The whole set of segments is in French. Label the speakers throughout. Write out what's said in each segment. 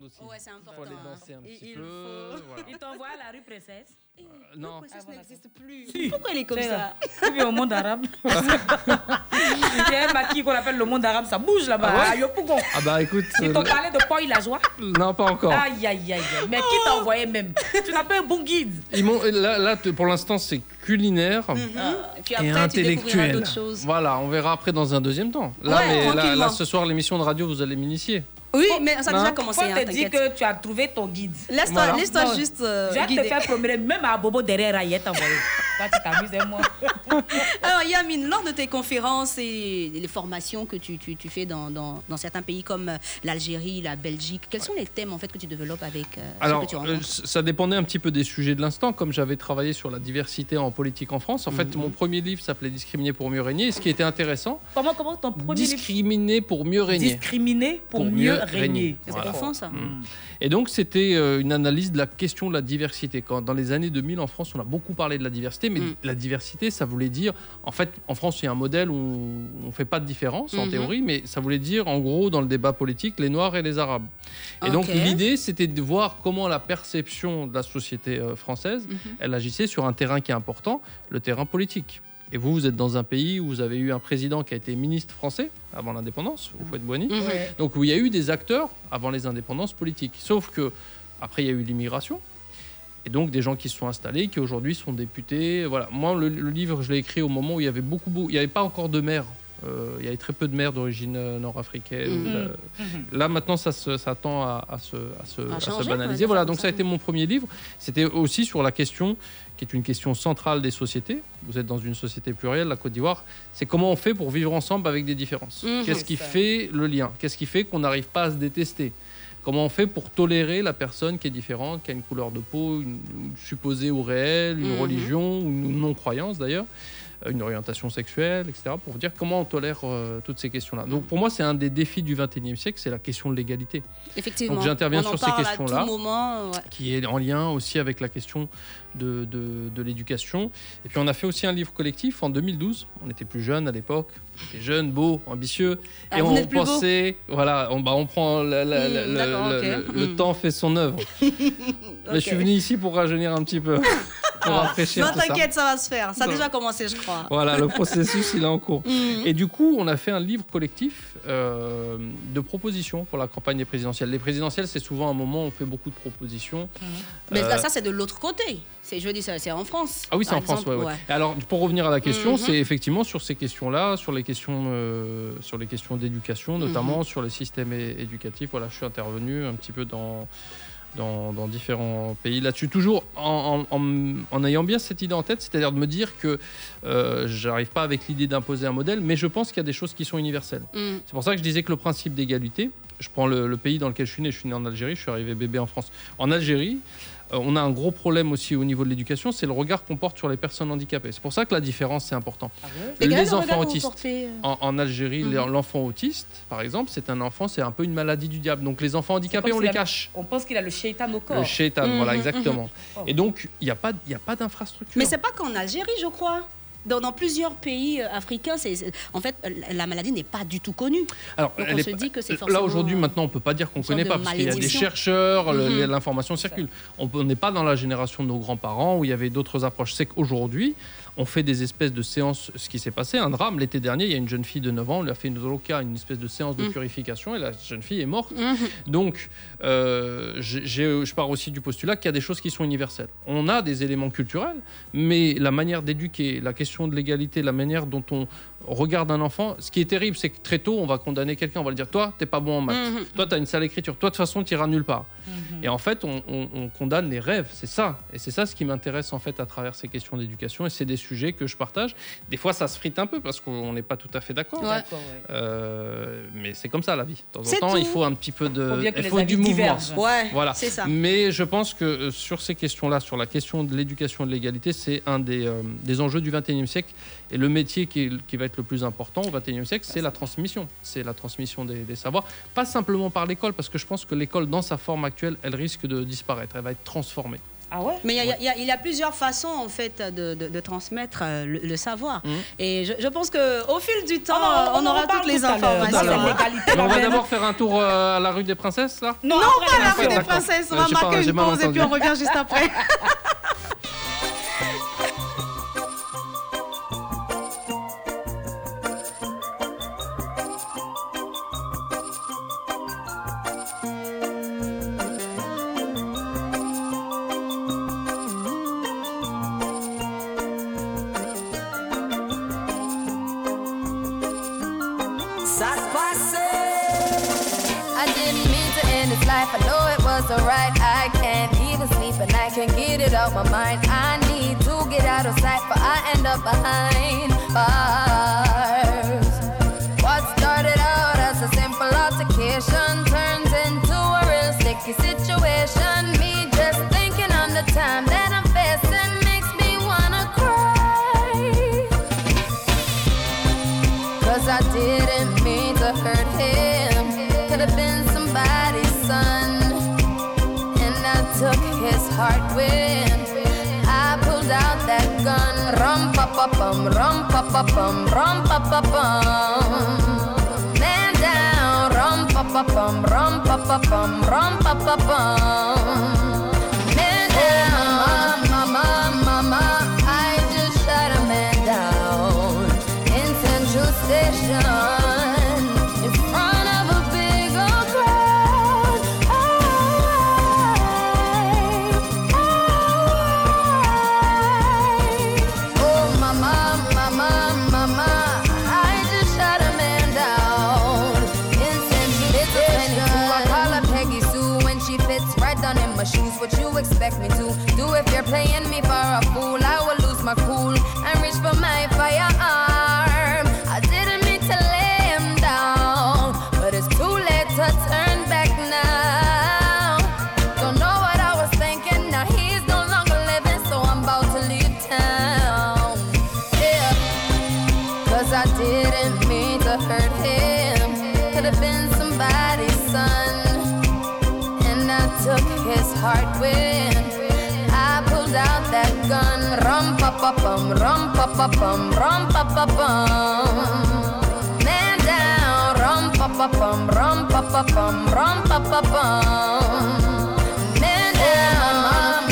Speaker 1: aussi.
Speaker 2: Ouais, c'est
Speaker 1: Faut les
Speaker 2: important.
Speaker 1: danser un
Speaker 3: Et
Speaker 1: petit
Speaker 3: il
Speaker 1: peu.
Speaker 3: faut-
Speaker 1: voilà.
Speaker 3: Il t'envoie à la rue princesse.
Speaker 1: Euh, non.
Speaker 3: Ah, voilà.
Speaker 2: plus.
Speaker 3: Si.
Speaker 2: Pourquoi elle est comme
Speaker 3: C'est-
Speaker 2: ça
Speaker 3: Tu vis au monde arabe. Il y a un maquis qu'on appelle le monde arabe, ça bouge là-bas.
Speaker 1: Ah ouais
Speaker 3: à Yopougon.
Speaker 1: Ah bah écoute,
Speaker 3: Ils
Speaker 1: euh,
Speaker 3: t'ont parlé de Poi la joie.
Speaker 1: non pas encore.
Speaker 2: Ah,
Speaker 3: Aïe, aïe, aïe, aïe. Mais qui t'a envoyé même Tu n'as pas un bon guide.
Speaker 1: Ils m'ont- là, là, t- pour l'instant c'est culinaire
Speaker 2: Mhm. Et Puis
Speaker 1: et
Speaker 2: après, tu découvriras
Speaker 1: intellectuel.
Speaker 2: d'autres choses.
Speaker 1: Voilà, on verra après dans un deuxième temps. Là,
Speaker 2: Ouais,
Speaker 1: mais là,
Speaker 2: tranquillement.
Speaker 1: là, ce soir l'émission de radio vous allez m'initier.
Speaker 2: Oui, mais ça a
Speaker 1: Non.
Speaker 2: déjà
Speaker 3: Faut
Speaker 2: commencé. hein,
Speaker 3: te dire
Speaker 2: t'inquiète.
Speaker 3: que tu as trouvé ton guide.
Speaker 2: Laisse-toi
Speaker 1: Voilà.
Speaker 2: laisse-toi
Speaker 3: Non.
Speaker 2: juste euh,
Speaker 3: Je vais te
Speaker 2: guider.
Speaker 3: faire promener même à Bobo derrière Rayette envoyé. Toi, tu t'amuses et moi.
Speaker 2: Alors Yamine, lors de tes conférences et les formations que tu, tu- tu fais dans, dans- dans certains pays comme euh, l'Algérie, la Belgique, quels sont les thèmes en fait que tu développes avec euh, ceux
Speaker 1: Alors,
Speaker 2: que tu
Speaker 1: euh,
Speaker 2: rencontres
Speaker 1: c- ça dépendait un petit peu des sujets de l'instant, comme j'avais travaillé sur la diversité en politique en France. En fait,
Speaker 2: Mhm.
Speaker 1: mon premier livre s'appelait Discriminer pour mieux régner. Et ce qui était intéressant,
Speaker 3: Comment, comment ton premier livre
Speaker 1: Discriminer pour mieux régner.
Speaker 3: Discriminer pour, mieux régner.
Speaker 2: C'est
Speaker 1: voilà.
Speaker 2: profond ça.
Speaker 1: Et donc, c'était euh, une analyse de la question de la diversité. Quand, dans les années 2000, en France, on a beaucoup parlé de la diversité, mais
Speaker 2: Mm.
Speaker 1: la diversité, ça voulait dire. En fait, en France, il y a un modèle où on ne fait pas de différence, en
Speaker 2: Mhm.
Speaker 1: théorie, mais ça voulait dire, en gros, dans le débat politique, les Noirs et les Arabes. Et donc,
Speaker 2: Ok.
Speaker 1: l'idée, c'était de voir comment la perception de la société euh, française,
Speaker 2: Mhm.
Speaker 1: elle agissait sur un terrain qui est important, le terrain politique. Et vous, vous êtes dans un pays où vous avez eu un président qui a été ministre français avant l'indépendance, au Fouet de Boigny.
Speaker 2: Mhm.
Speaker 3: Ouais.
Speaker 1: Donc où il y a eu des acteurs avant les indépendances politiques. Sauf que après il y a eu l'immigration. Et donc des gens qui se sont installés, qui aujourd'hui sont députés. Voilà. Moi, le, le livre, je l'ai écrit au moment où il y avait beaucoup, beaucoup- il n'y avait pas encore de maires. Euh, il y avait très peu de maires d'origine euh, nord-africaine.
Speaker 2: Mhm.
Speaker 1: Euh, Là maintenant, ça, se- ça tend à, à se, à se-
Speaker 2: À
Speaker 1: à se
Speaker 2: changer, quoi,
Speaker 1: banaliser.
Speaker 2: de
Speaker 1: Voilà.
Speaker 2: faire
Speaker 1: Donc
Speaker 2: comme
Speaker 1: ça a
Speaker 2: ça.
Speaker 1: été mon premier livre. C'était aussi sur la question qui est une question centrale des sociétés. Vous êtes dans une société plurielle, la Côte d'Ivoire. C'est comment on fait pour vivre ensemble avec des différences.
Speaker 2: Mhm.
Speaker 1: Qu'est-ce qui
Speaker 3: C'est ça.
Speaker 1: fait le lien Qu'est-ce qui fait qu'on n'arrive pas à se détester Comment on fait pour tolérer la personne qui est différente, qui a une couleur de peau, une, une supposée ou réelle, une
Speaker 2: Mhm.
Speaker 1: religion ou une non-croyance d'ailleurs, euh, une orientation sexuelle, etc. Pour dire comment on tolère euh, toutes ces questions-là. Donc pour moi, c'est un des défis du XXIe siècle, c'est la question de l'égalité
Speaker 2: Effectivement.
Speaker 1: Donc, j'interviens
Speaker 2: On en
Speaker 1: sur ces
Speaker 2: parle à
Speaker 1: questions-là.
Speaker 2: tout moment. ouais.
Speaker 1: qui est en lien aussi avec la question de, de- de l'éducation. Et puis on a fait aussi un livre collectif en 2012. On était plus jeunes à l'époque, on était jeunes, beaux, ambitieux.
Speaker 2: Ah,
Speaker 1: et
Speaker 2: vous
Speaker 1: on
Speaker 2: n'êtes plus beaux.
Speaker 1: pensait, voilà, on, bah, on prend la- la- la-
Speaker 2: Hmm,
Speaker 1: le-
Speaker 2: d'accord,
Speaker 1: le,
Speaker 2: ok.
Speaker 1: le
Speaker 2: Hmm.
Speaker 1: temps fait son œuvre. Mais je suis
Speaker 2: Ok. Ah,
Speaker 1: venu ici pour rajeunir un petit peu, pour rafraîchir
Speaker 2: Non,
Speaker 1: tout ça.
Speaker 2: t'inquiète, ça va se faire. Ça a
Speaker 1: Ça-
Speaker 2: déjà commencé, je crois.
Speaker 1: Voilà, le processus il est en cours.
Speaker 2: Mhm.
Speaker 1: Et du coup, on a fait un livre collectif euh, de propositions pour la campagne des présidentielles. Les présidentielles, c'est souvent un moment où on fait beaucoup de propositions.
Speaker 2: Hmm. Mais
Speaker 1: Euh,
Speaker 2: là, ça, c'est de l'autre côté. C'est, je veux dire, c'est c'est en France.
Speaker 1: Ah oui, c'est
Speaker 2: par
Speaker 1: en France,
Speaker 2: exemple.
Speaker 1: ouais, ouais. Et Alors, pour revenir à la question,
Speaker 2: Mhm.
Speaker 1: c'est effectivement sur ces questions-là, sur les questions, euh, sur les questions d'éducation,
Speaker 2: Mhm.
Speaker 1: notamment sur les systèmes é- éducatifs. Voilà, je suis intervenu un petit peu dans dans, dans différents pays là-dessus, toujours en, en- en- en ayant bien cette idée en tête, c'est-à-dire de me dire que euh, j'arrive pas avec l'idée d'imposer un modèle, mais je pense qu'il y a des choses qui sont universelles.
Speaker 2: Mhm.
Speaker 1: C'est pour ça que je disais que le principe d'égalité, je prends le, le pays dans lequel je suis né, je suis né en Algérie, je suis arrivé bébé en France. En Algérie, euh, on a un gros problème aussi au niveau de l'éducation, c'est le regard qu'on porte sur les personnes handicapées. C'est pour ça que la différence, c'est important.
Speaker 3: Ah ouais
Speaker 2: Et quel est
Speaker 1: les
Speaker 2: le regard
Speaker 1: enfants
Speaker 2: que vous
Speaker 1: autistes.
Speaker 2: portez, euh,
Speaker 1: En, en Algérie,
Speaker 2: Mhm.
Speaker 1: les- l'enfant autiste, par exemple, c'est un enfant, c'est un peu une maladie du diable. Donc les enfants handicapés,
Speaker 3: comme
Speaker 1: on
Speaker 3: si
Speaker 1: les
Speaker 3: la-
Speaker 1: cache.
Speaker 3: On pense qu'il a le shaitan au corps.
Speaker 1: Le chétan, voilà,
Speaker 2: Mhm,
Speaker 1: exactement.
Speaker 3: mhm.
Speaker 1: Et donc, il n'y a pas, il y a pas d'infrastructure.
Speaker 2: Mais c'est pas qu'en Algérie, je crois. Dans, dans plusieurs pays euh, africains, c'est, c'est- en fait, euh, la maladie n'est pas du tout connue.
Speaker 1: Alors,
Speaker 2: Donc,
Speaker 1: elle
Speaker 2: on
Speaker 1: est
Speaker 2: se
Speaker 1: pas-
Speaker 2: dit que c'est forcément...
Speaker 1: Là aujourd'hui, maintenant, on peut pas dire qu'on
Speaker 2: sorte
Speaker 1: connaît
Speaker 2: de
Speaker 1: pas, parce qu'il y a des
Speaker 2: malédiction.
Speaker 1: chercheurs, le-
Speaker 2: Mhm.
Speaker 1: l'information circule. On peut- on n'est pas dans la génération de nos grands-parents où il y avait d'autres approches. C'est qu'aujourd'hui, on fait des espèces de séances. Ce qui s'est passé, un drame l'été dernier, il y a une jeune fille de 9 ans, on lui a fait une zoloka, une espèce de séance de
Speaker 2: Mhm.
Speaker 1: purification, et la jeune fille est morte.
Speaker 2: Mhm.
Speaker 1: Donc, euh, j'ai- j'ai- je pars aussi du postulat qu'il y a des choses qui sont universelles. On a des éléments culturels, mais la manière d'éduquer, la question de l'égalité, la manière dont on regarde un enfant, ce qui est terrible, c'est que très tôt, on va condamner quelqu'un, on va lui dire Toi, t'es pas bon en maths,
Speaker 2: Mhm.
Speaker 1: toi, t'as une sale écriture, toi, de toute façon, t'iras nulle part. Et en fait, on, on- on condamne les rêves, c'est ça. Et c'est ça ce qui m'intéresse en fait à travers ces questions d'éducation, et c'est des sujets que je partage. Des fois, ça se frite un peu parce qu'on n'est pas tout à fait Oh, d'accord.
Speaker 2: Ouais.
Speaker 3: D'accord, ouais.
Speaker 1: Euh, mais c'est comme ça la vie. De temps en
Speaker 2: C'est
Speaker 1: temps, il
Speaker 2: tout.
Speaker 1: faut un petit peu de.
Speaker 3: Faut bien que
Speaker 1: il
Speaker 3: les
Speaker 1: faut
Speaker 3: avis
Speaker 1: du mouvement.
Speaker 3: divergent.
Speaker 2: Ouais,
Speaker 1: Voilà.
Speaker 2: c'est ça.
Speaker 1: Mais je pense que euh, sur ces questions-là, sur la question de l'éducation et de l'égalité, c'est un des, euh, des enjeux du XXIe siècle. Et le métier qui, est- qui va être le plus important au XXIe siècle, c'est la transmission. C'est la transmission des, des savoirs. Pas simplement par l'école, parce que je pense que l'école, dans sa forme actuelle, elle risque de disparaître. Elle va être transformée.
Speaker 3: Ah ouais
Speaker 2: Mais il y a- il y, a- il y a plusieurs façons en fait de, de- de transmettre euh, le, le savoir.
Speaker 1: Mmh.
Speaker 2: Et je, je pense que au fil du temps, euh, on,
Speaker 3: Oh, en
Speaker 2: aura
Speaker 3: parle
Speaker 2: toutes les
Speaker 3: tout à l'heure,
Speaker 2: informations.
Speaker 3: dans la
Speaker 1: Alors,
Speaker 3: légalité,
Speaker 1: Mais on
Speaker 3: la
Speaker 1: va
Speaker 3: peine.
Speaker 1: d'abord faire un tour euh, à la rue des princesses, là
Speaker 3: Non,
Speaker 2: pas la rue des
Speaker 1: d'accord.
Speaker 2: princesses. On
Speaker 1: Euh,
Speaker 2: va
Speaker 1: j'ai pas-
Speaker 2: marquer
Speaker 1: j'ai
Speaker 2: une
Speaker 1: mal
Speaker 2: pause et puis on
Speaker 1: entendu.
Speaker 2: revient juste après.
Speaker 4: Ça se passe
Speaker 5: I didn't mean to end this life. I know it wasn't right. I can't even sleep and I can't get it out my mind. I need to get out of sight, but I end up behind bars. What started out as a simple altercation turns into a real sticky situation. Me just thinking on the time that I'm facing makes me wanna cry. Cause I didn't mean to hurt him. Could have been somebody's son. And I took his heart when I pulled out that gun. Rum pa pa bum, rum pa pa bum, rum pa pa bum. Man down, rum pa pa bum, rum pa pa bum, rum pa pa bum. Man down, mama, mama, I just shot a man down in Central Station in front of a big old crowd. I, I, oh mama, mama, mama, I just shot a man down in Central Station. I call her Peggy Sue when she fits right down in my shoes. What you expect me to do if you're playing me for a fool? I will lose my cool and reach for my firearm. I didn't mean to lay him down, but it's too late to turn back now. Don't know what I was thinking. Now he's no longer living, so I'm about to leave town. Yeah. Cause I didn't mean to hurt him. Could have been somebody's son. And I took his heart when I pulled out that gun. Rum pa pa bum, rum pa pa bum, rum pa pa bum. Man down, rum pa pa bum, rum pa pa bum, rum pa pa bum. Man down,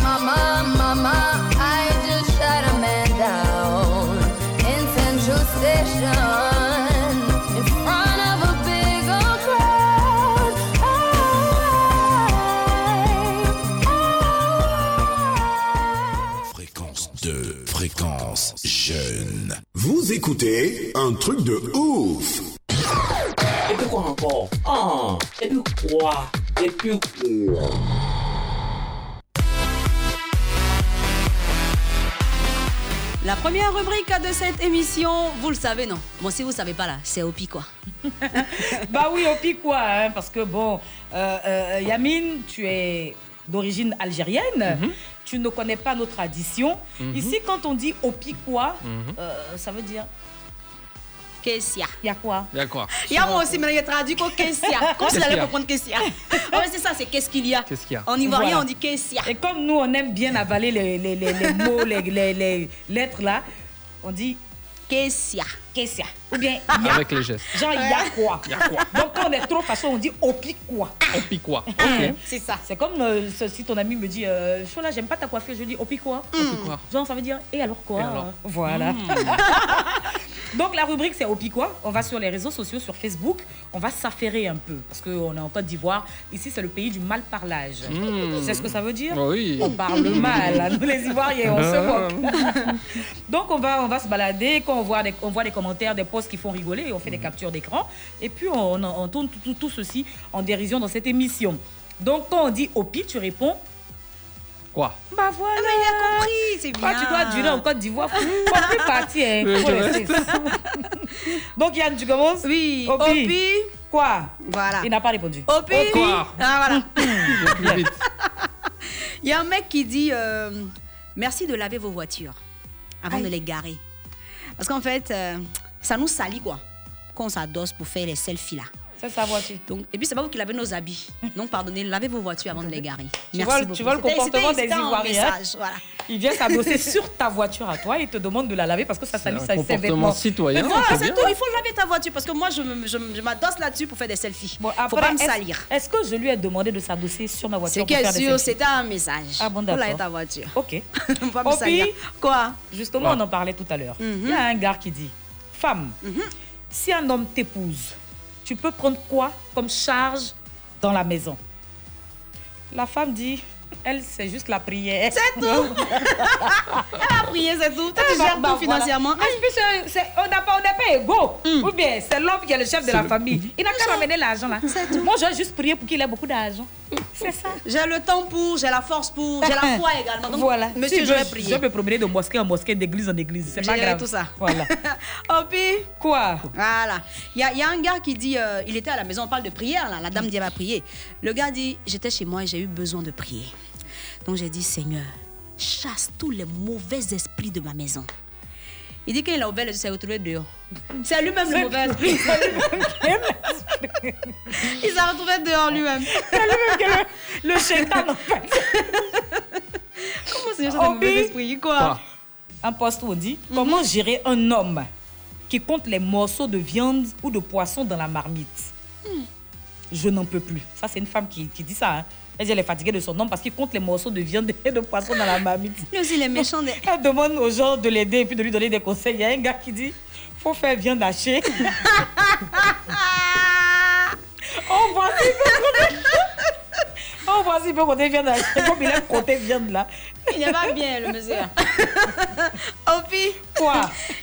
Speaker 5: mama, mama, I just shot a man down in Central Station in front of a big old crowd. I, I,
Speaker 6: Fréquence 2, fréquence jeune.
Speaker 7: Vous écoutez un truc de ouf
Speaker 8: Et puis quoi encore
Speaker 6: Oh,
Speaker 8: Ah Et puis quoi Et puis quoi
Speaker 2: La première rubrique de cette émission, vous le savez, non Bon, si vous savez pas là, c'est Opi quoi.
Speaker 3: Bah oui, au pire quoi, hein, parce que bon, euh, euh, Yamine, tu es d'origine algérienne,
Speaker 1: Mhm.
Speaker 3: tu ne connais pas nos traditions. Ici, quand on dit au pire quoi,
Speaker 1: Mhm.
Speaker 3: euh, ça veut dire
Speaker 2: Kessia.
Speaker 3: il y a quoi
Speaker 1: Il y a quoi
Speaker 2: Il y a moi aussi, mais il est traduit qu'au Kessia. Comme si
Speaker 1: Qu'est-ce qu'il
Speaker 2: j'allais
Speaker 1: y a
Speaker 2: comprendre Kessia. Oh, mais c'est ça, c'est qu'est-ce qu'il y a
Speaker 1: Qu'est-ce qu'il y a Mhm.
Speaker 2: En ivoirien,
Speaker 3: Voilà.
Speaker 2: on dit Kessia.
Speaker 3: Et comme nous, on aime bien avaler les, les- les- les mots, les, les- les lettres là, on dit
Speaker 2: Kessia.
Speaker 3: qu'est-ce qu'il y a Ou bien il y a
Speaker 1: Avec les gestes.
Speaker 3: Genre, il y a quoi Donc, quand on est trop façon, on dit au pique quoi
Speaker 1: On pique quoi Ok.
Speaker 2: C'est ça.
Speaker 3: C'est comme euh, ce- si ton ami me dit euh, Chola, j'aime pas ta coiffure, je dis au pique quoi
Speaker 1: Mm. quoi
Speaker 3: Genre, ça veut dire et alors quoi
Speaker 1: Et alors Mm.
Speaker 3: Voilà. Donc, la rubrique, c'est au pique quoi On va sur les réseaux sociaux, sur Facebook, on va s'affairer un peu parce qu'on est en Côte d'Ivoire. Ici, c'est le pays du mal parlage.
Speaker 1: Mmh.
Speaker 3: Tu sais ce que ça veut dire
Speaker 1: Oh oui. Ah.
Speaker 3: on parle mal, hein, nous les Ivoiriens, on se moque. Donc on va, on va se balader, quand on voit, des, on voit des commentaires, des posts qui font rigoler, on fait
Speaker 1: Mhm.
Speaker 3: des captures d'écran, et puis on, on- on tourne tout, tout- tout ceci en dérision dans cette émission. Donc quand on dit Opi, tu réponds,
Speaker 1: Quoi
Speaker 3: bah voilà,
Speaker 2: Ah, Mais il a compris, Ah. c'est
Speaker 3: quand
Speaker 2: bien.
Speaker 3: tu dois durer en Côte d'Ivoire, faut faut plus partir, hein,
Speaker 1: Oui,
Speaker 3: faut
Speaker 1: je
Speaker 3: rester. Donc Yann, tu commences
Speaker 2: Oui,
Speaker 3: Opi.
Speaker 2: Opi.
Speaker 3: Quoi
Speaker 2: Voilà.
Speaker 3: Il n'a pas répondu.
Speaker 2: Opi.
Speaker 1: Quoi
Speaker 2: Ah, voilà.
Speaker 1: Le plus vite.
Speaker 2: Il y a un mec qui dit euh, merci de laver vos voitures avant de les garer. Parce qu'en fait, euh, ça nous salit quoi. Quand on s'adosse pour faire les selfies là.
Speaker 3: C'est sa voiture.
Speaker 2: Donc, et puis c'est pas vous qui lavez nos habits. Donc pardonnez, lavez vos voitures avant de les garer.
Speaker 3: Tu
Speaker 2: Merci
Speaker 3: vois- tu
Speaker 2: beaucoup.
Speaker 3: vois le
Speaker 2: C'était-
Speaker 3: comportement
Speaker 2: c'était
Speaker 3: des
Speaker 2: excitant,
Speaker 3: Ivoiriens.
Speaker 2: message, voilà.
Speaker 3: Il vient s'adosser sur ta voiture à toi et te demande de la laver parce que ça salue
Speaker 1: un
Speaker 3: sa- ses
Speaker 1: comportement
Speaker 3: vêtements.
Speaker 1: citoyen.
Speaker 2: Voilà,
Speaker 1: c'est
Speaker 2: c'est
Speaker 1: bien.
Speaker 2: tout. Il faut laver ta voiture parce que moi, je, me- je, me- je m'adosse là-dessus pour faire des selfies.
Speaker 3: Bon,
Speaker 2: faut
Speaker 3: après,
Speaker 2: pas me
Speaker 3: est-ce-
Speaker 2: salir.
Speaker 3: Est-ce que je lui ai demandé de s'adosser sur ma voiture
Speaker 2: C'est
Speaker 3: pour
Speaker 2: que
Speaker 3: faire des
Speaker 2: sûr,
Speaker 3: selfies
Speaker 2: c'était un message.
Speaker 3: Ah bon,
Speaker 2: Faut laver
Speaker 3: d'accord.
Speaker 2: ta voiture.
Speaker 3: Ok.
Speaker 2: Faut pas me
Speaker 3: Opi,
Speaker 2: salir. Quoi Mhm.
Speaker 3: Justement, on en parlait tout à l'heure. Il y a un gars qui dit Femme, si un homme t'épouse, tu peux prendre quoi comme charge dans la maison La femme dit Elle, c'est juste la prière.
Speaker 2: C'est tout. Elle a prié, c'est tout. Toi,
Speaker 3: Ah,
Speaker 2: Tu gères
Speaker 3: bah, voilà.
Speaker 2: tout financièrement. Hmm.
Speaker 3: Ah, puis c'est- c'est- on n'a pas- on n'est pas égaux. Ou bien c'est l'homme qui est le chef de la famille. Il n'a qu'à ramener l'argent là. Moi, j'ai juste prié pour qu'il ait beaucoup d'argent. C'est ça.
Speaker 2: J'ai le temps pour, j'ai la force pour, j'ai la foi également. Donc,
Speaker 3: voilà.
Speaker 2: monsieur,
Speaker 3: Si
Speaker 2: je vais
Speaker 3: veux,
Speaker 2: prier.
Speaker 3: Je vais me promener de mosquée en mosquée, d'église en église. C'est pas
Speaker 2: Gérer
Speaker 3: grave.
Speaker 2: tout ça.
Speaker 3: Voilà.
Speaker 2: Opi,
Speaker 3: Quoi
Speaker 2: Voilà. Il y, a- il y a un gars qui dit, euh, il était à la maison, on parle de prière, là. la dame dit, elle va prier. Le gars dit, j'étais chez moi et j'ai eu besoin de prier. Donc j'ai dit, Seigneur, chasse tous les mauvais esprits de ma maison. Il dit qu'il a ouvert les yeux, s'est retrouvé dehors. C'est lui-même le mauvais esprit. il s'est retrouvé dehors lui-même.
Speaker 3: Le chétan en fait.
Speaker 2: Comment c'est chasse les mauvais
Speaker 3: Obi.
Speaker 2: esprits Quoi Mhm.
Speaker 3: Un poste où on dit Comment gérer un homme qui compte les morceaux de viande ou de poisson dans la marmite Je n'en peux plus. Ça, c'est une femme qui, qui dit ça. hein. Elle dit elle est fatiguée de son homme parce qu'il compte les morceaux de viande et de poisson dans la marmite.
Speaker 2: Lui aussi, il est méchant. des-
Speaker 3: Elle demande aux gens de l'aider et puis de lui donner des conseils. Il y a un gars qui dit faut faire viande hachée. On voit si On voit si peut compter viande hachée. Comme il aime compter viande là.
Speaker 2: Il n'est pas bien, le monsieur. Opi.
Speaker 3: Quoi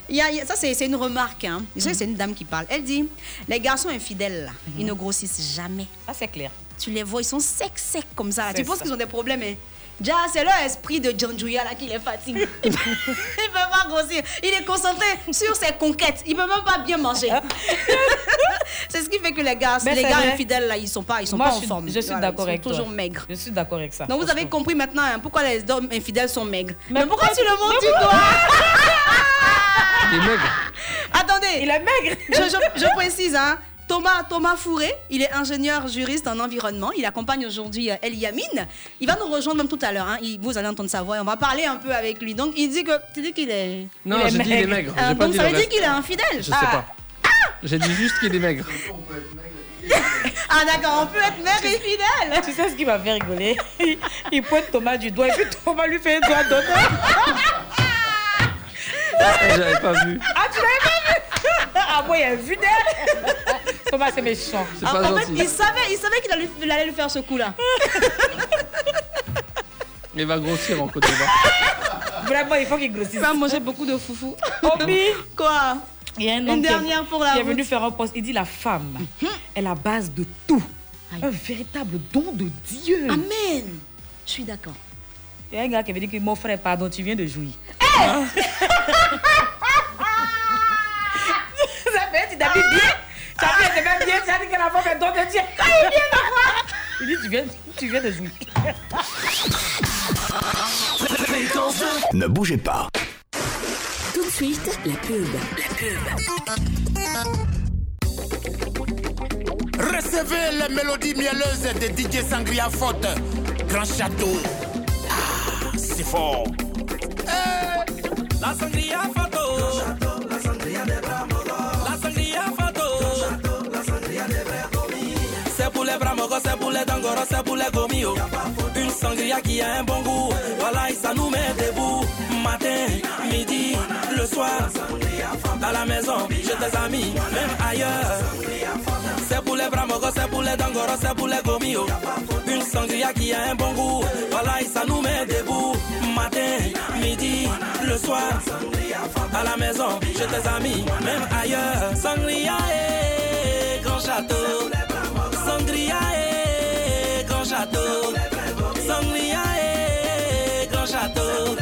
Speaker 2: Il y a- il y a- ça, c'est c'est une remarque. Hein. Je sais que c'est une dame qui parle. Elle dit Les garçons infidèles, là, ils ne grossissent jamais.
Speaker 3: Mhm. Ça, c'est clair.
Speaker 2: Tu les vois, ils sont secs, secs comme ça. là.
Speaker 3: C'est
Speaker 2: Tu penses
Speaker 3: ça.
Speaker 2: qu'ils ont des problèmes. hein. Déjà, c'est leur esprit de John Julia là qui les fatigue. Il ne peut il peut pas grossir. Il est concentré sur ses conquêtes. Il ne peut même pas bien manger. c'est ce qui fait que les gars,
Speaker 3: Mais
Speaker 2: les
Speaker 3: Ben, c'est
Speaker 2: gars
Speaker 3: vrai.
Speaker 2: infidèles, là, ils ne sont pas, ils sont
Speaker 3: Moi,
Speaker 2: pas
Speaker 3: je
Speaker 2: en
Speaker 3: suis-
Speaker 2: forme.
Speaker 3: je suis
Speaker 2: Voilà,
Speaker 3: d'accord avec
Speaker 2: Ils sont
Speaker 3: toi.
Speaker 2: toujours maigres.
Speaker 3: Je suis d'accord avec ça.
Speaker 2: Donc, vous avez
Speaker 3: franchement.
Speaker 2: compris maintenant hein, pourquoi les hommes infidèles sont maigres.
Speaker 3: Mais
Speaker 2: Mais, pourquoi tu
Speaker 3: peut-être-
Speaker 2: le montres du doigt
Speaker 1: Des maigres.
Speaker 2: Attendez
Speaker 3: Il est maigre.
Speaker 2: je, je- je précise, hein. Thomas, Thomas Fourré, il est ingénieur juriste en environnement. Il accompagne aujourd'hui euh, El Yamine. Il va nous rejoindre même tout à l'heure. hein. Il- Vous allez entendre sa voix et on va parler un peu avec lui. Donc, il dit que. Tu dis qu'il est.
Speaker 1: Non,
Speaker 3: Il est
Speaker 1: j'ai dit il est
Speaker 3: maigre.
Speaker 1: maigre.
Speaker 2: Euh,
Speaker 1: J'ai pas
Speaker 2: donc,
Speaker 1: dit
Speaker 2: ça
Speaker 1: le
Speaker 2: veut dire
Speaker 1: reste.
Speaker 2: qu'il est infidèle.
Speaker 1: Je sais pas.
Speaker 3: Ah!
Speaker 1: J'ai dit juste qu'il est maigre.
Speaker 2: Ah, d'accord, on peut être mère et fidèle.
Speaker 3: Tu sais ce qui m'a fait rigoler Il pointe Thomas du doigt et puis Thomas lui fait un doigt d'honneur.
Speaker 1: J'avais pas vu.
Speaker 3: Ah, tu l'avais pas vu Ah, moi, il a vu d'elle Thomas, c'est méchant.
Speaker 1: C'est
Speaker 2: Ah,
Speaker 1: pas
Speaker 2: en fait,
Speaker 1: gentil.
Speaker 2: il savait, il savait qu'il allait, il allait lui faire ce coup-là.
Speaker 1: Il va grossir en Côte d'Ivoire.
Speaker 3: Vraiment, il faut qu'il grossisse.
Speaker 2: Il va manger beaucoup de foufou.
Speaker 3: Obi,
Speaker 2: Quoi
Speaker 3: il y a un
Speaker 2: Une
Speaker 3: homme qui est-
Speaker 2: dernière pour la
Speaker 3: qui est
Speaker 2: route. Mm-hmm.
Speaker 3: venu faire un poste. Il dit la femme est la base de tout.
Speaker 2: Aïe.
Speaker 3: Un véritable don de Dieu.
Speaker 2: Amen. Je suis d'accord.
Speaker 3: Il y a un gars qui veut dire que mon frère, pardon, tu viens de jouir. Hein? Ça fait, tu t'habilles bien. Ça fait, tu même bien. Tu as dit que la femme est don de Dieu.
Speaker 2: Ah,
Speaker 3: il vient de voir. Il dit, tu viens, tu viens de jouir.
Speaker 6: Ne bougez pas.
Speaker 9: Tout de suite, la pub.
Speaker 10: Recevez les mélodies mielleuses de DJ Sangria Forte. Grand château. Ah, c'est fort.
Speaker 11: La sangria fato. La sangria fato. C'est pour les bras mogos, c'est pour les dangoros, c'est pour les gomillos. Une sangria qui a un bon goût. Voilà, et ça nous met debout. Matin, midi, le soir. Dans la maison, chez tes amis, même ailleurs. C'est pour les bras mogos, c'est pour les dangoros, c'est pour les gomillos. Une sangria qui a un bon goût. Voilà, et ça nous met debout. Matin, midi, le soir. À la maison, chez tes amis, même ailleurs. Sangria et grand château. Sangria et grand château. Sangria et grand château.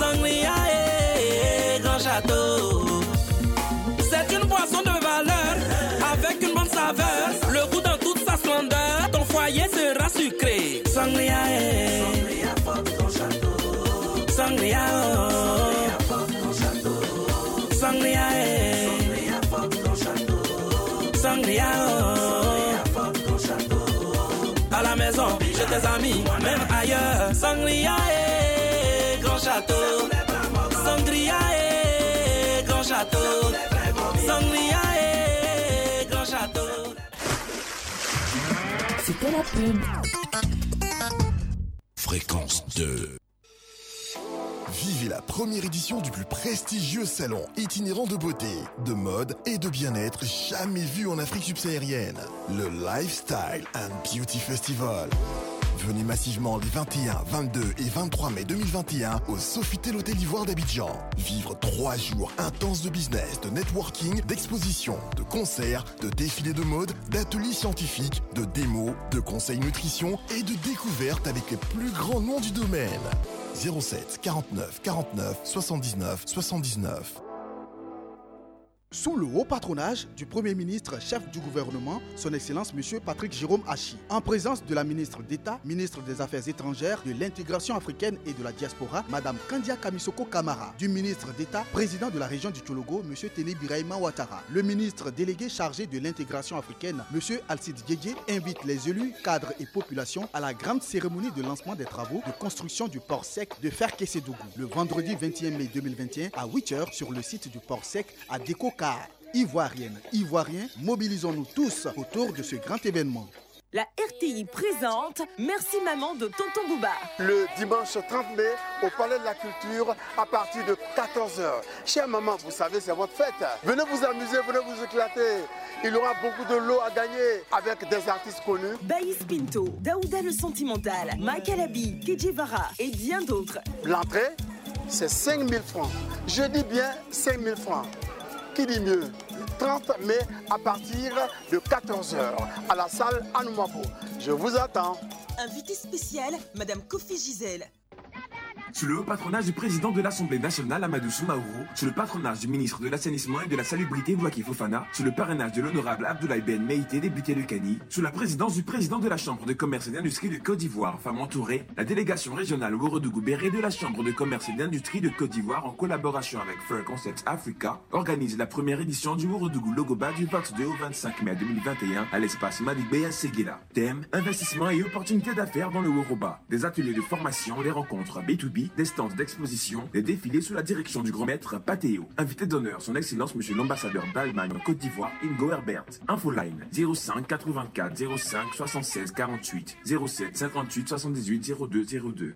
Speaker 11: Sangria et grand château. C'est une boisson de valeur, avec une bonne saveur. Le goût dans toute sa splendeur, ton foyer sera sucré. Sangria, eh. sangria, oh. sangria, eh. sangria, oh. amis, même ailleurs. Sangria et grand château. Sangria et grand château. Sangria et grand château.
Speaker 12: C'était la pub.
Speaker 6: Fréquence 2.
Speaker 13: Vivez la première édition du plus prestigieux salon itinérant de beauté, de mode et de bien-être jamais vu en Afrique subsaharienne. Le Lifestyle and Beauty Festival. Venez massivement les 21, 22 et 23 mai 2021 au Sofitel Hôtel Ivoire d'Abidjan. Vivre trois jours intenses de business, de networking, d'expositions, de concerts, de défilés de mode, d'ateliers scientifiques, de démos, de conseils nutrition et de découvertes avec les plus grands noms du domaine. 07 49 49 79 79.
Speaker 14: Sous le haut patronage du Premier ministre, chef du gouvernement, son Excellence Monsieur Patrick Jérôme Hachi, en présence de la ministre d'État, ministre des Affaires étrangères, de l'intégration africaine et de la diaspora, Madame Kandia Kamisoko Kamara, du ministre d'État, président de la région du Tchologo, Monsieur Télé Biraïma Ouattara, le ministre délégué chargé de l'intégration africaine, Monsieur Alcide Diédier, invite les élus, cadres et populations à la grande cérémonie de lancement des travaux de construction du port sec de Ferkesedougou, le vendredi 21 mai 2021 à 8h sur le site du port sec à Décocar. Ivoiriennes, Ivoiriens, mobilisons-nous tous autour de ce grand événement.
Speaker 15: La RTI présente Merci maman de Tonton Bouba.
Speaker 16: le dimanche 30 mai au Palais de la Culture à partir de 14h. Chère maman, vous savez, c'est votre fête. Venez vous amuser, venez vous éclater. Il y aura beaucoup de lots à gagner avec des artistes connus.
Speaker 15: Baïs Pinto, Daouda le Sentimental, Makalabi, Kijivara et bien d'autres.
Speaker 16: L'entrée, c'est 5 000 francs. Je dis bien 5 000 francs. Qui dit mieux 30 mai à partir de 14h à la salle Anoumafo. Je vous attends.
Speaker 15: Invité spécial, Madame Kofi Gisèle.
Speaker 17: Sous le haut patronage du président de l'Assemblée nationale Amadou Soumaoro, sous le patronage du ministre de l'assainissement et de la salubrité Wacky Fofana, sous le parrainage de l'honorable Abdoulaye Ben Meïté député de Cani, sous la présidence du président de la Chambre de commerce et d'industrie de Côte d'Ivoire, femme entourée, la délégation régionale Ouagadougou-Béré de la Chambre de commerce et d'industrie de Côte d'Ivoire en collaboration avec Fair Concepts Africa organise la première édition du Ouagadougou Logoba du 22 au 25 mai 2021 à l'espace Madibé à Séguéla. Thème investissement et opportunités d'affaires dans le Ouroba. Des ateliers de formation, des rencontres B2B, des stands d'exposition, des défilés sous la direction du grand maître Patéo. Invité d'honneur, son excellence monsieur l'ambassadeur d'Allemagne en Côte d'Ivoire, Ingo Herbert. Infoline 05 84 05 76 48 07 58 78 02 02.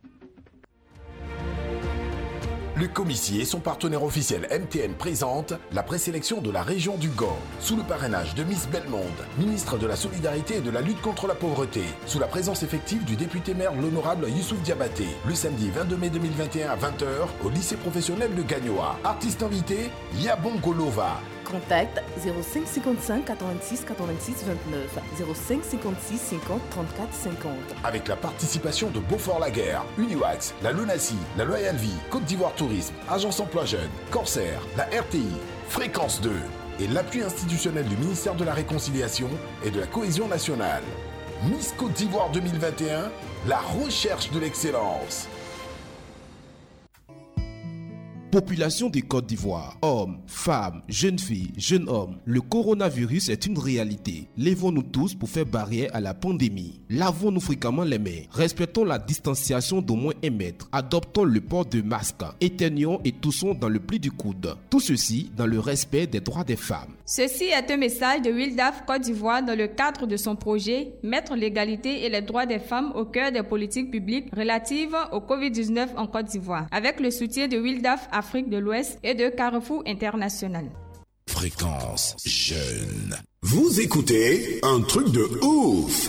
Speaker 10: Le commissier et son partenaire officiel MTN présente la présélection de la région du Gand, sous le parrainage de Miss Belmonde, ministre de la Solidarité et de la lutte contre la pauvreté, sous la présence effective du député maire l'honorable Youssouf Diabaté, le samedi 22 mai 2021 à 20h au lycée professionnel de Gagnoa. Artiste invité, Yabon Golova.
Speaker 18: Contact 05 55 86 86 29 05 56 50 34 50.
Speaker 10: Avec la participation de Beaufort-Laguerre, Uniwax, la Lunacy, la Loyal Vie, Côte d'Ivoire Tourisme, Agence Emploi Jeune, Corsair, la RTI, Fréquence 2 et l'appui institutionnel du ministère de la Réconciliation et de la Cohésion nationale. Miss Côte d'Ivoire 2021, la recherche de l'excellence.
Speaker 19: Population des Côte d'Ivoire, hommes, femmes, jeunes filles, jeunes hommes, le coronavirus est une réalité. Levons-nous tous pour faire barrière à la pandémie. Lavons-nous fréquemment les mains. Respectons la distanciation d'au moins un mètre. Adoptons le port de masque. Éteignons et toussons dans le pli du coude. Tout ceci dans le respect des droits des femmes.
Speaker 3: Ceci est un message de Wildaf Côte d'Ivoire dans le cadre de son projet Mettre l'égalité et les droits des femmes au cœur des politiques publiques relatives au Covid-19 en Côte d'Ivoire, avec le soutien de Wildaf Afrique de l'Ouest et de Carrefour International.
Speaker 6: Fréquence jeune.
Speaker 20: Vous écoutez un truc de ouf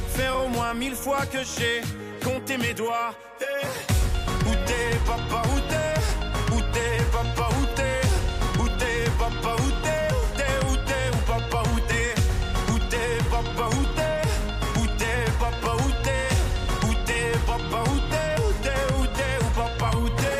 Speaker 21: faire au moins mille fois que j'ai compter mes doigts. Eh. Où t'es, papa, où t'es Où t'es, papa, où t'es Où t'es, papa, où t'es Où t'es, où t'es, où papa, où t'es Où t'es, papa, où t'es Où t'es, papa, où t'es Où t'es, papa, où t'es Où t'es, où t'es, où papa, où t'es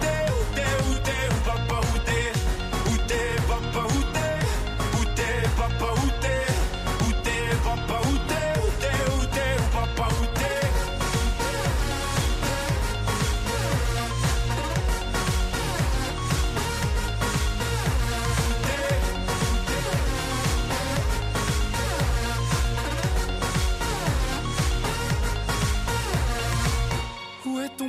Speaker 21: t'es Où t'es, où t'es, où papa, où t'es Où t'es, papa, où t'es Où t'es, papa, où t'es Où t'es, papa, où t'es Où t'es, où t'es, où papa, où t'es Où est ton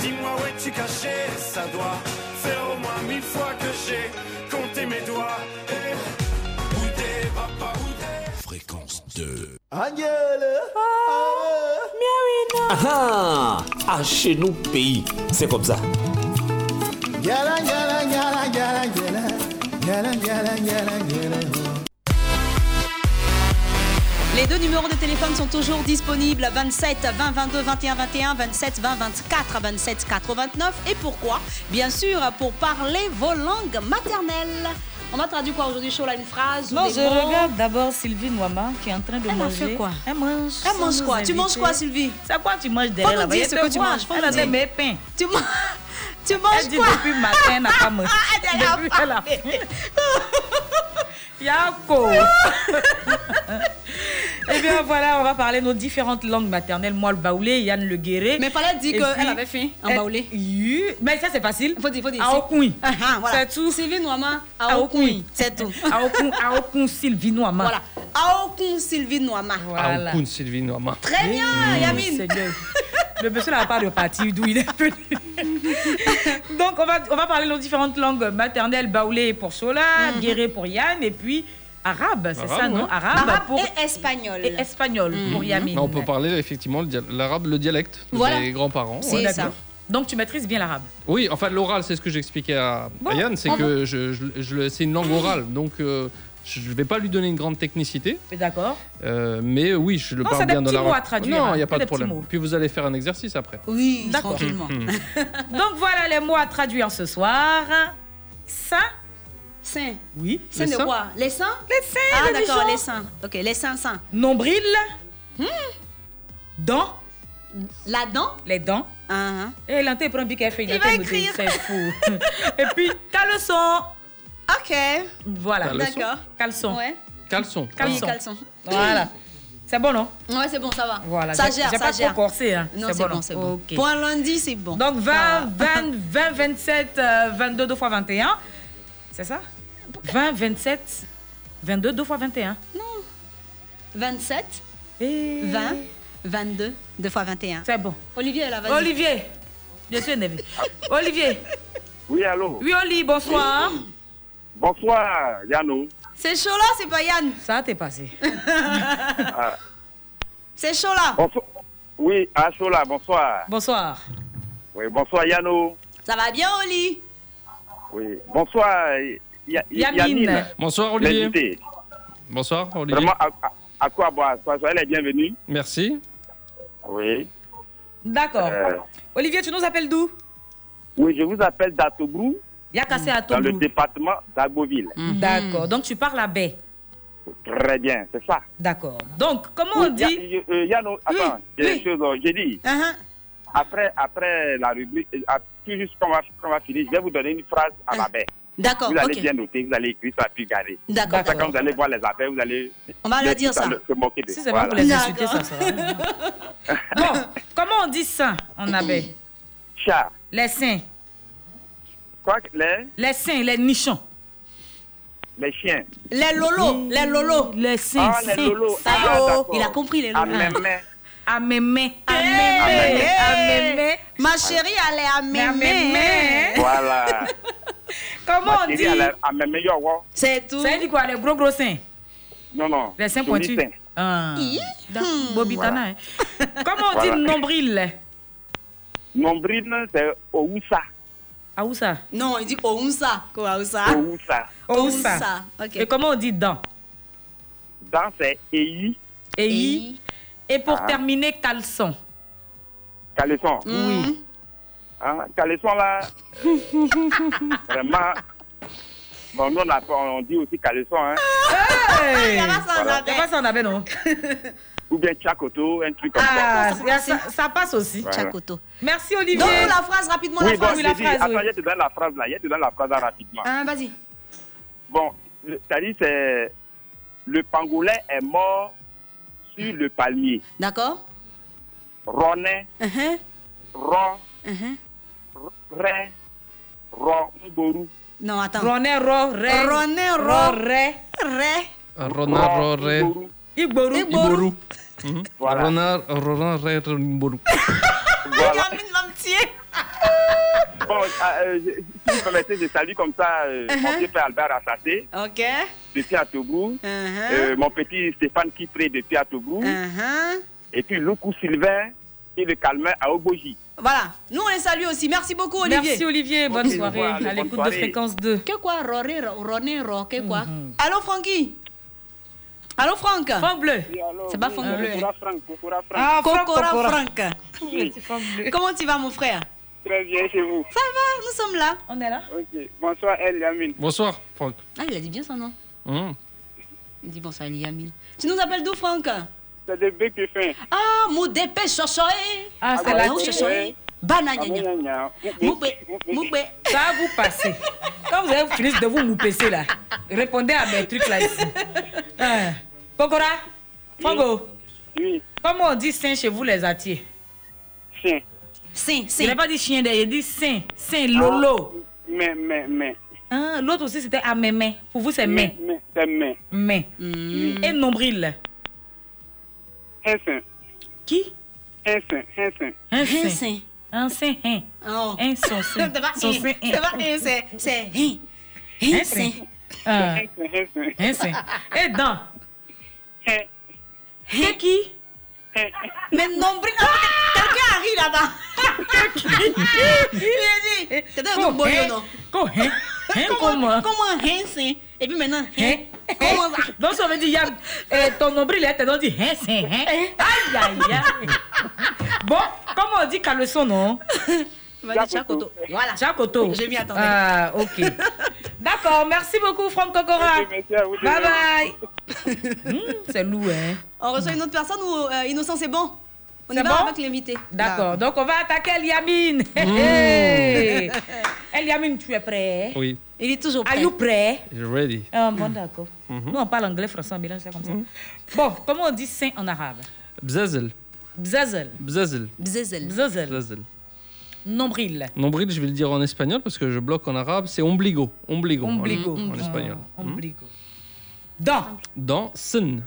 Speaker 21: dis-moi où es-tu caché Ça doit faire au moins mille fois que j'ai compté mes doigts. Eh, où t'es, papa, où t'es
Speaker 6: Fréquence 2.
Speaker 22: Ah ah Ah, chez nous, pays, c'est comme ça.
Speaker 2: Les deux numéros de téléphone sont toujours disponibles à 27 20 22 21 21 27 20 24 27 89 et pourquoi Bien sûr pour parler vos langues maternelles. On a traduit quoi aujourd'hui Chola une phrase ou
Speaker 3: Non,
Speaker 2: des
Speaker 3: je
Speaker 2: mots
Speaker 3: regarde d'abord Sylvie Noama qui est en train de
Speaker 2: Elle a
Speaker 3: manger.
Speaker 2: fait quoi
Speaker 3: Elle mange.
Speaker 2: Elle mange
Speaker 3: sans
Speaker 2: quoi
Speaker 3: nous
Speaker 2: Tu manges
Speaker 3: inviter.
Speaker 2: quoi, Sylvie
Speaker 3: C'est quoi tu manges
Speaker 2: Faut
Speaker 3: derrière
Speaker 2: nous
Speaker 3: là-bas
Speaker 2: dire
Speaker 3: Elle
Speaker 2: ce
Speaker 3: te
Speaker 2: que tu
Speaker 3: voit.
Speaker 2: manges, faut
Speaker 3: Elle
Speaker 2: nous
Speaker 3: a des
Speaker 2: dire.
Speaker 3: mes pains.
Speaker 2: Tu manges Tu manges
Speaker 3: Elle dit
Speaker 2: quoi
Speaker 3: depuis matin, elle n'a pas mangé.
Speaker 2: Elle a
Speaker 3: Depuis, elle a faim. Yako Eh bien voilà, on va parler nos différentes langues maternelles. Moi le baoulé, Yann le guéré. Mais
Speaker 2: fallait dire que elle avait faim en baoulé.
Speaker 3: Mais ça c'est facile. Faut dire, faut
Speaker 2: dire.
Speaker 3: Aokui.
Speaker 2: Ah, ah, voilà.
Speaker 3: C'est tout. Ah,
Speaker 2: Sylvie Noama, ah, Aokui.
Speaker 3: C'est tout. Aokun, Aokun ah, Sylvie Noama.
Speaker 2: Voilà. Aokun Sylvie Noama.
Speaker 3: Voilà.
Speaker 1: Aokun Sylvie Noama.
Speaker 2: Très bien, Yamine.
Speaker 3: Seigneur. Mmh. Le monsieur n'a pas de parti d'où il est venu. Donc, on va, on va parler nos différentes langues maternelles, baoulé pour Sola,
Speaker 2: Mmh.
Speaker 3: guéré pour Yann, et puis arabe, c'est
Speaker 1: Arabe,
Speaker 3: ça, non
Speaker 1: ouais.
Speaker 3: Arabe,
Speaker 2: Arabe
Speaker 3: pour...
Speaker 2: et espagnol. Mmh.
Speaker 3: et espagnol pour Yamine.
Speaker 1: on peut parler effectivement le dia- l'arabe, le dialecte
Speaker 3: Voilà.
Speaker 1: des grands-parents.
Speaker 3: C'est
Speaker 1: ouais.
Speaker 3: ça. Donc, tu maîtrises bien l'arabe.
Speaker 1: Oui, enfin l'oral, c'est ce que j'expliquais à,
Speaker 3: Bon,
Speaker 1: à Yann, c'est
Speaker 3: on
Speaker 1: que je, je- je le- c'est une langue orale, donc euh, je ne vais pas lui donner une grande technicité.
Speaker 3: Mais D'accord
Speaker 1: Euh, mais oui, je le
Speaker 3: Non, c'est
Speaker 1: parle
Speaker 3: des
Speaker 1: bien dans
Speaker 3: petits
Speaker 1: la
Speaker 3: mots à traduire,
Speaker 1: Non,
Speaker 3: hein,
Speaker 1: il n'y a
Speaker 3: que
Speaker 1: pas
Speaker 3: des
Speaker 1: de
Speaker 3: petits
Speaker 1: problème.
Speaker 3: mots.
Speaker 1: Puis vous allez faire un exercice après. Hmm.
Speaker 2: Oui,
Speaker 3: D'accord.
Speaker 2: tranquillement.
Speaker 3: Donc, voilà les mots à traduire ce soir. Saint
Speaker 2: Saint.
Speaker 3: Oui.
Speaker 2: Saint de quoi Les seins
Speaker 3: Les seins
Speaker 2: Ah
Speaker 3: le
Speaker 2: d'accord,
Speaker 3: bichon.
Speaker 2: les seins. Ok, les seins, seins.
Speaker 3: Nombril. Dents.
Speaker 2: Hmm. La dent Uh-huh.
Speaker 3: Les dents. Eh, Et l'antenne prend un bic elle fait une
Speaker 2: Il va
Speaker 3: antenne de-
Speaker 2: écrire.
Speaker 3: C'est fou. Et puis, caleçon.
Speaker 2: Ok.
Speaker 3: Voilà.
Speaker 1: Caleçon. D'accord.
Speaker 3: Caleçon.
Speaker 2: Ouais.
Speaker 1: Caleçon.
Speaker 3: Caleçon.
Speaker 2: caleçon.
Speaker 3: Voilà. C'est bon, non
Speaker 2: Ouais, c'est bon, ça va.
Speaker 3: Voilà.
Speaker 2: ça
Speaker 3: J'ai-
Speaker 2: gère,
Speaker 3: J'ai
Speaker 2: ça
Speaker 3: pas
Speaker 2: gère.
Speaker 3: trop corsé. Hein.
Speaker 2: Non, c'est bon, c'est bon.
Speaker 3: Ok.
Speaker 2: Pour un lundi, c'est bon.
Speaker 3: Donc 20, 20, 20, 27, euh, 22, 2 fois 21. C'est ça 20, 27, 22, 2 fois 21.
Speaker 2: 27, 20, 22, 2 fois 21.
Speaker 3: C'est bon.
Speaker 2: Olivier, là, vas-y.
Speaker 3: Olivier. Je suis énervé. Olivier.
Speaker 23: Oui, allô
Speaker 3: Oui, Oli, bonsoir.
Speaker 23: Bonsoir, Yano.
Speaker 2: C'est chaud là, c'est pas Yann.
Speaker 3: Ça t'est passé.
Speaker 23: Ah,
Speaker 2: C'est chaud là.
Speaker 23: bonsoir. Oui, à Chola, bonsoir.
Speaker 3: Bonsoir.
Speaker 23: Oui, bonsoir, Yano.
Speaker 2: Ça va bien, Oli
Speaker 23: Oui, bonsoir, Y- Y- Yamine.
Speaker 1: Bonsoir Olivier.
Speaker 23: L'invité.
Speaker 1: Bonsoir, Olivier.
Speaker 23: Vraiment, à, à- à quoi boire Sois- soyez les bienvenus.
Speaker 1: Merci.
Speaker 23: Oui.
Speaker 3: D'accord.
Speaker 23: Euh,
Speaker 3: Olivier, tu nous appelles d'où
Speaker 23: oui, je vous appelle d'Atobrou,
Speaker 3: Yakassé à
Speaker 23: dans le
Speaker 3: Tobrou.
Speaker 23: département d'Agboville.
Speaker 3: Mm. D'accord. Donc tu parles à baie.
Speaker 23: Très bien, c'est ça.
Speaker 3: D'accord. Donc, comment
Speaker 23: Oui,
Speaker 3: on dit
Speaker 23: Ya- je- euh, Yannou, attends, il y a
Speaker 3: oui.
Speaker 23: une chose, euh, j'ai dit.
Speaker 2: Uh-huh.
Speaker 23: Après, après la rubrique, euh, à- tout juste qu'on va, qu'on va finir, je vais vous donner une phrase à la baie.
Speaker 2: Uh-huh. D'accord,
Speaker 23: Vous allez
Speaker 2: ok.
Speaker 23: bien noter, vous allez écrire ça, puis garder.
Speaker 2: D'accord,
Speaker 23: Comme ça,
Speaker 2: d'accord.
Speaker 23: quand vous allez voir les affaires, vous allez.
Speaker 2: On va leur
Speaker 23: les-
Speaker 2: dire ça.
Speaker 23: le- Se moquer de
Speaker 3: Si c'est pas pour les insulter, ça sera. bon, comment on dit ça en abbé
Speaker 23: Chat.
Speaker 3: Les saints.
Speaker 23: Quoi que les
Speaker 3: Les saints, les nichons.
Speaker 23: Les chiens.
Speaker 2: Les lolos, les lolos. oh.
Speaker 3: Les saints.
Speaker 23: Ah, les
Speaker 3: saints,
Speaker 23: lolos.
Speaker 3: saints.
Speaker 23: Ah, d'accord.
Speaker 2: Il a compris les
Speaker 23: Ah,
Speaker 2: lolos.
Speaker 23: mais- mais-
Speaker 3: À mes mains. À mes
Speaker 2: Hey,
Speaker 3: mains. À mes
Speaker 2: hey.
Speaker 3: mains.
Speaker 2: Ma chérie, elle est à
Speaker 3: Ah, Mais à mes mains.
Speaker 2: mémé.
Speaker 23: Ah, Voilà.
Speaker 3: Comment
Speaker 23: Ma
Speaker 3: on
Speaker 23: chérie,
Speaker 3: dit
Speaker 23: elle est À mes meilleurs, oh. ouais.
Speaker 2: C'est tout.
Speaker 3: Ça veut dire quoi Les gros gros seins
Speaker 23: Non, non.
Speaker 3: Les seins
Speaker 23: Joli
Speaker 3: pointus
Speaker 23: sein.
Speaker 3: Ah.
Speaker 23: Hi.
Speaker 3: D'accord. Bobitana. hein. Comment on
Speaker 23: Hmm, Voilà.
Speaker 3: dit nombril
Speaker 23: Nombril, c'est Oussa.
Speaker 3: À où ça
Speaker 2: Non, il dit Ounsa. Quoi, Ounsa
Speaker 23: Oussa.
Speaker 2: Oussa,
Speaker 3: Oussa.
Speaker 2: ok.
Speaker 3: Et comment on dit dent
Speaker 23: Dans, c'est Ei.
Speaker 2: E
Speaker 3: Ei. Et pour
Speaker 23: Ah.
Speaker 3: terminer, caleçon.
Speaker 23: Caleçon.
Speaker 3: Oui.
Speaker 23: Hein, Caleçon, là, euh, vraiment. Bon, nous, on, a- on dit aussi Caleçon, hein.
Speaker 3: Hey!
Speaker 2: Il y a pas ça en
Speaker 3: Voilà.
Speaker 2: abbé.
Speaker 3: Il y a pas ça en abbé, non
Speaker 23: Ou bien Tchakoto, un truc comme
Speaker 3: Ah, ça,
Speaker 23: ça.
Speaker 3: ça- ça passe aussi.
Speaker 23: Voilà. Tchakoto.
Speaker 3: Merci Olivier.
Speaker 2: Donne-nous la phrase rapidement,
Speaker 23: Oui,
Speaker 2: la
Speaker 23: bon,
Speaker 2: phrase.
Speaker 23: je dis, attends, je te donne la phrase là, je te donne la phrase là rapidement.
Speaker 2: Hein, vas-y.
Speaker 23: Bon, le- t'as dit c'est le pangolin est mort sur le palmier.
Speaker 2: D'accord
Speaker 23: Ronin,
Speaker 2: Mhm,
Speaker 23: ron,
Speaker 2: mhm.
Speaker 23: rin, ron, mboru.
Speaker 2: Non, attends.
Speaker 3: Roné, ro, ré.
Speaker 2: Roné, ro,
Speaker 3: Ro, ré.
Speaker 2: ré.
Speaker 23: Ron,
Speaker 1: Ronar, Roré,
Speaker 23: mboru.
Speaker 3: Igboru.
Speaker 1: Iboru. Mhm.
Speaker 23: Voilà.
Speaker 1: Ronar, Ronar, Roré, Iboru.
Speaker 23: Voilà.
Speaker 2: L'amitié.
Speaker 23: Bon, ah, euh, je- si vous permettez, je salue comme ça euh, mon petit frère Albert Assassé,
Speaker 2: Ok.
Speaker 23: depuis à Tobrou,
Speaker 2: Mhm.
Speaker 23: euh, mon petit Stéphane Kipré depuis à Tobrou,
Speaker 2: Mhm.
Speaker 23: et puis Loukou Sylvain et le Calmer à Oboji.
Speaker 2: Voilà. Nous, on les salue aussi. Merci beaucoup, Olivier.
Speaker 3: Merci Olivier, bonne
Speaker 23: Ok,
Speaker 3: soirée.
Speaker 23: voilà,
Speaker 3: à
Speaker 23: bonne
Speaker 3: l'écoute de
Speaker 23: soirée.
Speaker 3: fréquence 2.
Speaker 2: Que quoi, Roré, Ro- Roné, Ro, que quoi Mm-hmm. Allô, Francky Allô, Franck
Speaker 3: Franck Bleu.
Speaker 2: C'est pas Franck Bleu. hein.
Speaker 3: Ah, Franck
Speaker 2: Cocora
Speaker 3: Cocora.
Speaker 2: Franck.
Speaker 3: Petit Franck Bleu.
Speaker 2: Comment tu vas, mon frère
Speaker 5: Très bien chez vous.
Speaker 2: Ça va, nous sommes là.
Speaker 3: On est là
Speaker 5: Ok. Bonsoir, El Yamine.
Speaker 1: Bonsoir, Franck.
Speaker 2: Ah, il a dit bien son nom.
Speaker 1: Hum.
Speaker 2: Il dit bonsoir, Eliamine. Tu nous appelles d'où, Franck
Speaker 5: C'est de Bécufin.
Speaker 2: Ah, mon dépêche, chochoé.
Speaker 3: Ah, c'est
Speaker 2: Ah,
Speaker 3: la
Speaker 2: bon,
Speaker 3: télé.
Speaker 2: chochoé. Bana, Bah, gna, gna. Moupé, moupé.
Speaker 3: Ça va vous passer. Quand vous avez fini de vous moupesser là, répondez à mes trucs là ici. Hein. Kokora, Frango,
Speaker 5: Oui,
Speaker 3: comment on dit saint chez vous les attiers
Speaker 5: chien.
Speaker 2: Saint,
Speaker 3: Il n'a
Speaker 2: saint.
Speaker 3: pas dit chien, d'ailleurs, il dit saint, saint, lolo.
Speaker 5: Mais, mais, mais.
Speaker 2: Ah.
Speaker 3: Hein, L'autre aussi c'était à mes mains. Pour vous c'est mains.
Speaker 5: Mais, mais, c'est mais.
Speaker 3: Mains.
Speaker 2: Mm.
Speaker 3: Et nombril.
Speaker 5: Hensin.
Speaker 3: Qui
Speaker 5: Hensin, Hensin.
Speaker 3: Un
Speaker 2: Hein,
Speaker 3: saint.
Speaker 2: saint.
Speaker 3: Un saint, hein.
Speaker 2: Oh.
Speaker 3: Un son saint.
Speaker 2: C'est pas
Speaker 3: Son
Speaker 2: hein.
Speaker 3: saint, hein.
Speaker 2: C'est pas hein, c'est- c'est hein. Hein,
Speaker 3: Hein, saint.
Speaker 2: saint.
Speaker 3: Ah, Eh,
Speaker 5: Hensin, Hensin.
Speaker 3: Un saint. Et dans
Speaker 5: Hein,
Speaker 3: C'est qui
Speaker 2: Mais nombril. Ah, Quelqu'un arrive là-bas. Il a dit. C'était un bon
Speaker 3: hein.
Speaker 2: non
Speaker 3: Ko, hein. Hein,
Speaker 2: Comment
Speaker 3: comment
Speaker 2: Comment hein, saint Et puis maintenant, hein.
Speaker 3: Hein?
Speaker 2: Comment ça
Speaker 3: Donc ça veut dire, y'a- euh, ton nombril est dans dit, hein, c'est hein. Aïe, aïe, aïe. Bon, comment on dit caleçon, non
Speaker 2: Il m'a dit Chakoto. Voilà.
Speaker 3: Jacoto.
Speaker 2: Je m'y attendais.
Speaker 3: Ah, ok. D'accord, merci beaucoup, Franck Cocora.
Speaker 5: Ok, merci à vous deux.
Speaker 3: Bye bye. Hmm, c'est lourd, hein.
Speaker 2: On reçoit une autre personne ou euh, Innocent, c'est bon On y
Speaker 3: C'est
Speaker 2: va
Speaker 3: bon
Speaker 2: avec l'invité.
Speaker 3: D'accord, donc on va attaquer Eliamine. Hey. Eliamine, tu es prêt
Speaker 1: Oui,
Speaker 2: Il est toujours
Speaker 3: Are
Speaker 2: prêt.
Speaker 3: you prêt
Speaker 1: you're ready.
Speaker 3: Ah, Bon, d'accord.
Speaker 1: Mhm.
Speaker 3: Nous, on parle anglais, français, on mélange ça comme ça. Bon, comment on dit saint en arabe
Speaker 1: Bzazel,
Speaker 3: Bzazel.
Speaker 1: bzazel,
Speaker 2: Bzezel.
Speaker 3: Bzazel.
Speaker 1: bzazel.
Speaker 3: Nombril.
Speaker 1: Nombril, je vais le dire en espagnol parce que je bloque en arabe, c'est ombligo. Ombligo. en-
Speaker 3: Ombligo.
Speaker 1: En, espagnol.
Speaker 3: Ah, Ombligo. Dent.
Speaker 1: Dans sin.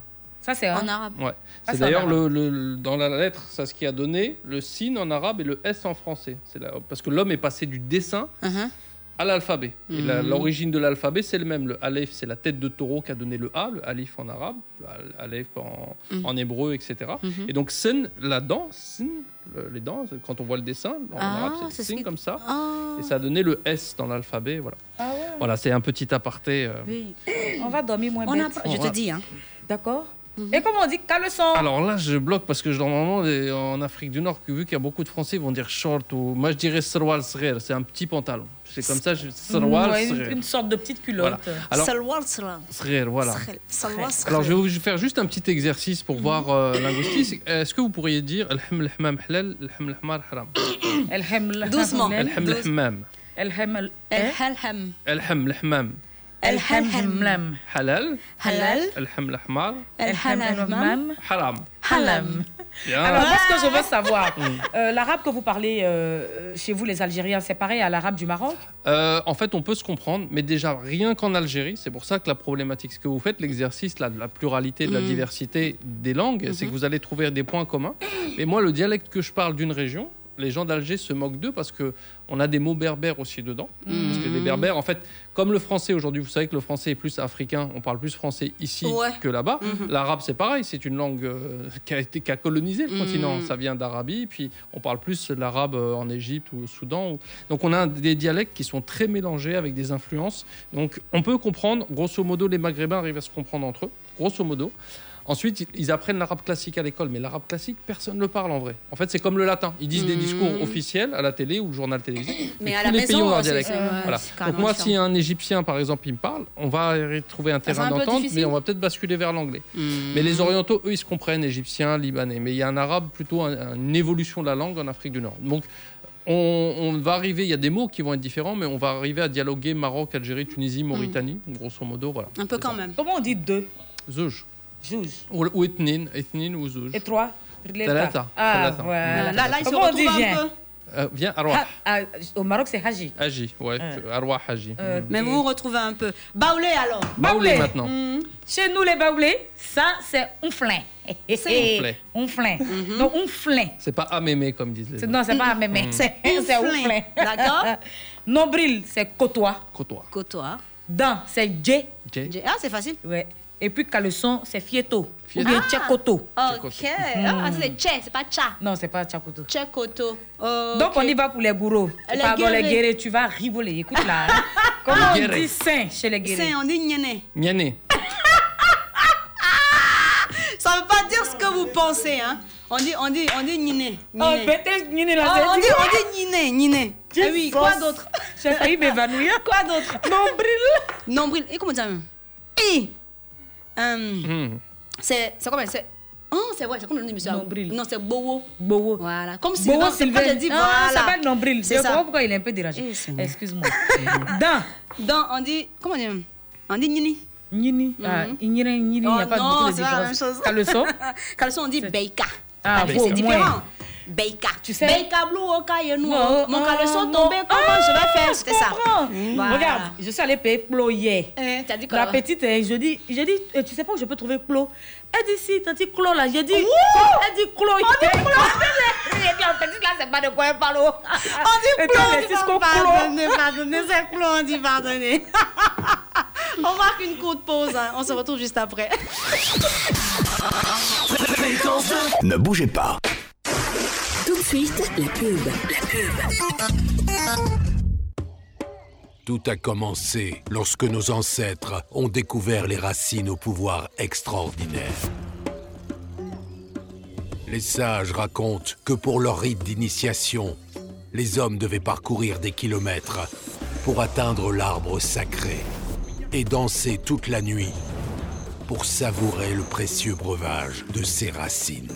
Speaker 3: Ça, c'est
Speaker 2: En
Speaker 3: un.
Speaker 2: arabe.
Speaker 1: Ouais.
Speaker 3: Ah,
Speaker 1: c'est
Speaker 3: c'est
Speaker 1: d'ailleurs
Speaker 3: en
Speaker 1: le, le- dans la lettre, ça ce qui a donné le sin en arabe et le s en français. C'est là parce que l'homme est passé du dessin
Speaker 2: Mhm.
Speaker 1: à l'alphabet. Et la-
Speaker 2: Mhm.
Speaker 1: l'origine de l'alphabet, c'est le même. Le aleph, c'est la tête de taureau qui a donné le a, le alif en arabe, le al- aleph en,
Speaker 2: Mhm.
Speaker 1: en hébreu, etc.
Speaker 2: Mhm.
Speaker 1: Et donc sin, la dent, sin, le- les dents, c'est- quand on voit le dessin en
Speaker 2: Ah,
Speaker 1: arabe,
Speaker 2: c'est
Speaker 1: c'est
Speaker 2: ce
Speaker 1: sin
Speaker 2: qui-
Speaker 1: comme ça.
Speaker 2: Ah.
Speaker 1: Et ça a donné le s dans l'alphabet. Voilà,
Speaker 3: Ah ouais.
Speaker 1: voilà c'est un petit aparté. euh,
Speaker 2: Oui.
Speaker 3: On va dormir moins
Speaker 2: On
Speaker 3: bête.
Speaker 2: apprend- je te dis, hein.
Speaker 3: D'accord Et comment on dit caleçon
Speaker 1: Alors là, je bloque parce que normalement, les- en Afrique du Nord, vu qu'il y a beaucoup de Français, ils vont dire short ou. Moi, je dirais srwal srer, c'est un petit pantalon. C'est comme ça, je... srwal
Speaker 3: Mmh, Ouais, une,
Speaker 1: srer.
Speaker 3: une sorte de petite culotte.
Speaker 1: Voilà. Alors-
Speaker 2: Salwar sra.
Speaker 1: Srer, voilà.
Speaker 2: Srer. Salwar sra.
Speaker 1: Alors, je vais vous faire juste un petit exercice pour voir euh, linguistique. Est-ce que vous pourriez dire Alham l'hamam halal, alham l'hamar haram
Speaker 3: Elle aime le
Speaker 2: Doucement.
Speaker 1: Alham l'hamam.
Speaker 3: Elle aime le-
Speaker 2: El halham.
Speaker 1: Alham l'hamam
Speaker 2: El halham.
Speaker 1: halal.
Speaker 2: Halal.
Speaker 1: Alham l'hamar
Speaker 2: El halham.
Speaker 1: haram.
Speaker 3: Halam.
Speaker 1: Bien.
Speaker 3: Ah.
Speaker 2: Ah,
Speaker 1: Hmm.
Speaker 3: Alors,
Speaker 2: bah,
Speaker 3: moi, ce que je veux savoir, euh, l'arabe que vous parlez euh, chez vous, les Algériens, c'est pareil à l'arabe du Maroc
Speaker 1: Euh, en fait, on peut se comprendre, mais déjà rien qu'en Algérie, c'est pour ça que la problématique, ce que vous faites, l'exercice là, de la pluralité, de la
Speaker 24: Mhm.
Speaker 1: diversité des langues, c'est que vous allez trouver des points communs. Mais moi, le dialecte que je parle d'une région, les gens d'Alger se moquent d'eux parce que on a des mots berbères aussi dedans. Parce que les berbères, en fait, comme le français aujourd'hui, vous savez que le français est plus africain, on parle plus français ici
Speaker 24: Ouais.
Speaker 1: que là-bas. L'arabe, c'est pareil, c'est une langue euh, qui a été qui a colonisé
Speaker 2: Mm.
Speaker 1: le continent.
Speaker 24: Mhm.
Speaker 1: Ça vient d'Arabie, puis on parle plus de l'arabe euh, en Égypte ou au Soudan. ou- Donc on a des dialectes qui sont très mélangés avec des influences. Donc on peut comprendre, grosso modo, les Maghrébins arrivent à se comprendre entre eux, grosso modo. Ensuite, ils- ils apprennent l'arabe classique à l'école, mais l'arabe classique, personne ne le parle en vrai. En fait, c'est comme le latin. Ils disent des discours officiels à la télé ou au journal télévisé.
Speaker 2: Mm. Mais à
Speaker 1: tous
Speaker 2: la
Speaker 1: les
Speaker 2: maison,
Speaker 1: pays ont leur
Speaker 2: c'est-
Speaker 1: dialecte.
Speaker 2: c'est- ouais,
Speaker 1: Voilà.
Speaker 2: c'est
Speaker 1: Donc
Speaker 2: carrément
Speaker 1: moi,
Speaker 2: différent.
Speaker 1: si un Égyptien, par exemple, il me parle, on va y trouver un
Speaker 2: va
Speaker 1: terrain
Speaker 2: un peu
Speaker 1: d'entente,
Speaker 2: difficile.
Speaker 1: mais on va peut-être basculer vers l'anglais.
Speaker 2: Hmm.
Speaker 1: Mais les orientaux, eux, ils se comprennent, égyptiens, libanais. Mais il y a un arabe, plutôt un- une évolution de la langue en Afrique du Nord. Donc, on, on va arriver, il y a des mots qui vont être différents, mais on va arriver à dialoguer Maroc, Algérie, Tunisie, Mauritanie, grosso modo, voilà.
Speaker 2: Mm. Un peu quand même.
Speaker 3: Comment on dit deux
Speaker 1: Zouj.
Speaker 3: Zouj.
Speaker 1: Ou, ou ethnine, ethnine ou zouj.
Speaker 3: Et trois
Speaker 1: Thalatha.
Speaker 3: Ah,
Speaker 1: Thalatha.
Speaker 3: voilà.
Speaker 1: Là, là, ils se
Speaker 3: Comment on dit
Speaker 1: retrouvent un
Speaker 3: viens
Speaker 1: peu. Euh, viens, Arwa.
Speaker 3: Ah, ah, Au Maroc, c'est Haji.
Speaker 1: Haji, ouais,
Speaker 3: Euh.
Speaker 1: Arwa Haji. Mm.
Speaker 2: Euh, Mais vous vous retrouvez un peu. Baoulé alors.
Speaker 1: Baoulé, Baoulé. maintenant.
Speaker 2: Mm.
Speaker 3: Chez nous, les baoulés, ça, c'est onflin.
Speaker 1: C'est onflin.
Speaker 3: Onflin.
Speaker 2: Mhm.
Speaker 3: Donc, onflin.
Speaker 1: C'est pas amémé comme disent les
Speaker 3: C'est- Non, c'est pas mémé.
Speaker 1: Mm.
Speaker 3: C'est
Speaker 2: Onflin.
Speaker 3: c'est onflin.
Speaker 2: D'accord.
Speaker 3: Nombril, c'est côtois.
Speaker 1: Côtois.
Speaker 2: Côtois.
Speaker 3: Dents, c'est djé.
Speaker 1: Djé.
Speaker 2: Ah, c'est facile.
Speaker 3: Ouais. Et puis, caleçon, c'est fieto. Ou
Speaker 2: Fieto.
Speaker 3: bien
Speaker 2: Ah.
Speaker 3: tchakoto. Mhm.
Speaker 2: Ok. Ah, c'est tché, c'est pas tcha.
Speaker 3: Non, c'est pas tchakoto.
Speaker 2: Tchékoto. Euh,
Speaker 3: Donc, on y va pour les gourous.
Speaker 2: Les
Speaker 3: Pardon, les
Speaker 2: guérés.
Speaker 3: guérés, tu vas rigoler. Écoute là. hein. Comment
Speaker 1: Les
Speaker 3: on
Speaker 1: guérés.
Speaker 3: dit saint chez les guérés
Speaker 2: Saint, on dit gnéné.
Speaker 1: Niané.
Speaker 2: Ça veut pas dire ce que vous pensez, hein. On dit, on dit, on dit gnéné.
Speaker 3: Oh,
Speaker 2: Gnéné.
Speaker 3: peut-être gnéné là,
Speaker 2: Ah,
Speaker 3: c'est-
Speaker 2: On dit, on dit gnéné, gnéné. Ah oui, quoi d'autre
Speaker 3: J'ai failli m'évanouir.
Speaker 2: Quoi d'autre
Speaker 3: Nombril.
Speaker 2: Nombril. Et comment dire hein? même I. Hum, C'est c'est combien C'est. Oh, c'est ouais, c'est comme le nom du monsieur. Nombril. Non, c'est Bowo.
Speaker 3: Bowo.
Speaker 2: Voilà. Comme si
Speaker 3: Bobo
Speaker 2: non, c'est
Speaker 3: Sylvain.
Speaker 2: pas, j'ai dit,
Speaker 3: Ah,
Speaker 2: voilà.
Speaker 3: ça s'appelle nombril.
Speaker 2: C'est
Speaker 3: Je
Speaker 2: ça. Eh,
Speaker 3: comprends pourquoi il est un peu dérangé. Excuse-moi. Dents.
Speaker 2: Dans, on dit. Comment on dit On dit Nini.
Speaker 3: Nini. Ah,
Speaker 2: Mhm.
Speaker 3: ignoré, ignoré, il n'y a pas
Speaker 2: non,
Speaker 3: beaucoup de
Speaker 2: c'est pas la même
Speaker 3: différence.
Speaker 2: chose.
Speaker 3: Caleçon.
Speaker 2: Caleçon, on dit Beika.
Speaker 3: Ah,
Speaker 2: Parce que
Speaker 3: bon,
Speaker 2: c'est différent.
Speaker 3: moins.
Speaker 2: Beika. Tu
Speaker 3: sais-
Speaker 2: Beika blue au cas, et nous.
Speaker 3: Non,
Speaker 2: Mon
Speaker 3: oh,
Speaker 2: caleçon
Speaker 3: non.
Speaker 2: tombé, comment
Speaker 3: Ah,
Speaker 2: je vais faire
Speaker 3: je
Speaker 2: C'était ça.
Speaker 3: comprends.
Speaker 2: Voilà.
Speaker 3: Regarde, je suis allée payer Plo hier.
Speaker 2: Eh, T'as dit quoi
Speaker 3: La petite, eh, je dis, je dis, eh, tu sais pas où je peux trouver Clo Elle dit si, t'as dit Clo là, j'ai dit,
Speaker 2: Oh!
Speaker 3: elle dit Clo. Elle dit Clo.
Speaker 2: Eh
Speaker 3: J'ai dit, en petite là, c'est pas de quoi elle parle. oh.
Speaker 2: On
Speaker 3: Et
Speaker 2: dit Clo,
Speaker 3: toi,
Speaker 2: on
Speaker 3: les
Speaker 2: dit
Speaker 3: Cisco
Speaker 2: pardonner,
Speaker 3: Clo.
Speaker 2: pardonner, c'est Clo, on dit pardonner. On marque une courte pause, hein. on se retrouve juste après.
Speaker 6: Ne bougez pas.
Speaker 4: Tout de suite, la pub. La pub.
Speaker 24: Tout a commencé lorsque nos ancêtres ont découvert les racines au pouvoir extraordinaire. Les sages racontent que pour leur rite d'initiation, les hommes devaient parcourir des kilomètres pour atteindre l'arbre sacré et danser toute la nuit pour savourer le précieux breuvage de ses racines.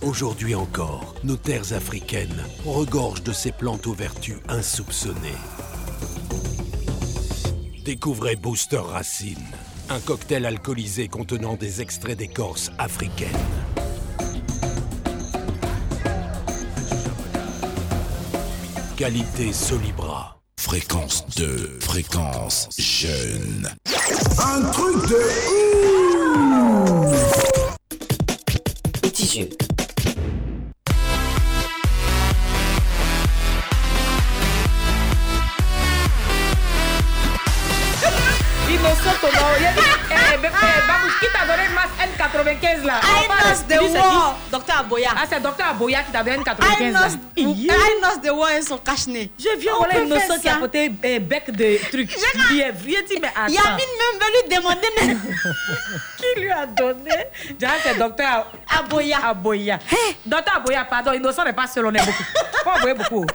Speaker 24: Aujourd'hui encore, nos terres africaines regorgent de ces plantes aux vertus insoupçonnées. Découvrez Booster Racine, un cocktail alcoolisé contenant des extraits d'écorce africaine. Qualité Solibra.
Speaker 6: Fréquence 2, fréquence jeune.
Speaker 7: Un truc de ouf
Speaker 4: Petit jeu.
Speaker 3: Innocent, non. Il a dit, eh, eh, eh, Babouche, qui t'a donné le masque N95 là On va
Speaker 2: knows the war. Docteur Aboya.
Speaker 3: Ah, c'est Docteur Aboya qui t'avait une
Speaker 2: I
Speaker 3: 95
Speaker 2: knows,
Speaker 3: ans.
Speaker 2: I knows the war et son cache-nez.
Speaker 3: Je viens
Speaker 2: On
Speaker 3: voilà
Speaker 2: peut
Speaker 3: une innocent
Speaker 2: faire
Speaker 3: qui a
Speaker 2: ça.
Speaker 3: porté euh, bec de truc. Lièvre. Il a dit, mais attends.
Speaker 2: Yamine même va lui demander même.
Speaker 3: qui lui a donné Déjà, c'est docteur Aboya. Aboya.
Speaker 2: Hein?
Speaker 3: Docteur Aboya, pardon, innocent n'est pas seul, on est beaucoup. Faut envoyer beaucoup.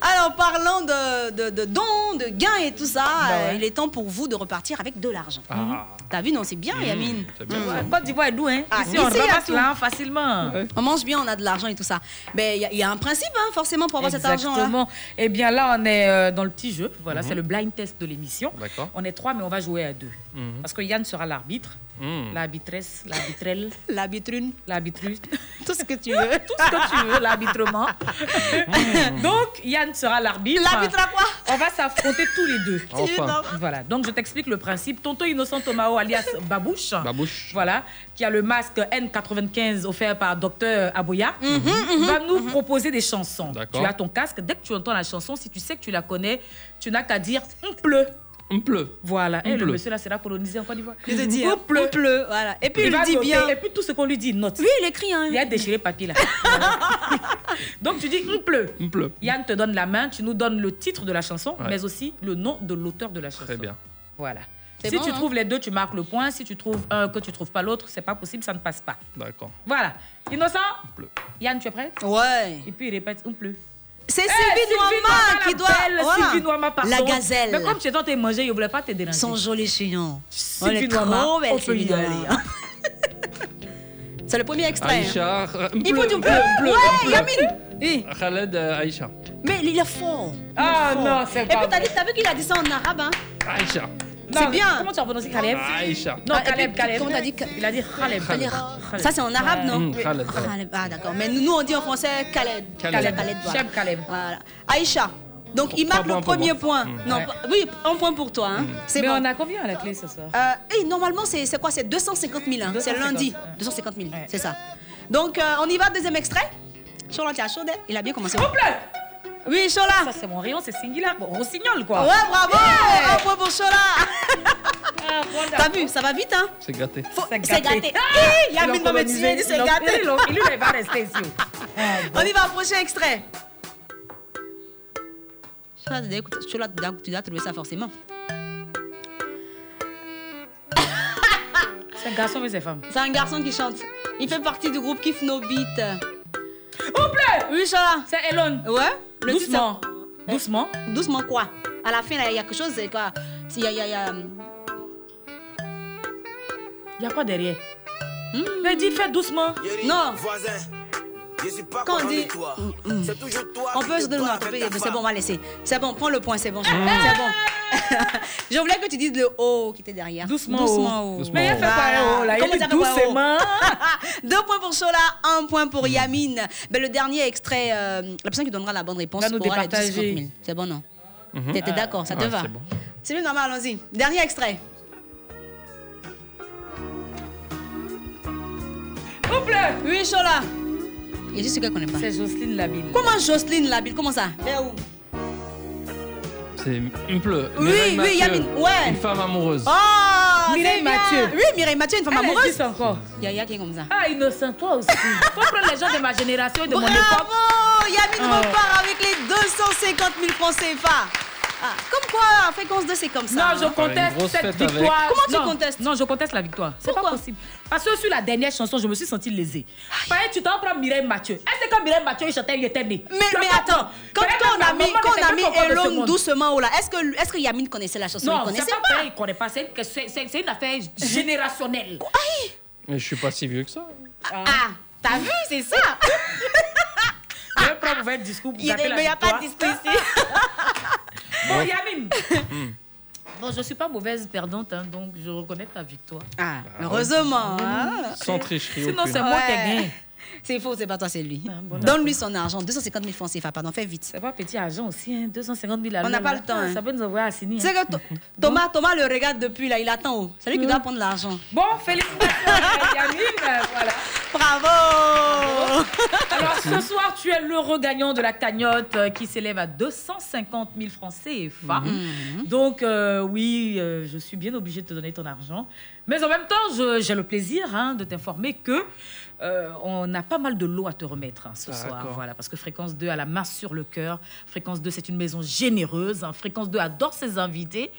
Speaker 2: Alors parlons de, de, de dons, de gains et tout ça.
Speaker 3: Bah ouais.
Speaker 2: euh, il est temps pour vous de repartir avec de l'argent.
Speaker 3: Ah.
Speaker 2: T'as vu, non, c'est bien,
Speaker 1: Mm,
Speaker 3: Mmh,
Speaker 2: Yamine.
Speaker 3: c'est bien,
Speaker 2: Mmh.
Speaker 3: ça. Côte d'Ivoire est doux, hein. Ici, on
Speaker 2: Ah, il y a
Speaker 3: ramasse
Speaker 2: tout.
Speaker 3: là facilement.
Speaker 2: On mange bien, on a de l'argent et tout ça. Mais il y a- il y, a un principe, hein, forcément, pour avoir cet argent-là.
Speaker 3: Exactement. Eh bien, là, on est euh, dans le petit jeu. Voilà,
Speaker 2: Mhm.
Speaker 3: c'est le blind test de l'émission.
Speaker 1: D'accord.
Speaker 3: On est trois, mais on va jouer à deux.
Speaker 1: Mhm.
Speaker 3: Parce que Yann sera l'arbitre.
Speaker 1: Mhm.
Speaker 3: L'arbitresse, l'arbitrelle.
Speaker 2: L'arbitrune.
Speaker 3: L'arbitrus.
Speaker 2: Tout ce que tu veux.
Speaker 3: Tout ce que tu veux, l'arbitrement.
Speaker 1: Mhm.
Speaker 3: Donc, Yann sera l'arbitre.
Speaker 2: L'arbitre à quoi
Speaker 3: On va s'affronter tous les deux.
Speaker 1: Enfin.
Speaker 3: Voilà, donc je t'explique le principe. Tonton Innocent Tomao, alias Babouche.
Speaker 1: Babouche.
Speaker 3: Voilà, qui a le masque N95 offert par Docteur Aboya,
Speaker 2: Mhm,
Speaker 3: va nous proposer des chansons.
Speaker 1: Mhm. D'accord.
Speaker 3: Tu as ton casque, dès que tu entends la chanson, si tu sais que tu la connais, tu n'as qu'à dire « on pleut ».
Speaker 1: On pleut.
Speaker 3: Voilà,
Speaker 1: On
Speaker 3: et le
Speaker 1: pleut.
Speaker 3: monsieur là sera colonisé en Côte d'Ivoire.
Speaker 2: Je te dis,
Speaker 3: On
Speaker 2: hein,
Speaker 3: pleut.
Speaker 2: on pleut, voilà. Et puis il
Speaker 3: va
Speaker 2: dit
Speaker 3: noter,
Speaker 2: bien.
Speaker 3: Et puis tout ce qu'on lui dit, il note.
Speaker 2: Oui, il écrit. Hein.
Speaker 3: Il a déchiré papier là. Donc tu dis « on pleut ».
Speaker 1: Il pleut.
Speaker 3: Yann te donne la main, tu nous donnes le titre de la chanson,
Speaker 1: Ouais.
Speaker 3: mais aussi le nom de l'auteur de la chanson.
Speaker 1: Très bien.
Speaker 3: Voilà.
Speaker 1: C'est
Speaker 3: Si
Speaker 1: bon,
Speaker 3: tu
Speaker 1: hein
Speaker 3: trouves les deux, tu marques le point. Si tu trouves un que tu trouves pas l'autre, c'est pas possible, ça ne passe pas.
Speaker 1: D'accord.
Speaker 3: Voilà. Innocent Yann, tu es prêt
Speaker 2: Ouais.
Speaker 3: Et puis il répète, on pleut.
Speaker 2: C'est
Speaker 3: Eh,
Speaker 2: Sylvie Noama
Speaker 3: Noama,
Speaker 2: qui
Speaker 3: la
Speaker 2: doit.
Speaker 3: belle
Speaker 2: voilà.
Speaker 3: Sylvie Noama, pardon.
Speaker 2: La gazelle.
Speaker 3: Mais comme tu es en train de manger, je voulais pas te déranger.
Speaker 2: Son joli chignon.
Speaker 3: Sylvie
Speaker 2: Elle est
Speaker 3: Noama,
Speaker 2: trop belle,
Speaker 3: on peut y
Speaker 2: Sylvie
Speaker 3: aller,
Speaker 2: Noama. C'est le premier extrait. hein.
Speaker 1: Aïcha. euh,
Speaker 2: Il
Speaker 1: bleu,
Speaker 2: faut du
Speaker 1: bleu,
Speaker 2: bleu.
Speaker 1: bleu,
Speaker 2: Ouais,
Speaker 1: bleu.
Speaker 2: Yamine. Oui.
Speaker 1: Khaled euh, Aïcha.
Speaker 2: Mais il est fort. Il est
Speaker 3: Ah,
Speaker 2: fort.
Speaker 3: non, c'est
Speaker 2: Et
Speaker 3: pas
Speaker 2: puis t'as dit- t'as vu qu'il a dit ça en arabe, hein
Speaker 1: Aïcha.
Speaker 2: C'est bien.
Speaker 3: Comment tu as prononcé Caleb
Speaker 1: Aïcha.
Speaker 3: Non,
Speaker 2: Ah, et
Speaker 3: Caleb,
Speaker 2: puis,
Speaker 3: Caleb.
Speaker 2: comment t'as dit
Speaker 3: Il a dit Caleb.
Speaker 1: Khaled.
Speaker 2: Ça, c'est en arabe, non
Speaker 1: Mm, Khaled, ouais.
Speaker 2: Khaled, Ah, d'accord. Mais nous, nous, on dit en français Khaled.
Speaker 1: Khaled. Khaled,
Speaker 2: voilà.
Speaker 3: Cheb Caleb.
Speaker 2: Voilà. Aïcha. Donc, il
Speaker 1: Trois
Speaker 2: marque le
Speaker 1: points pour
Speaker 2: premier
Speaker 1: moi.
Speaker 2: point.
Speaker 1: Mm.
Speaker 2: Non,
Speaker 1: Ouais.
Speaker 2: pas- Oui, un point pour toi. hein. C'est
Speaker 3: Mais
Speaker 2: bon.
Speaker 3: on a combien à la clé ce soir
Speaker 2: Euh, et normalement, c'est c'est quoi C'est 250 000. hein. C'est
Speaker 3: 250,
Speaker 2: lundi. 250 000, c'est ça. Donc, euh, on y va, deuxième extrait. Chola, tu as chaud, hein Il a bien commencé.
Speaker 3: On pleut
Speaker 2: Oui, Chola.
Speaker 3: Ça, c'est mon rayon, c'est singular. Bon, rossignol, quoi.
Speaker 2: Ouais, bravo
Speaker 3: Yeah. Ah,
Speaker 2: Un point pour Chola T'as vu, ça va vite, hein
Speaker 1: C'est gâté.
Speaker 2: C'est gâté. Eh, Yamine m'a tuer, dit c'est gâté.
Speaker 3: Il lui, il va rester ici.
Speaker 2: On y va, prochain extrait. Chola, tu dois écouter- Chola, tu dois- tu dois trouver ça forcément.
Speaker 3: C'est un garçon, mais c'est femme.
Speaker 2: C'est un garçon qui chante. Il fait partie du groupe Kiff No Beat.
Speaker 3: On pleut
Speaker 2: Oui, Chola.
Speaker 3: C'est Elon.
Speaker 2: Ouais le titre, Eh.
Speaker 3: Doucement. Doucement.
Speaker 2: Doucement quoi À la fin, là, il y a quelque chose, c'est quoi Il y a, il y a- il y a-
Speaker 3: Il y a quoi derrière
Speaker 2: Oh,
Speaker 3: Mais dis, fais doucement.
Speaker 2: Non Quand
Speaker 8: Quand
Speaker 2: on dit... hmm, On peut se donner non, on peut- C'est bon, on va laisser. C'est bon, prends le point, c'est bon.
Speaker 3: Ah.
Speaker 2: C'est bon. Je voulais que tu dises le haut qui était derrière.
Speaker 3: Doucement,
Speaker 2: Doucement
Speaker 3: oh.
Speaker 2: oh.
Speaker 3: Doucement, Mais elle fait pas un oh, là, elle
Speaker 2: Comment
Speaker 3: dit
Speaker 2: ça fait pas un oh
Speaker 3: doucement.
Speaker 2: Deux points pour Chola, un point pour Yamine. Ben, le dernier extrait, euh, la personne qui donnera la bonne réponse
Speaker 3: Va nous
Speaker 2: pourra les 10
Speaker 3: départager.
Speaker 2: 50 000. C'est bon, non
Speaker 1: Mhm.
Speaker 2: T'étais d'accord, ça te
Speaker 1: Ouais,
Speaker 2: va
Speaker 1: c'est bon.
Speaker 2: C'est bien normal, allons-y. Dernier extrait.
Speaker 3: On pleut
Speaker 2: Oui, Chola. Il y a juste ce qu'on connaît pas.
Speaker 3: C'est Jocelyne Labille.
Speaker 2: Comment Jocelyne Labille Comment ça
Speaker 1: C'est il pleut.
Speaker 2: Oui,
Speaker 1: Mireille
Speaker 2: oui,
Speaker 1: Mathieu,
Speaker 2: Yamine, ouais.
Speaker 1: Une femme amoureuse.
Speaker 3: Ah.
Speaker 2: Oh
Speaker 3: Mireille
Speaker 2: c'est bien.
Speaker 3: Mathieu.
Speaker 2: Oui, Mireille Mathieu, une femme
Speaker 3: Elle
Speaker 2: amoureuse.
Speaker 3: existe encore.
Speaker 2: Il y a- il y a qui est comme ça.
Speaker 3: Ah, innocent, toi aussi. Faut prendre les gens de ma génération et de mon époque.
Speaker 2: Bravo Yamine
Speaker 3: Ah.
Speaker 2: repart avec les 250 000 francs CFA. Ah, comme quoi, en fréquence 2, c'est comme ça.
Speaker 3: Non, je
Speaker 2: hein.
Speaker 3: conteste cette victoire.
Speaker 2: Comment tu
Speaker 3: Non,
Speaker 2: contestes
Speaker 3: Non, je conteste la victoire. C'est pas possible. Parce que sur la dernière chanson, je me suis sentie lésée. Pareil, tu t'en prends Mireille Mathieu. Est-ce que quand Mireille Mathieu il chantait, il était né
Speaker 2: mais,
Speaker 3: Je
Speaker 2: mais
Speaker 3: comprends.
Speaker 2: attends, quand,
Speaker 3: Peut-être que
Speaker 2: quand on
Speaker 3: ma
Speaker 2: a mis,
Speaker 3: maman
Speaker 2: quand on
Speaker 3: n'était
Speaker 2: a mis
Speaker 3: pas encore de ce
Speaker 2: Elon
Speaker 3: monde.
Speaker 2: doucement, oh là, est-ce que, est que Yamine connaissait la chanson
Speaker 3: Non,
Speaker 2: Il
Speaker 3: c'est
Speaker 2: connaissait
Speaker 3: pas
Speaker 2: pas.
Speaker 3: pareil, il connaît pas. C'est- C'est c'est- c'est une affaire générationnelle.
Speaker 1: Mais je suis pas si vieux que ça.
Speaker 2: Ah, t'as vu, c'est ça
Speaker 3: Je vais prendre votre discours pour
Speaker 2: Il y a-
Speaker 3: gâter la
Speaker 2: mais il y a pas
Speaker 3: victoire.
Speaker 2: de discours ici.
Speaker 3: Bon, Yamine. Bon, je suis pas mauvaise perdante, hein, donc je reconnais ta victoire.
Speaker 2: Ah, heureusement. hein.
Speaker 1: Sans tricherie.
Speaker 3: Sinon,
Speaker 1: aucune.
Speaker 3: c'est moi qui ai
Speaker 2: Ouais.
Speaker 3: gagné. Ah,
Speaker 2: C'est faux, c'est pas toi, c'est lui. Donne-lui son argent, 250 000 francs CFA, pardon, fais vite.
Speaker 3: C'est pas petit argent aussi, hein, 250 000 à
Speaker 2: On n'a
Speaker 3: l'heure,
Speaker 2: pas
Speaker 3: là.
Speaker 2: le temps, hein.
Speaker 3: Ça peut nous envoyer à hein. Sini.
Speaker 2: Tu sais que To- Thomas, Thomas le regarde depuis là, il attend. oh. C'est lui qui
Speaker 3: Hein?
Speaker 2: doit prendre l'argent.
Speaker 3: Bon, félicitations, Yamine. Voilà.
Speaker 2: Bravo
Speaker 3: Alors ce soir, tu es l'heureux gagnant de la cagnotte euh, qui s'élève à 250 000 francs CFA. Donc euh, oui, euh, je suis bien obligée de te donner ton argent. Mais en même temps, je- j'ai le plaisir hein, de t'informer que euh, on a pas mal de lots à te remettre hein,
Speaker 1: Ah,
Speaker 3: ce soir.
Speaker 8: D'accord.
Speaker 3: Voilà, parce que Fréquence 2 a la main sur le cœur. Fréquence 2, c'est une maison généreuse. hein. Fréquence 2 adore ses invités.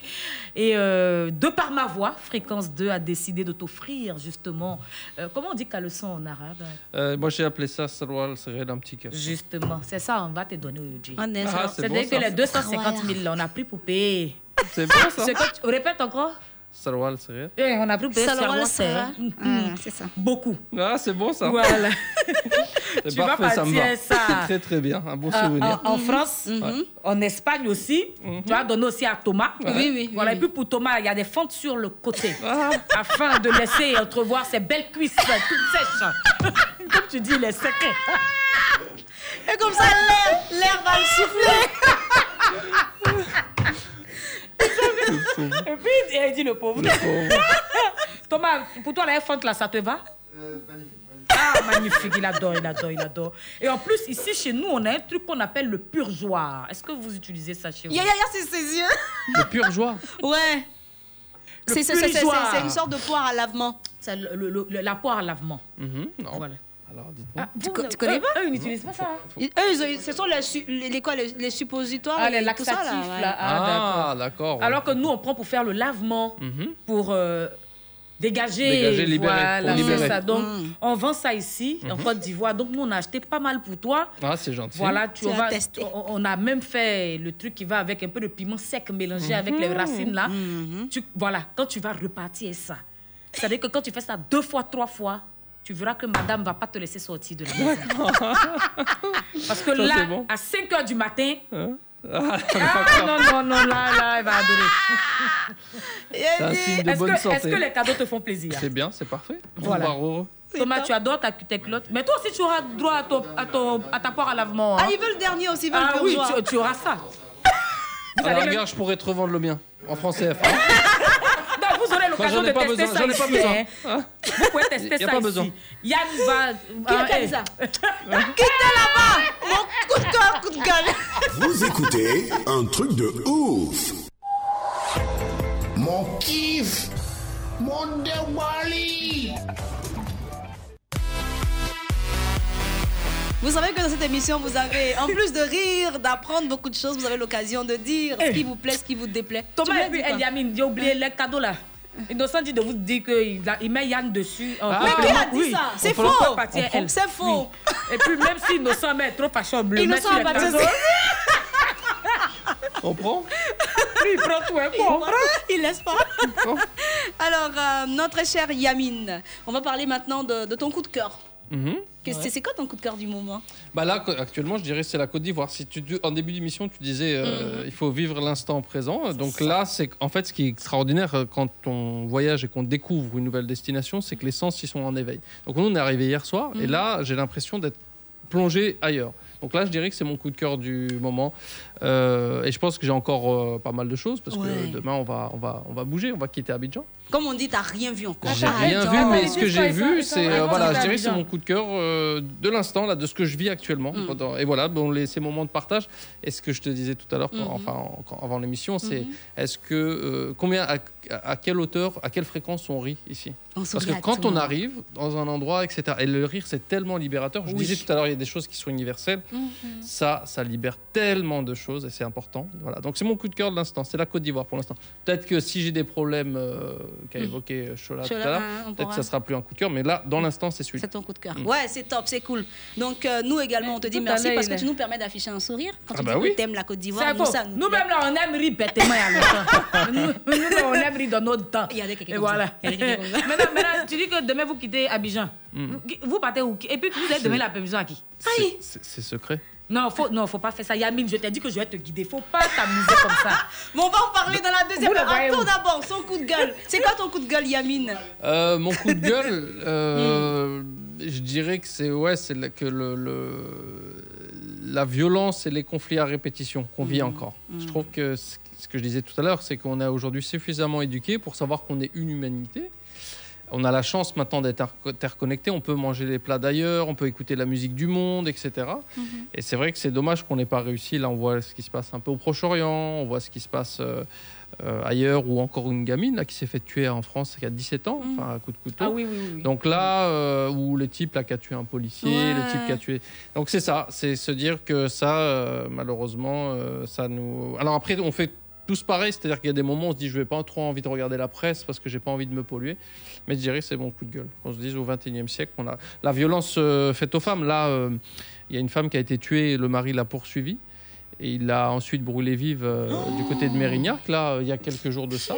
Speaker 3: Et euh, de par ma voix, Fréquence 2 a décidé de t'offrir justement... euh, comment on dit caleçon en arabe hein
Speaker 1: Euh, moi, j'ai appelé ça Salwal Serel, un petit cœur.
Speaker 3: Justement, c'est ça, on va te donner aujourd'hui.
Speaker 1: On est Ah, sûr. c'est
Speaker 3: C'est-à-dire
Speaker 1: bon,
Speaker 3: que
Speaker 1: ça.
Speaker 3: les 250 000, là, on a pris pour payer.
Speaker 1: C'est bon, ça.
Speaker 3: Ce que tu- Répète encore.
Speaker 1: Salwal Serel.
Speaker 3: Eh, on a pris pour payer.
Speaker 2: Ça, le roi,
Speaker 3: Serwa,
Speaker 2: le
Speaker 3: c'est-
Speaker 2: Serwa.
Speaker 3: Mhm.
Speaker 2: Ah, C'est ça.
Speaker 3: Beaucoup.
Speaker 1: Ah, c'est bon ça.
Speaker 3: Voilà.
Speaker 1: C'est
Speaker 3: Tu vas
Speaker 1: parfait, ça me va.
Speaker 3: partir, ça.
Speaker 1: C'est très très bien, un bon
Speaker 3: Euh,
Speaker 1: souvenir.
Speaker 2: Mhm.
Speaker 1: Mhm.
Speaker 3: en, en France, mm-hmm.
Speaker 1: Ouais.
Speaker 3: en Espagne aussi, tu as donné aussi à Thomas.
Speaker 1: Ouais. Oui, oui,
Speaker 3: Voilà, et puis pour Thomas, il y a des fentes sur le côté
Speaker 1: Ah.
Speaker 3: afin de laisser entrevoir ses belles cuisses toutes sèches. Comme tu dis, il est sec.
Speaker 2: Et comme ça, l'air, l'air va le souffler.
Speaker 3: Et puis, elle dit Mhm. le pauvre. Thomas, pour toi, la fente là, ça te va Ah, magnifique, il adore, il adore, il adore. Et en plus, ici, chez nous, on a un truc qu'on appelle le purgeoir. Est-ce que vous utilisez ça chez vous
Speaker 2: Yaya, yaya, c'est ses yeux.
Speaker 1: Le pur joie.
Speaker 2: Ouais.
Speaker 3: Le
Speaker 2: C'est c'est- c'est- c'est-
Speaker 3: purgeoir.
Speaker 2: c'est une sorte de poire à lavement.
Speaker 3: C'est le- le- le- la poire à lavement.
Speaker 1: Non.
Speaker 3: Voilà.
Speaker 1: Alors, dites-moi.
Speaker 3: Ah,
Speaker 2: Oh. Tu,
Speaker 3: vous,
Speaker 2: co-
Speaker 3: euh,
Speaker 2: tu connais
Speaker 3: eux-
Speaker 2: pas
Speaker 3: Eux, ils n'utilisent pas ça.
Speaker 2: Ils- Eux, ils ont- ce sont les, su- les, les quoi, les, les suppositoires
Speaker 3: Ah,
Speaker 2: et
Speaker 3: les
Speaker 2: tout ça, là,
Speaker 3: laxatifs,
Speaker 2: ouais.
Speaker 3: là.
Speaker 1: Ah,
Speaker 3: Ah,
Speaker 1: d'accord. ouais. Mhm.
Speaker 3: Alors que nous, on prend pour faire le lavement, pour euh, dégager.
Speaker 1: Dégager, libérer,
Speaker 3: Voilà,
Speaker 1: pour libérer.
Speaker 3: c'est ça. Donc,
Speaker 1: Mm.
Speaker 3: on vend ça ici, en
Speaker 1: Mhm.
Speaker 3: Côte d'Ivoire. Donc, nous, on a acheté pas mal pour toi.
Speaker 1: Ah, c'est gentil.
Speaker 3: Voilà, tu vas- on- on a même fait le truc qui va avec un peu de piment sec mélangé avec les
Speaker 2: Mhm.
Speaker 3: racines là. Tu, voilà, quand tu vas repartir ça, c'est-à-dire que quand tu fais ça deux fois, trois fois, tu verras que madame va pas te laisser sortir de la maison. Parce que
Speaker 1: Ça,
Speaker 3: là,
Speaker 1: c'est bon.
Speaker 3: à 5 heures du matin,
Speaker 1: Hein
Speaker 3: ah,
Speaker 1: Ah, d'accord.
Speaker 3: non, non, non, là, là, elle va adorer.
Speaker 1: C'est un signe de
Speaker 3: Est-ce
Speaker 1: bonne
Speaker 3: que-
Speaker 1: santé.
Speaker 3: Est-ce que les cadeaux te font plaisir
Speaker 1: C'est bien, c'est parfait.
Speaker 3: Voilà.
Speaker 1: On va heureux.
Speaker 3: Thomas, tu adores ta, tes culottes. Mais toi aussi, tu auras droit à, ton- à ton- à ta poire à lavement. hein.
Speaker 2: Ah, ils veulent le dernier aussi, ils veulent
Speaker 3: Ah
Speaker 2: le
Speaker 3: oui,
Speaker 2: bourgeois.
Speaker 3: tu, tu auras ça. Vous
Speaker 1: Alors,
Speaker 3: allez le-
Speaker 1: regarde, je pourrais te revendre le mien. En français, CFA.
Speaker 3: Non, Bah, vous aurez
Speaker 1: Moi,
Speaker 3: l'occasion
Speaker 1: j'en
Speaker 3: de
Speaker 1: ai pas
Speaker 3: tester
Speaker 1: besoin.
Speaker 3: ça
Speaker 1: J'en ai pas
Speaker 3: ici,
Speaker 1: besoin.
Speaker 3: hein. Vous pouvez tester
Speaker 1: Y a
Speaker 3: ça
Speaker 1: pas
Speaker 3: ici.
Speaker 1: besoin.
Speaker 3: Yann va...
Speaker 2: Qui
Speaker 3: ah,
Speaker 2: est comme
Speaker 3: eh.
Speaker 2: ça Quittez là-bas Mon coup de cœur, coup de gueule
Speaker 6: Vous écoutez un truc de ouf. Mon kiff.
Speaker 7: Mon Wally.
Speaker 2: Vous savez que dans cette émission, vous avez, en plus de rire, d'apprendre beaucoup de choses, vous avez l'occasion de dire
Speaker 3: Eh.
Speaker 2: ce qui vous plaît, ce qui vous déplaît.
Speaker 3: Thomas et
Speaker 2: Tu voulais
Speaker 3: puis
Speaker 2: dire quoi Hein?
Speaker 3: Eliamine, j'ai oublié les cadeaux là. Innocent dit de vous dire qu'il a- il met Yann dessus. en
Speaker 2: Ah. Mais qui
Speaker 3: complément.
Speaker 2: a dit
Speaker 3: Oui.
Speaker 2: ça C'est
Speaker 3: On peut- on peut
Speaker 2: faux.
Speaker 3: partir,
Speaker 2: On peut-
Speaker 3: elle.
Speaker 2: C'est faux.
Speaker 3: Oui. Et puis même si Innocent mais est trop fashionable, le mec,
Speaker 2: Innocent
Speaker 3: il est
Speaker 2: a baptisé.
Speaker 3: cadeau.
Speaker 1: On prend
Speaker 3: Lui, il prend tout, hein,
Speaker 2: Il
Speaker 3: bon, on
Speaker 2: prend-
Speaker 3: prend.
Speaker 2: Il laisse pas. Alors, euh, notre chère Yamine, on va parler maintenant de, de ton coup de cœur.
Speaker 1: Mhm.
Speaker 2: Qu'est-ce- C'est c'est quoi ton coup de cœur du moment
Speaker 1: Bah là, co- actuellement, je dirais que c'est la Côte d'Ivoire. Si tu, en début d'émission, tu disais
Speaker 2: Mhm.
Speaker 1: euh, il faut vivre l'instant présent. Donc là, c'est en fait ce qui est extraordinaire euh, quand on voyage et qu'on découvre une nouvelle destination, c'est que les sens ils sont en éveil. Donc nous, on est arrivé hier soir
Speaker 2: Mhm.
Speaker 1: et là, j'ai l'impression d'être plongé ailleurs. Donc là, je dirais que c'est mon coup de cœur du moment. Euh, et je pense que j'ai encore euh, pas mal de choses parce
Speaker 2: Ouais.
Speaker 1: que demain, on va, on, va, on va bouger, on va quitter Abidjan.
Speaker 2: Comme on dit, t'as rien vu encore.
Speaker 1: J'ai
Speaker 2: T'as
Speaker 1: rien
Speaker 2: raison.
Speaker 1: vu, mais ce que
Speaker 2: Dis-toi,
Speaker 1: j'ai
Speaker 2: dis-toi,
Speaker 1: vu,
Speaker 2: dis-toi,
Speaker 1: c'est euh,
Speaker 2: dis-toi,
Speaker 1: voilà, je
Speaker 2: dis-toi,
Speaker 1: dirais que c'est mon
Speaker 2: dis-toi.
Speaker 1: coup de cœur euh, de l'instant là, de ce que je vis actuellement.
Speaker 2: Mm.
Speaker 1: Pendant- Et voilà, bon, les, ces moments de partage. Et ce que je te disais tout à l'heure, quand-
Speaker 2: Mm-hmm.
Speaker 1: enfin en- quand- avant l'émission, c'est est-ce que euh, combien à, à quelle hauteur, à quelle fréquence on rit ici
Speaker 2: On se
Speaker 1: Parce que
Speaker 2: regarde
Speaker 1: quand
Speaker 2: tout le
Speaker 1: on
Speaker 2: monde.
Speaker 1: arrive dans un endroit, etc. Et le rire, c'est tellement libérateur. Je
Speaker 2: Oui. Mm.
Speaker 1: disais tout à l'heure, il y a des choses qui sont universelles. Ça, ça libère tellement de choses et c'est important. Voilà. Donc c'est mon coup de cœur de l'instant. C'est la Côte d'Ivoire pour l'instant. Peut-être que si j'ai des problèmes euh, qu'a évoqué euh, Chola tout
Speaker 2: Chola,
Speaker 1: à l'heure,
Speaker 2: hein, Hmm. on
Speaker 1: peut-être
Speaker 2: pourra.
Speaker 1: que ça sera plus un coup de cœur, mais là, dans l'instant, c'est celui-là.
Speaker 2: C'est ton coup de cœur.
Speaker 1: Mm.
Speaker 2: Ouais, c'est top, c'est cool. Donc, euh, nous également, on te dit
Speaker 3: Tout à
Speaker 2: merci
Speaker 3: l'heure,
Speaker 2: parce
Speaker 3: il
Speaker 2: que
Speaker 3: est-
Speaker 2: tu nous permets d'afficher un sourire quand
Speaker 1: Ah
Speaker 2: tu
Speaker 1: bah
Speaker 2: dis
Speaker 1: oui.
Speaker 2: que t'aimes la Côte
Speaker 3: C'est
Speaker 2: d'Ivoire. Nous,
Speaker 3: bon.
Speaker 2: ça nous
Speaker 3: Nous-mêmes, là, on aime rire bêtement à
Speaker 1: Ah.
Speaker 3: l'autre. Nous, nous, on aime rire dans notre temps.
Speaker 2: Il y a des quelqu'un
Speaker 3: Et
Speaker 2: comme ça.
Speaker 3: voilà.
Speaker 2: Il y a des quelqu'un comme ça.
Speaker 3: Maintenant, maintenant, tu dis que demain, vous quittez Abidjan.
Speaker 1: Mm.
Speaker 3: Vous- Vous partez où Et puis, vous allez
Speaker 1: C'est-
Speaker 3: donner la permission à qui
Speaker 1: C'est- C'est c'est secret.
Speaker 3: Non, faut, non, faut pas faire ça. Yamine, je t'ai dit que je vais te guider. Faut pas t'amuser comme ça.
Speaker 2: Mais on va en parler dans la deuxième
Speaker 3: Vous le
Speaker 2: heure.
Speaker 3: voyez
Speaker 2: Un tour
Speaker 3: où
Speaker 2: d'abord, son coup de gueule. C'est quoi ton coup de gueule, Yamine
Speaker 1: Euh, mon coup de gueule, euh, je dirais que c'est ouais, c'est la- que le, le- la violence et les conflits à répétition qu'on vit encore. Je trouve que ce ce que je disais tout à l'heure, c'est qu'on est aujourd'hui suffisamment éduqué pour savoir qu'on est une humanité. on a la chance maintenant d'être interconnecté, on peut manger les plats d'ailleurs, on peut écouter la musique du monde, etc. Et c'est vrai que c'est dommage qu'on n'ait pas réussi. Là, on voit ce qui se passe un peu au Proche-Orient, on voit ce qui se passe euh, euh, ailleurs, ou encore une gamine là, qui s'est fait tuer en France il y a 17 ans, enfin, à coup de couteau.
Speaker 3: Ah oui, oui, oui, oui.
Speaker 1: Donc là, euh, où le type là, qui a tué un policier, le type qui a tué. Donc c'est ça, c'est se dire que ça, euh, malheureusement, euh, ça nous. Alors après, on fait tous pareil, c'est-à-dire qu'il y a des moments où on se dit je vais pas trop envie de regarder la presse parce que j'ai pas envie de me polluer, mais je dirais c'est mon coup de gueule. On se dise au 21e siècle, on a la violence euh, faite aux femmes. Là, euh, il y a une femme qui a été tuée, et le mari l'a poursuivie. Et il l'a ensuite brûlée vive euh, du côté de Mérignac, là, euh, il y a quelques jours de ça.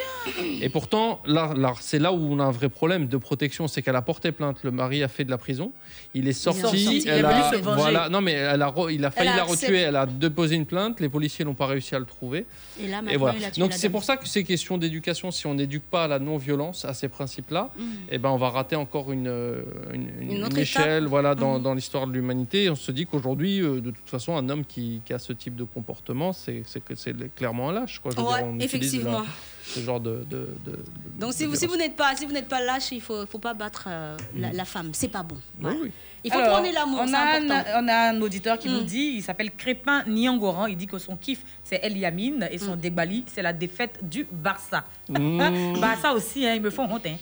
Speaker 1: Et pourtant, là, là, c'est là où on a un vrai problème de protection, c'est qu'elle a porté plainte. Le mari a fait de la prison, il est
Speaker 3: sorti,
Speaker 1: sorti,
Speaker 3: il est
Speaker 1: elle
Speaker 3: venu
Speaker 1: a-
Speaker 3: se venger.
Speaker 1: voilà, non mais elle a, re- il a failli
Speaker 3: Elle a
Speaker 1: la
Speaker 3: accepté.
Speaker 1: retuer, elle a déposé une plainte, les policiers n'ont pas réussi à le trouver.
Speaker 2: Et là,
Speaker 1: Et
Speaker 2: maintenant,
Speaker 1: voilà.
Speaker 2: il a tué
Speaker 1: Donc
Speaker 2: la
Speaker 1: c'est
Speaker 2: dame.
Speaker 1: pour ça que ces questions d'éducation, si on n'éduque pas à la non-violence, à ces principes-là,
Speaker 2: Mhm.
Speaker 1: eh ben on va rater encore une, euh, une, une-
Speaker 2: Une autre
Speaker 1: une échelle
Speaker 2: étape.
Speaker 1: voilà, dans,
Speaker 2: Mhm.
Speaker 1: dans l'histoire de l'humanité. Et On se dit qu'aujourd'hui, euh, de toute façon, un homme qui, qui a ce type de comportement, c'est c'est que- c'est clairement un lâche. Quoi. Je veux
Speaker 2: Ouais,
Speaker 1: dire, on utilise la-
Speaker 2: effectivement.
Speaker 1: ce genre de... de, de-
Speaker 2: Donc
Speaker 1: de
Speaker 2: si vous, si
Speaker 1: violence.
Speaker 2: vous n'êtes pas, si vous n'êtes pas lâche, il faut, faut pas battre euh,
Speaker 1: Mm.
Speaker 2: la, la femme. C'est pas bon. Voilà. Il faut
Speaker 3: Alors,
Speaker 2: prôner l'amour.
Speaker 3: On,
Speaker 2: c'est
Speaker 3: a
Speaker 2: important.
Speaker 3: un- on a un auditeur qui nous
Speaker 2: Mm.
Speaker 3: dit, il s'appelle Crépin Niangoran, il dit que son kiff, c'est El Yamine et
Speaker 2: Hmm.
Speaker 3: son Degbali, c'est la défaite du Barça.
Speaker 1: Mm.
Speaker 3: Barça aussi, hein, ils me font honte. hein.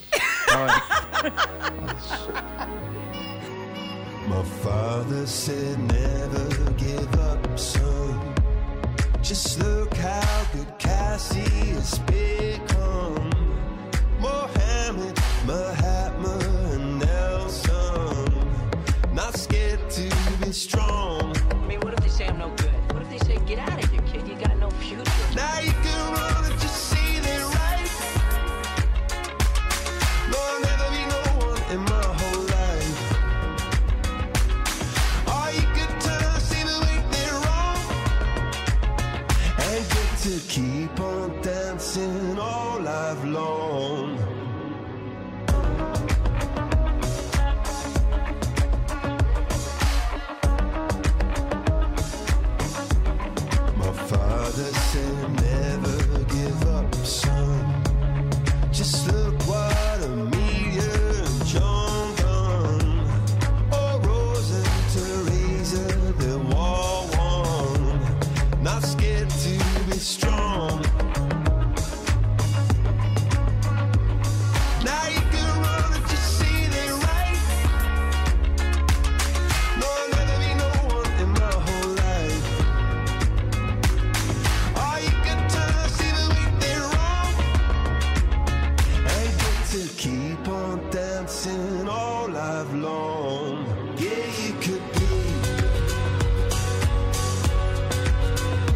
Speaker 1: Ah ouais.
Speaker 8: My father said, never give up, son. Just look how good Cassie has become. Mohammed, Mahatma, and Nelson. Not scared to be strong. I mean, what if they say I'm no good? What if they say, get out of here, kid? You got no future. Now you can run if you see it right. There'll never be no one in my whole life. All you good times seem to make me wrong. And get to keep on dancing all I've long. My father said, never give up, son. Just look what a meteor and John done. Oh, Rosa and Teresa, they're war one. Not scared to be strong. Now you can run if you see they right. There'll never be no one in my whole life. All you can tell is either right they're wrong. I get to keep on dancing all life long. Yeah, you could be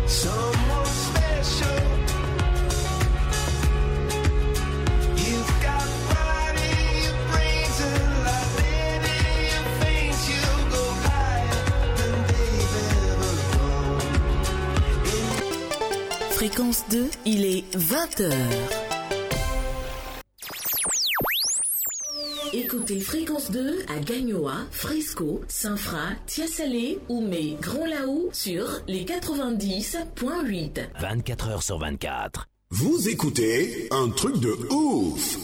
Speaker 8: someone special. You've got pride in your brains and light in your veins. You'll go higher than they've ever gone.
Speaker 4: Fréquence 2, il est 20h. Écoutez Fréquence 2 à Gagnoa, Fresco, Saint-Fra, Tiassalé, Oumé, Grand Laou sur les 90.8.
Speaker 22: 24 heures sur 24.
Speaker 6: Vous écoutez un truc de ouf.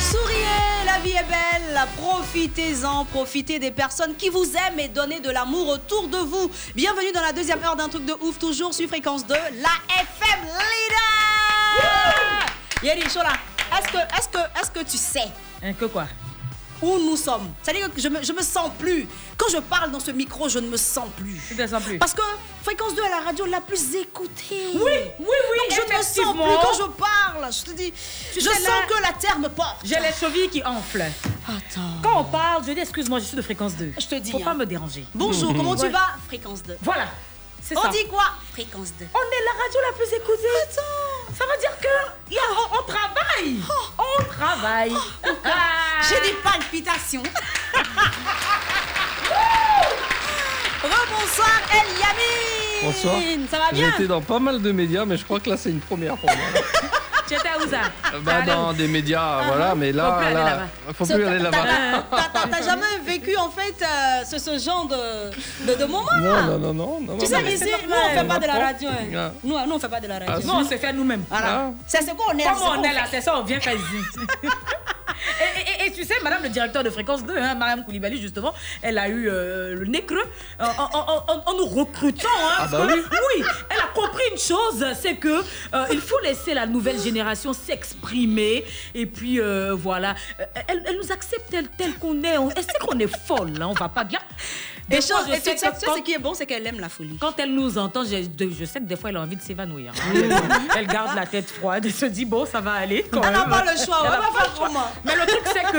Speaker 2: Souriez, la vie est belle. Profitez-en, profitez des personnes qui vous aiment et donnez de l'amour autour de vous. Bienvenue dans la deuxième heure d'un truc de ouf, toujours sur fréquence 2, la FM Leader. Yeri Chola, est-ce que, est-ce que, est-ce que tu sais
Speaker 3: que quoi
Speaker 2: Où nous sommes C'est-à-dire que je me, je me sens plus. Quand je parle dans ce micro, je ne me sens plus.
Speaker 3: Tu te sens plus
Speaker 2: Parce que fréquence 2 est la radio la plus écoutée.
Speaker 3: Oui, oui, oui,
Speaker 2: Donc je ne me sens plus
Speaker 3: effectivement.
Speaker 2: quand je parle. Je te dis,
Speaker 3: Tu
Speaker 2: je
Speaker 3: sais,
Speaker 2: sens
Speaker 3: là,
Speaker 2: que la terre me porte.
Speaker 3: J'ai les chevilles qui enflent. Quand on parle, je dis excuse-moi, je suis de fréquence 2.
Speaker 2: Je te dis,
Speaker 3: Faut pas
Speaker 2: hein.
Speaker 3: me déranger.
Speaker 2: Bonjour, comment tu
Speaker 3: Ouais.
Speaker 2: vas Fréquence 2.
Speaker 3: Mhm. Voilà, c'est
Speaker 2: On
Speaker 3: ça.
Speaker 2: dit quoi Fréquence 2.
Speaker 3: On est la radio la plus écoutée. Ça veut dire que y a- on- on travaille.
Speaker 2: Oh.
Speaker 3: On
Speaker 1: Oh.
Speaker 3: travaille.
Speaker 2: Ah, J'ai des palpitations. Rebonsoir El Yamin.
Speaker 1: Bonsoir.
Speaker 2: Ça va
Speaker 1: J'ai
Speaker 2: bien
Speaker 3: Ah,
Speaker 1: été dans pas mal de médias, mais je crois que là, c'est une première pour moi.
Speaker 3: Tu étais où ça
Speaker 1: Bah, dans des médias, voilà, mais là,
Speaker 3: Ah, Faut plus aller
Speaker 1: là,
Speaker 3: là-bas.
Speaker 1: faut plus aller là-bas.
Speaker 2: T'as t'as jamais vécu en fait euh, ce, ce genre de, de, de moment là
Speaker 1: Non, non, non, non. non,
Speaker 2: Tu
Speaker 1: non,
Speaker 2: sais,
Speaker 1: mais-
Speaker 2: ici, nous on fait pas de la
Speaker 1: Ouais.
Speaker 2: radio. hein.
Speaker 1: Ah.
Speaker 2: Nous, nous on fait pas de la radio.
Speaker 1: Ah, si. Ah. Nous, on
Speaker 3: se fait nous-mêmes.
Speaker 2: Voilà. C'est ce qu'on est.
Speaker 3: Comme
Speaker 2: c'est ce
Speaker 3: on
Speaker 2: qu'on
Speaker 3: est là,
Speaker 2: fait.
Speaker 3: c'est ça, on vient faire ici. Et, et- et- et tu sais, madame le directeur de fréquence 2, hein, madame Koulibaly, justement, elle a eu euh, le nez creux en, en- en- en- en nous recrutant. hein,
Speaker 1: Ah
Speaker 3: parce
Speaker 1: bah
Speaker 3: que-
Speaker 1: oui.
Speaker 3: oui, elle a compris une chose, c'est que euh, il faut laisser la nouvelle génération s'exprimer. Et puis euh, voilà, Euh, elle, elle nous accepte telle, telle qu'on est. On- Elle sait qu'on est folle, là, on va pas bien. Des
Speaker 2: Et
Speaker 3: fois,
Speaker 2: chose-
Speaker 3: je
Speaker 2: et tu
Speaker 3: sais
Speaker 2: sais,
Speaker 3: que
Speaker 2: tu sais
Speaker 3: quand-
Speaker 2: ce qui est bon, c'est qu'elle aime la folie.
Speaker 3: quand elle nous entend, je, de- je sais que des fois, elle a envie de s'évanouir. hein. elle garde la tête froide, elle se dit, bon, ça va aller. quand
Speaker 2: Elle n'a
Speaker 3: même.
Speaker 2: pas le choix,
Speaker 3: Elle
Speaker 2: elle
Speaker 3: n'a
Speaker 2: va
Speaker 3: pas
Speaker 2: faire
Speaker 3: le choix.
Speaker 2: comment
Speaker 3: Mais le truc, c'est que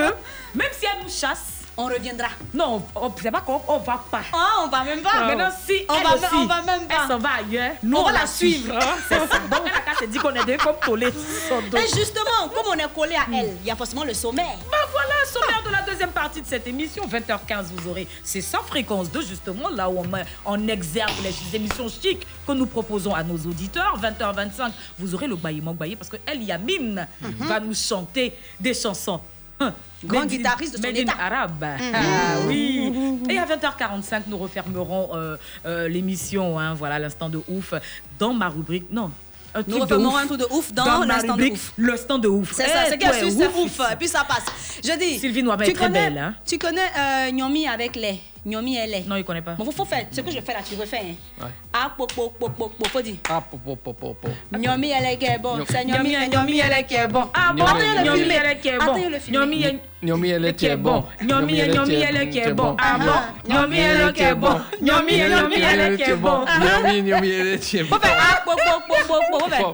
Speaker 3: même si elle nous chasse,
Speaker 2: on reviendra.
Speaker 3: Non, on- on- c'est pas qu'on on va pas.
Speaker 2: Ah, on va même pas.
Speaker 3: Mais non, si,
Speaker 2: on
Speaker 3: elle
Speaker 2: va,
Speaker 3: aussi,
Speaker 2: on va même pas.
Speaker 3: Elle s'en va ailleurs. Nous,
Speaker 2: On va la
Speaker 3: suit.
Speaker 2: suivre.
Speaker 3: C'est ça. Donc, elle a qu'à se dire qu'on est des comme collés sur son dos.
Speaker 2: Et justement, comme on est collé à elle, il y a forcément le sommeil.
Speaker 3: Ben voilà, sommaire de la deuxième partie de cette émission, 20h15, vous aurez. C'est sans fréquence 2, justement, là où on, met- on exergue les émissions chic que nous proposons à nos auditeurs. 20h25, vous aurez le baillement baillé parce que El Yamine va nous chanter des chansons. Hein,
Speaker 2: Mhm. Grand
Speaker 3: made in-
Speaker 2: guitariste de son
Speaker 3: made in
Speaker 2: état.
Speaker 3: arabe.
Speaker 2: Mm.
Speaker 3: Ah oui. Et à 20h45, nous refermerons euh, euh, l'émission. hein, voilà, l'instant de ouf. Dans ma rubrique. Non. Un
Speaker 2: Nous
Speaker 3: truc de
Speaker 2: refermerons
Speaker 3: ouf.
Speaker 2: un truc de ouf dans
Speaker 3: ma
Speaker 2: l'instant de
Speaker 3: rubrique,
Speaker 2: ouf.
Speaker 3: Le stand de ouf.
Speaker 2: C'est ça,
Speaker 3: Eh,
Speaker 2: c'est qu'elle
Speaker 3: ouais,
Speaker 2: suit, c'est
Speaker 3: ouf,
Speaker 2: ouf. Et puis ça passe. Je dis.
Speaker 3: Sylvie Noirmel
Speaker 2: tu
Speaker 3: est très
Speaker 2: connais-
Speaker 3: belle, hein.
Speaker 2: Tu connais euh, Nyomi avec les. Nyomi et les.
Speaker 3: Non, il connaît pas.
Speaker 2: Bon, faut- faut faire. Ce que je fais là, tu refais. hein.
Speaker 1: Ouais.
Speaker 2: Ah, po, po, po, po, po, faut dire.
Speaker 1: Ah, po, po, po, po, po.
Speaker 2: Nyomi, elle est qui est bon.
Speaker 1: Nyomi.
Speaker 2: C'est Nyomi,
Speaker 3: Nyomi,
Speaker 2: Nyomi, elle est qui est bon. Ah
Speaker 1: bon,
Speaker 2: attendez le
Speaker 1: Nyomi,
Speaker 2: filmer.
Speaker 3: elle est qui est bon.
Speaker 2: Attendez le filmer.
Speaker 3: Nyomi, elle-
Speaker 1: Nyomi, e- elle est qui est bon.
Speaker 3: Nyomi, Nyomi, elle est qui est bon. Ah bon. Nyomi, elle est qui est bon. Nyomi, Nyomi, elle est qui est bon.
Speaker 1: Nyomi, Nyomi, elle est qui est bon.
Speaker 2: Ah, po, po, po, po, po, faut faire.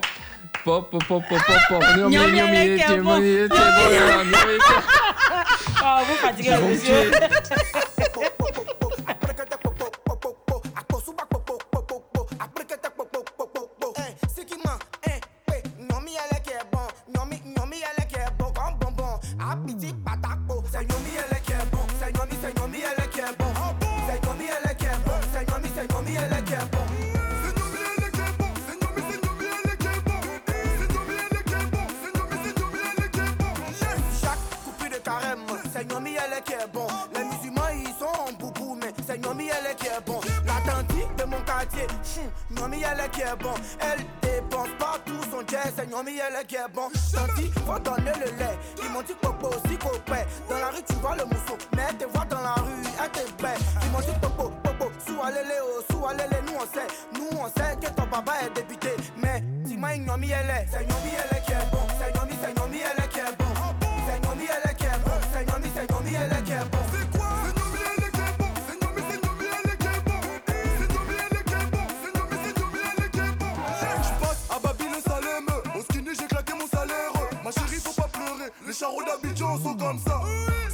Speaker 1: Po, po, po, po, po, po. Nyomi, e-
Speaker 2: Nyomi, e-
Speaker 1: Nyomi,
Speaker 2: elle est
Speaker 1: elle est qui est
Speaker 2: bon.
Speaker 1: bon. elle est qui est bon. Nyomi, e- elle est qui est-
Speaker 3: Ah, vous fatiguez
Speaker 1: Ils vont me
Speaker 3: monsieur.
Speaker 25: Eh, Chaque coupure de carême, c'est Nomi elle est qui est bon. Les musulmans ils sont en boubou, mais c'est Nomi elle est qui est bon. L'attentif de mon quartier, hum, Nomi elle est qui est bon. Elle dépense partout son jet, c'est Nomi elle est qui est bon. Gentil, va donner le lait. Ils m'ont dit popo aussi copé. Dans la rue tu vois le mousseau, mais elle te voit dans la rue, elle te bête. Ils m'ont dit popo, popo, sous allez oh, sous allez nous on sait, nous on sait que ton papa est député. Mais dis-moi Nomi elle est, c'est Nomi elle est qui est bon, c'est Nomi, c'est Nomi elle est qui est bon.
Speaker 16: Ma chérie, faut pas pleurer, les charros d'Abidjan sont comme ça.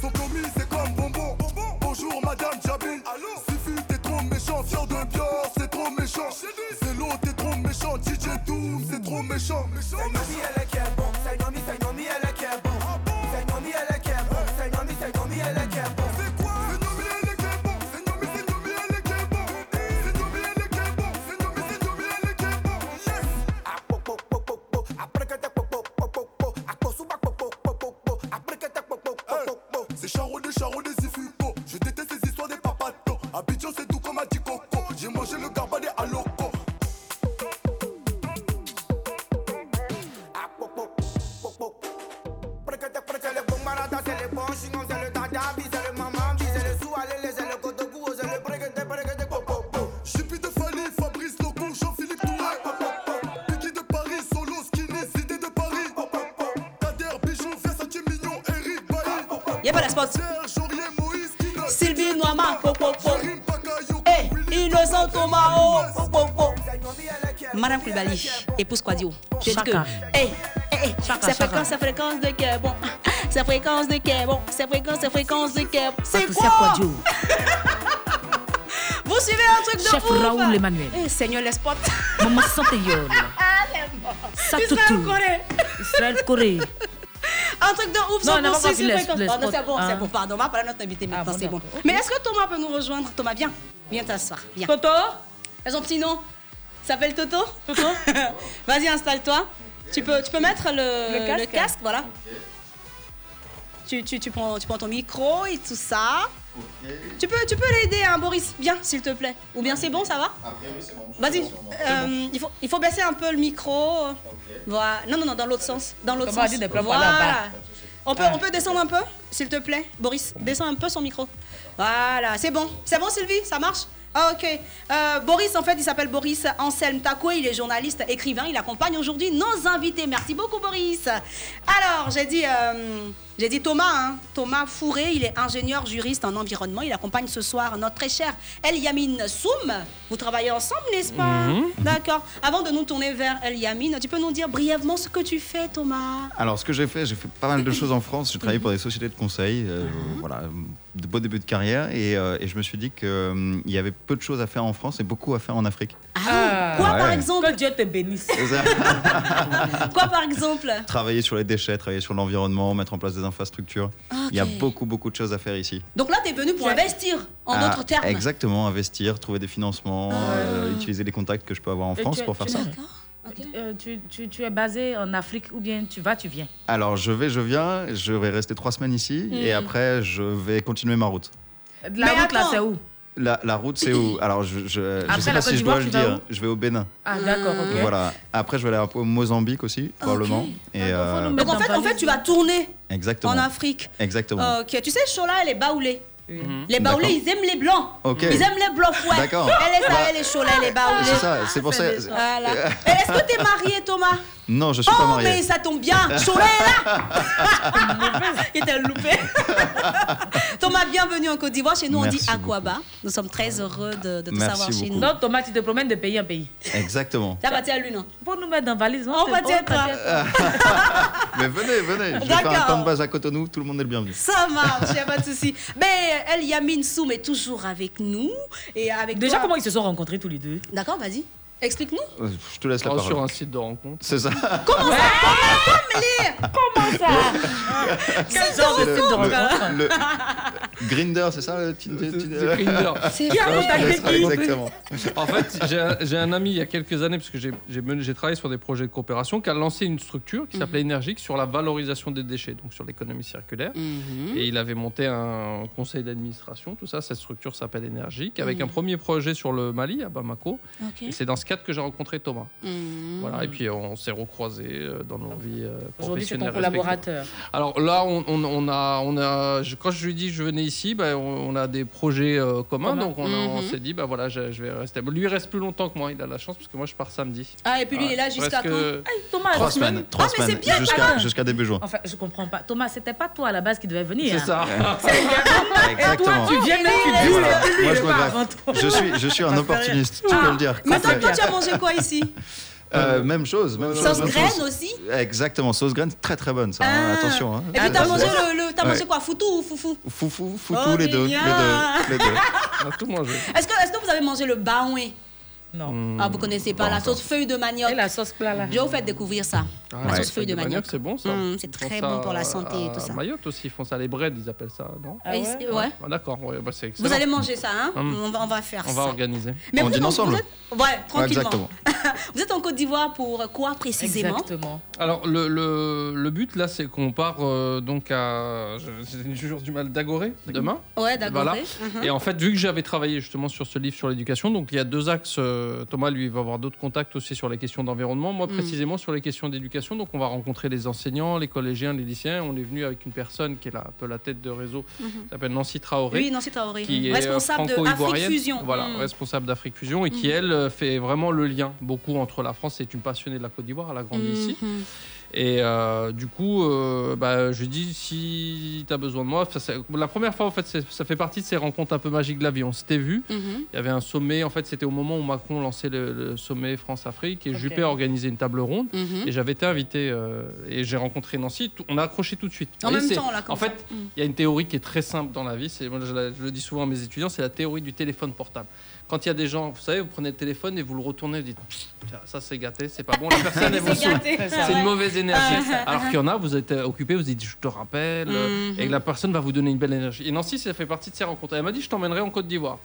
Speaker 16: Son commis, c'est comme bonbon. Bonjour, madame Jabil. Suffit, t'es trop méchant, fier de bien, c'est trop méchant. C'est l'eau, t'es trop méchant, DJ Doom, c'est trop méchant. C'est charo des charo des ifufo. Je déteste ces histoires des papatos. Abidjan, c'est tout comme a dit Coco. J'ai mangé le garba des alocos. Jupy de Fali, Fabrice Loco, Jean-Philippe Touré. Piqué de Paris, solo, skinny, cité de Paris. Kader, Bichon, Fias, Satier, Mignon, Eric, Bailly.
Speaker 2: Y'a pas la spot.
Speaker 16: Serge, Aurier, Moïse, Kina.
Speaker 2: Sylvie Noama, po, po, po. Eh, Innocent Thomas, oh, po, po, po. Madame Koulibaly, épouse Kwadio. Je dis que.
Speaker 3: Chaka.
Speaker 2: Eh, eh, eh,
Speaker 3: Chaka,
Speaker 2: c'est
Speaker 3: chaka.
Speaker 2: fréquence, c'est fréquence de qui est bon. C'est fréquence de qui est bon. C'est fréquence, c'est fréquence de qui est bon. C'est
Speaker 3: Patricia
Speaker 2: quoi
Speaker 3: Kwadjo.
Speaker 2: Vous suivez un truc de
Speaker 3: Chef
Speaker 2: ouf.
Speaker 3: Raoul Emmanuel.
Speaker 2: Eh, Seigneur, les spots.
Speaker 3: Maman Santéol. Ça
Speaker 2: Israël
Speaker 3: toutou.
Speaker 2: Corée.
Speaker 3: Israël Corée.
Speaker 2: Un truc de
Speaker 3: Non,
Speaker 2: ouf, ça
Speaker 3: on n'a
Speaker 2: pour
Speaker 3: pas
Speaker 2: suivre,
Speaker 3: vu les-
Speaker 2: fréquence.
Speaker 3: les
Speaker 2: Oh, non, c'est
Speaker 3: spots,
Speaker 2: bon,
Speaker 3: hein.
Speaker 2: c'est bon. Pardon, on va parler à notre invité maintenant,
Speaker 3: Ah, bon,
Speaker 2: c'est bon.
Speaker 3: d'accord, ok.
Speaker 2: Mais est-ce que Thomas peut nous rejoindre Thomas, viens. Viens t'asseoir. Viens.
Speaker 3: Toto
Speaker 2: Elles ont petit nom. S'appelle Toto Toto Vas-y, installe-toi. Tu peux, tu peux mettre le,
Speaker 3: Le casque.
Speaker 2: voilà. Tu, tu, tu prends, tu prends ton micro et tout ça. Tu peux, tu peux l'aider, hein, Boris Viens, s'il te plaît. Ou bien c'est bon, ça va Vas-y, euh, il, faut, il faut baisser un peu le micro. Voilà. Non, non, non, dans l'autre sens. Dans l'autre
Speaker 3: Comme on
Speaker 2: sens.
Speaker 3: dit, des plans par
Speaker 2: Voilà.
Speaker 3: là-bas.
Speaker 2: On peut, on peut descendre un peu, s'il te plaît Boris, descends un peu son micro. Voilà, c'est bon. C'est bon, Sylvie Ça marche Ah, ok. Euh, Boris, en fait, il s'appelle Boris Anselme Takoué. Il est journaliste, écrivain. Il accompagne aujourd'hui nos invités. Merci beaucoup, Boris. Alors, j'ai dit... euh, j'ai dit Thomas, hein. Thomas Fourré, il est ingénieur juriste en environnement. Il accompagne ce soir notre très cher El Yamine Soum. Vous travaillez ensemble, n'est-ce pas
Speaker 14: Mhm.
Speaker 2: D'accord. Avant de nous tourner vers El Yamine, tu peux nous dire brièvement ce que tu fais, Thomas
Speaker 26: Alors, ce que j'ai fait, j'ai fait pas mal de choses en France. J'ai travaillé pour des sociétés de conseil, euh, voilà, de beaux débuts de carrière, et, euh, et je me suis dit qu'il y avait peu de choses à faire en France et beaucoup à faire en Afrique.
Speaker 2: Ah
Speaker 3: Ah.
Speaker 2: Quoi, par
Speaker 26: Ouais.
Speaker 2: exemple Que Dieu te bénisse. Quoi, par exemple
Speaker 26: Travailler sur les déchets, travailler sur l'environnement, mettre en place des infrastructures. Il y a
Speaker 2: Ok.
Speaker 26: beaucoup, beaucoup de choses à faire ici.
Speaker 2: Donc là, tu es venu pour investir, en
Speaker 26: Ah,
Speaker 2: d'autres termes.
Speaker 26: Exactement, investir, trouver des financements, euh, utiliser les contacts que je peux avoir en
Speaker 3: Et
Speaker 26: France
Speaker 3: tu es-
Speaker 26: pour faire
Speaker 3: tu-
Speaker 26: ça.
Speaker 3: Euh, tu, tu- tu es basé en Afrique ou bien tu vas, tu viens
Speaker 26: Alors, je vais, je viens, je vais rester trois semaines ici, et
Speaker 3: Hmm.
Speaker 26: après, je vais continuer ma route.
Speaker 3: De La route, là, c'est où
Speaker 26: La, la route, c'est où Alors, je, je, je
Speaker 3: Après
Speaker 26: sais
Speaker 3: la
Speaker 26: pas
Speaker 3: Côte
Speaker 26: si je
Speaker 3: d'Ivoire,
Speaker 26: dois le
Speaker 3: tu vas
Speaker 26: dire. Je vais au Bénin.
Speaker 3: Ah, d'accord,
Speaker 2: Euh.
Speaker 3: ok.
Speaker 26: Voilà. Après, je vais aller un peu au Mozambique aussi, probablement. Et,
Speaker 3: Ah,
Speaker 26: euh,
Speaker 2: Donc en fait, en fait, tu vas tourner
Speaker 26: exactement.
Speaker 2: en Afrique. Oh,
Speaker 26: Exactement.
Speaker 2: Ok, tu sais, Chola, elle est baoulée. Les
Speaker 26: D'accord.
Speaker 2: baoulés, ils aiment les blancs.
Speaker 26: Ok.
Speaker 2: Ils aiment les blancs, ouais.
Speaker 26: D'accord.
Speaker 2: Elle est ça,
Speaker 26: Bah,
Speaker 2: elle est Chola, elle est baoulée.
Speaker 26: c'est ça, c'est pour ça- c'est-
Speaker 2: Voilà. Et Est-ce que t'es marié, Thomas
Speaker 26: Non, je suis
Speaker 2: Oh,
Speaker 26: pas marié.
Speaker 2: mais ça tombe bien. Chola est là. Il t'a loupé. Thomas, bienvenue en Côte d'Ivoire. Chez nous, on dit
Speaker 26: Merci
Speaker 2: Aquaba. Nous sommes très heureux de, de te
Speaker 26: Merci
Speaker 2: savoir chez
Speaker 26: beaucoup.
Speaker 2: nous.
Speaker 26: Donc,
Speaker 2: Thomas, tu te promènes de pays en pays.
Speaker 26: Exactement.
Speaker 2: Ça va, Ah bah, à l'une. Pour nous mettre dans valise, on
Speaker 3: c'est-
Speaker 2: va
Speaker 3: on
Speaker 2: dire
Speaker 3: va
Speaker 2: toi.
Speaker 26: Mais venez, venez. Je vais faire
Speaker 2: D'accord.
Speaker 26: un temps de base à Cotonou. Tout le monde est le bienvenu.
Speaker 2: Ça marche, y a pas de souci. Mais El Yamine Soum est toujours avec nous et avec
Speaker 3: Déjà,
Speaker 2: toi.
Speaker 3: comment ils se sont rencontrés tous les deux
Speaker 2: D'accord, vas-y. Explique-nous.
Speaker 26: Euh, Je te laisse la
Speaker 1: Oh,
Speaker 26: parole.
Speaker 1: sur un
Speaker 26: site de rencontre. C'est ça.
Speaker 2: Comment ça
Speaker 3: Quel
Speaker 26: genre de
Speaker 3: de
Speaker 26: site de
Speaker 3: rencontre
Speaker 26: le- Grinder, c'est ça le Tinder
Speaker 1: C'est Grindr.
Speaker 3: C'est
Speaker 1: Ouais,
Speaker 3: vrai.
Speaker 1: je te laisse raconter.
Speaker 26: Exactement.
Speaker 1: En fait, j'ai un- j'ai un ami il y a quelques années, parce que j'ai- j'ai mené- j'ai travaillé sur des projets de coopération, qui a lancé une structure qui s'appelait Energique sur la valorisation des déchets, donc sur l'économie circulaire. Et il avait monté un conseil d'administration, tout ça. Cette structure s'appelle Energique, avec
Speaker 14: Mhm.
Speaker 1: un premier projet sur le Mali, à Bamako.
Speaker 14: Ok.
Speaker 1: Et c'est dans ce cadre que j'ai rencontré Thomas.
Speaker 2: Mm.
Speaker 1: Voilà, et puis on s'est recroisés euh, dans nos vies euh,
Speaker 3: Aujourd'hui, c'est
Speaker 1: professionnelles.
Speaker 3: ton
Speaker 1: respectives.
Speaker 3: collaborateur.
Speaker 1: Alors là, on, on- on a, on a, je- quand je lui ai dit je venais ici, bah, on, on a des projets euh, communs,
Speaker 2: Communs.
Speaker 1: donc on, a- on
Speaker 2: Mhm.
Speaker 1: s'est dit bah voilà, je, je vais rester. Lui il reste plus longtemps que moi, il a la chance parce que moi je pars samedi.
Speaker 2: Ah, et puis lui,
Speaker 1: Ouais.
Speaker 2: il est là jusqu'à
Speaker 1: Presque-
Speaker 2: quand Thomas,
Speaker 26: Trois semaines.
Speaker 3: Ah,
Speaker 26: Trois
Speaker 1: mais
Speaker 26: semaines.
Speaker 1: c'est bien,
Speaker 26: Jusqu'à
Speaker 1: Thomas.
Speaker 26: jusqu'à début juin.
Speaker 3: Enfin, je comprends pas. Thomas, c'était pas toi à la base qui devait venir.
Speaker 26: C'est ça.
Speaker 3: hein. Et toi,
Speaker 26: Exactement.
Speaker 3: tu viens là, tu
Speaker 26: Et
Speaker 3: dis. euh,
Speaker 26: voilà.
Speaker 3: c'est lui,
Speaker 26: Moi,
Speaker 3: il
Speaker 26: je
Speaker 3: est
Speaker 26: me
Speaker 3: pas
Speaker 26: gaffe.
Speaker 3: avant toi.
Speaker 26: Je suis, je suis un opportuniste, tu peux le dire.
Speaker 2: Ah, Mais toi,
Speaker 26: Parfait.
Speaker 2: toi, tu as mangé quoi ici
Speaker 26: Euh, Même chose. Même
Speaker 2: Sauce
Speaker 26: chose, même
Speaker 2: graine
Speaker 26: chose.
Speaker 2: aussi Ah.
Speaker 26: Exactement, sauce graine, très très bonne ça. hein, Attention. Hein.
Speaker 2: Et puis t'as
Speaker 26: Ouais.
Speaker 2: mangé le, le- t'as
Speaker 26: Ouais.
Speaker 2: mangé quoi Foutou ou foufou
Speaker 26: Foufou, foutou,
Speaker 2: Oh,
Speaker 26: les, deux, les deux.
Speaker 2: bien.
Speaker 26: Les deux.
Speaker 1: On a tout mangé.
Speaker 2: Est-ce que, est-ce que vous avez mangé le baoué
Speaker 1: Non.
Speaker 2: Ah, vous connaissez pas la sauce feuille de manioc et la sauce plat là. Je vais vous faire découvrir ça.
Speaker 26: Ah
Speaker 2: la sauce feuille de manioc.
Speaker 1: c'est bon ça.
Speaker 2: Mm, c'est
Speaker 1: Ils
Speaker 2: très
Speaker 1: font
Speaker 2: bon
Speaker 1: ça
Speaker 2: pour la santé et
Speaker 1: à
Speaker 2: tout ça.
Speaker 1: Mayotte aussi, ils font ça les breads, ils appellent ça, non
Speaker 2: Ah ouais Et- ouais.
Speaker 1: Ah, D'accord, ouais, bah, c'est excellent.
Speaker 2: Vous allez manger ça, hein
Speaker 1: Mm.
Speaker 26: Hum.
Speaker 2: on, va, on va faire
Speaker 1: On
Speaker 2: ça.
Speaker 1: va organiser.
Speaker 2: Mais vous, donc, vous êtes- Ouais, tranquillement.
Speaker 1: exactement.
Speaker 2: vous êtes en Côte d'Ivoire pour quoi précisément
Speaker 3: Exactement.
Speaker 1: Alors le, le- le but là c'est qu'on part euh, donc à je- j'ai toujours du mal d'agoré demain.
Speaker 2: Ouais, d'accord.
Speaker 1: Voilà.
Speaker 2: Mhm.
Speaker 1: Et en fait, vu que j'avais travaillé justement sur ce livre sur l'éducation, donc il y a deux axes. euh, Thomas, lui, va avoir d'autres contacts aussi sur les questions d'environnement. Moi,
Speaker 14: Mhm.
Speaker 1: précisément, sur les questions d'éducation. Donc, on va rencontrer les enseignants, les collégiens, les lycéens. On est venu avec une personne qui est là, un peu la tête de réseau,
Speaker 2: Mhm.
Speaker 1: qui s'appelle Nancy Traoré.
Speaker 2: Oui, Nancy Traoré.
Speaker 1: Qui est euh,
Speaker 2: Responsable de Afrique
Speaker 1: franco-ivoirienne.
Speaker 2: Fusion.
Speaker 1: Voilà,
Speaker 2: Mm.
Speaker 1: responsable d'Afrique Fusion et qui,
Speaker 2: Mhm.
Speaker 1: elle, euh, fait vraiment le lien beaucoup entre la France. C'est une passionnée de la Côte d'Ivoire. Elle a
Speaker 2: Mhm.
Speaker 1: grandi ici. Et euh, du coup, euh, bah, je lui dis si tu as besoin de moi. ça, c'est- la première fois, en fait, c'est- ça fait partie de ces rencontres un peu magiques de la vie. On s'était
Speaker 27: Mm.
Speaker 1: vu.
Speaker 14: Mhm.
Speaker 1: Il y avait un sommet. En fait, c'était au moment où Macron lançait le, le sommet France-Afrique et Juppé a organisé une table ronde.
Speaker 14: Mhm.
Speaker 1: Et j'avais été invité euh, et j'ai rencontré Nancy. Tout- on a accroché tout de suite.
Speaker 14: En
Speaker 1: Vous voyez,
Speaker 14: même
Speaker 1: c'est-
Speaker 14: temps, là,
Speaker 1: En
Speaker 14: comme ça.
Speaker 1: fait, il y a une théorie qui est très simple dans la vie. C'est, moi, je, la- je le dis souvent à mes étudiants, c'est la théorie du téléphone portable. Quand il y a des gens, vous savez, vous prenez le téléphone et vous le retournez, vous dites Tiens, ça c'est gâté, c'est pas bon. La personne elle vous
Speaker 14: C'est
Speaker 1: saoule.
Speaker 14: gâté.
Speaker 1: C'est
Speaker 14: Ouais.
Speaker 1: une mauvaise énergie.
Speaker 14: Ah, ah,
Speaker 1: Alors
Speaker 14: ah.
Speaker 1: qu'il y en a, vous êtes euh, occupé, vous dites je te rappelle, euh,
Speaker 14: Mhm.
Speaker 1: et que la personne va vous donner une belle énergie. Et Nancy, ça fait partie de ces rencontres. Elle m'a dit je t'emmènerai en Côte d'Ivoire.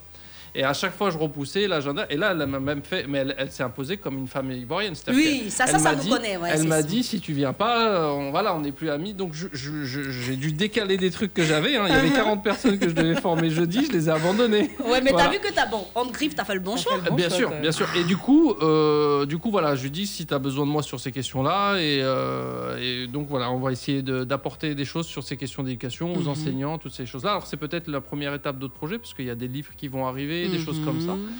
Speaker 1: Et à chaque fois, je repoussais l'agenda. Et là, elle m'a même fait. Mais elle, elle s'est imposée comme une femme ivoirienne. C'est-à-dire
Speaker 2: Oui,
Speaker 1: qu'elle-
Speaker 2: ça- ça,
Speaker 1: elle
Speaker 2: ça
Speaker 1: m'a
Speaker 2: nous
Speaker 1: dit-
Speaker 2: connaît, ouais,
Speaker 1: elle
Speaker 2: c'est
Speaker 1: m'a
Speaker 2: ça.
Speaker 1: dit si tu viens pas, euh, on, voilà, on n'est plus amis. Donc, je- je- je- j'ai dû décaler des trucs que j'avais. hein. Il y avait 40 personnes que je devais former jeudi. Je les ai abandonnées.
Speaker 2: Uh-huh. Ouais, mais
Speaker 1: Voilà.
Speaker 2: t'as vu que t'as bon. On te griffe, t'as fait le bon choix.
Speaker 1: Euh, Bien sûr, bien sûr. Et du coup, euh, du coup, voilà, je lui dis si tu as besoin de moi sur ces questions-là. Et, euh, et donc, voilà, on va essayer de- d'apporter des choses sur ces questions d'éducation aux
Speaker 14: Mhm.
Speaker 1: enseignants, toutes ces choses-là. Alors, c'est peut-être la première étape d'autres projets, parce qu'il y a des livres qui vont arriver, des choses comme ça.
Speaker 2: Mhm.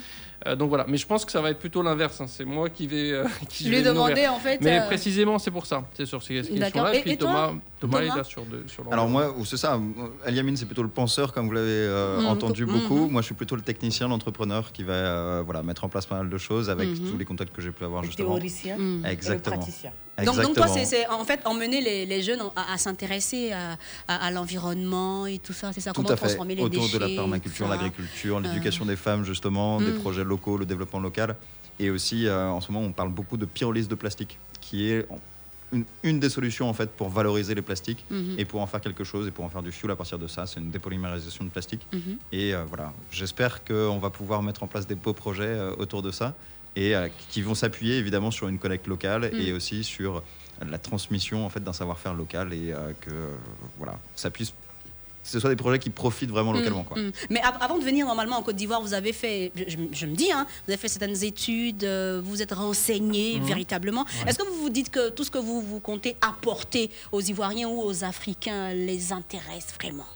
Speaker 1: Euh, donc voilà, mais je pense que ça va être plutôt l'inverse. hein. C'est moi qui vais euh, qui je
Speaker 2: Lui
Speaker 1: vais le
Speaker 2: demander,
Speaker 1: nourrir.
Speaker 2: en fait,
Speaker 1: Mais
Speaker 2: euh,
Speaker 1: précisément, c'est pour ça. C'est sur ces
Speaker 2: D'accord.
Speaker 1: questions-là.
Speaker 2: Et-
Speaker 1: Et puis
Speaker 2: et toi,
Speaker 1: Thomas, Thomas, il est
Speaker 2: Thomas
Speaker 1: là sur, de- sur
Speaker 26: Alors moi, c'est ça, Aliamine c'est plutôt le penseur comme vous l'avez euh,
Speaker 2: Mm.
Speaker 1: Mhm.
Speaker 26: entendu
Speaker 2: Mm-hmm.
Speaker 1: Mhm.
Speaker 26: beaucoup. Moi je suis plutôt le technicien, l'entrepreneur qui va euh, voilà, mettre en place pas mal de choses avec
Speaker 2: Mhm.
Speaker 26: tous les contacts que j'ai pu avoir justement.
Speaker 2: théoricien Mhm. et le
Speaker 26: Exactement.
Speaker 2: praticien. Donc,
Speaker 26: Exactement.
Speaker 2: donc toi, c'est c'est en fait emmener les, les jeunes à, à s'intéresser à, à- à l'environnement et tout ça, c'est ça
Speaker 26: Tout
Speaker 2: Comment
Speaker 26: à fait,
Speaker 2: transformer les
Speaker 26: autour
Speaker 2: déchets
Speaker 26: de la permaculture,
Speaker 2: tout ça.
Speaker 26: l'agriculture,
Speaker 2: Euh.
Speaker 26: l'éducation des femmes justement, des
Speaker 2: Mm.
Speaker 26: projets locaux, le développement local. Et aussi, euh, en ce moment, on parle beaucoup de pyrolyse de plastique, qui est une, une des solutions en fait pour valoriser les plastiques
Speaker 2: Mm-hmm.
Speaker 16: Mhm.
Speaker 26: et pour en faire quelque chose et pour en faire du fioul à partir de ça. C'est une dépolymérisation de plastique.
Speaker 16: Mhm.
Speaker 26: Et euh, voilà, j'espère qu'on va pouvoir mettre en place des beaux projets euh, autour de ça et euh, qui vont s'appuyer évidemment sur une collecte locale
Speaker 2: Mm.
Speaker 26: et aussi sur la transmission en fait d'un savoir-faire local et euh, que euh, voilà, ça puisse que ce soit des projets qui profitent vraiment localement
Speaker 2: Mm,
Speaker 26: quoi.
Speaker 2: mm. Mais av- avant de venir normalement en Côte d'Ivoire, vous avez fait, je, je- je me dis, hein, vous avez fait certaines études, euh, vous vous êtes renseigné
Speaker 1: Hum.
Speaker 26: Mhm.
Speaker 2: véritablement. Est-ce que vous vous dites que tout ce que vous, vous comptez apporter aux Ivoiriens ou aux Africains les intéresse vraiment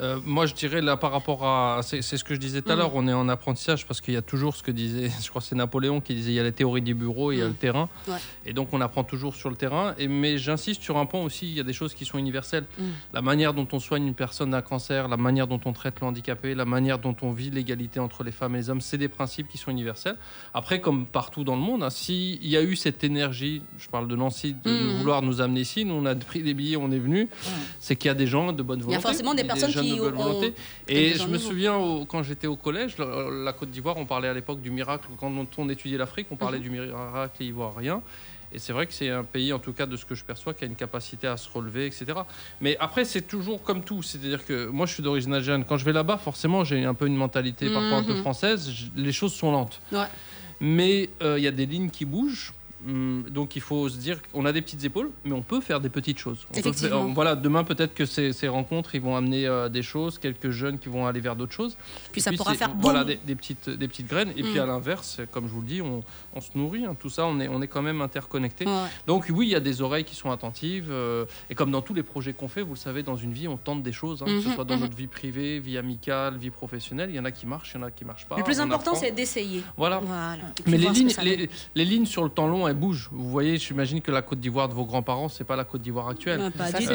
Speaker 1: Euh, moi, je dirais là par rapport à. C'est c'est ce que je disais tout à
Speaker 2: Mhm.
Speaker 1: l'heure, on est en apprentissage parce qu'il y a toujours ce que disait, je crois que c'est Napoléon qui disait il y a la théorie du bureau, il y a le terrain.
Speaker 2: Ouais.
Speaker 1: Et donc, on apprend toujours sur le terrain. Et, mais j'insiste sur un point aussi il y a des choses qui sont universelles.
Speaker 2: Mm.
Speaker 1: La manière dont on soigne une personne d'un cancer, la manière dont on traite le handicapé, la manière dont on vit l'égalité entre les femmes et les hommes, c'est des principes qui sont universels. Après, comme partout dans le monde, hein, s'il y a eu cette énergie, je parle de Nancy, de
Speaker 2: Mm.
Speaker 1: vouloir nous amener ici, nous on a pris des billets, on est venu, c'est qu'il y a des gens de bonne
Speaker 2: Il y a
Speaker 1: volonté,
Speaker 2: forcément des personnes
Speaker 1: jeunes
Speaker 2: qui
Speaker 1: de bonne
Speaker 2: ont-
Speaker 1: volonté.
Speaker 2: ont-
Speaker 1: Et
Speaker 2: des gens
Speaker 1: je me
Speaker 2: nouveaux.
Speaker 1: souviens, au- quand j'étais au collège, le- la Côte d'Ivoire, on parlait à l'époque du miracle. Quand on, on étudiait l'Afrique, on parlait
Speaker 2: Mhm.
Speaker 1: du miracle ivoirien. Et c'est vrai que c'est un pays, en tout cas de ce que je perçois, qui a une capacité à se relever, etc. Mais après, c'est toujours comme tout. C'est-à-dire que moi, je suis d'origine algérienne. Quand je vais là-bas, forcément, j'ai un peu une mentalité parfois un peu
Speaker 2: Mhm.
Speaker 1: française. Je- les choses sont lentes.
Speaker 2: Ouais.
Speaker 1: Mais euh, il y a des lignes qui bougent. Hum, Donc il faut se dire qu'on a des petites épaules, mais on peut faire des petites choses. On peut faire-
Speaker 2: Effectivement.
Speaker 1: euh, voilà, demain peut-être que ces, ces rencontres, ils vont amener euh, des choses, quelques jeunes qui vont aller vers d'autres choses.
Speaker 2: Puis
Speaker 1: Et
Speaker 2: ça pourra
Speaker 1: c'est-
Speaker 2: faire
Speaker 1: voilà
Speaker 2: boum.
Speaker 1: des, des petites des petites graines. Et
Speaker 2: Mm.
Speaker 1: puis à l'inverse, comme je vous le dis, on, on se nourrit. hein. Tout ça, on est on est quand même interconnecté.
Speaker 2: Ouais.
Speaker 1: Donc oui, il y a des oreilles qui sont attentives. euh, et comme dans tous les projets qu'on fait, vous le savez, dans une vie, on tente des choses, hein, que ce
Speaker 2: Mhm,
Speaker 1: soit dans
Speaker 2: mhm.
Speaker 1: notre vie privée, vie amicale, vie professionnelle. Il y en a qui marchent, il y en a qui marchent pas.
Speaker 2: Le plus
Speaker 1: Bah, on
Speaker 2: important,
Speaker 1: apprend.
Speaker 2: c'est d'essayer.
Speaker 1: Voilà.
Speaker 2: Et puis
Speaker 1: Mais les
Speaker 2: voir ce que
Speaker 1: lignes,
Speaker 2: ça donne.
Speaker 1: les, les lignes sur le temps long, elles bougent. Vous voyez, j'imagine que la Côte d'Ivoire de vos grands-parents, c'est pas la Côte d'Ivoire actuelle.
Speaker 2: Ah, pas
Speaker 1: Euh,
Speaker 2: du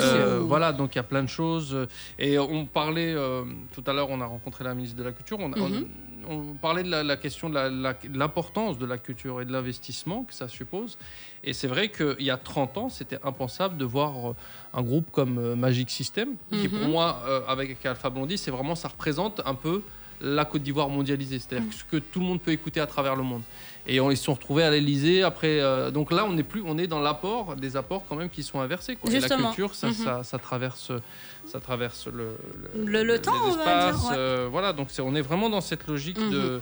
Speaker 2: tout.
Speaker 1: Voilà, donc il y a plein de choses. Et on parlait euh, tout à l'heure, on a rencontré la ministre de la Culture. On, a- on-
Speaker 2: Mhm.
Speaker 1: on parlait de la, la question de la- la- de l'importance de la culture et de l'investissement que ça suppose. Et c'est vrai qu'il y a 30 ans, c'était impensable de voir euh, un groupe comme euh, Magic System, qui
Speaker 2: Mhm.
Speaker 1: pour moi, euh, avec Alpha Blondie, c'est vraiment, ça représente un peu la Côte d'Ivoire mondialisée,
Speaker 2: Mhm.
Speaker 1: c'est-à-dire ce que tout le monde peut écouter à travers le monde. Et on, ils se sont retrouvés à l'Elysée après. euh, donc là, on est plus, on est dans l'apport, des apports quand même qui sont inversés. Quoi. Et la
Speaker 2: Justement.
Speaker 1: culture, ça,
Speaker 2: Mhm.
Speaker 1: ça, ça traverse, ça traverse le,
Speaker 2: Le- le temps,
Speaker 1: les
Speaker 2: on va dire,
Speaker 1: espaces.
Speaker 2: ouais. Mhm.
Speaker 1: euh, voilà, donc c'est- on est vraiment dans cette logique de,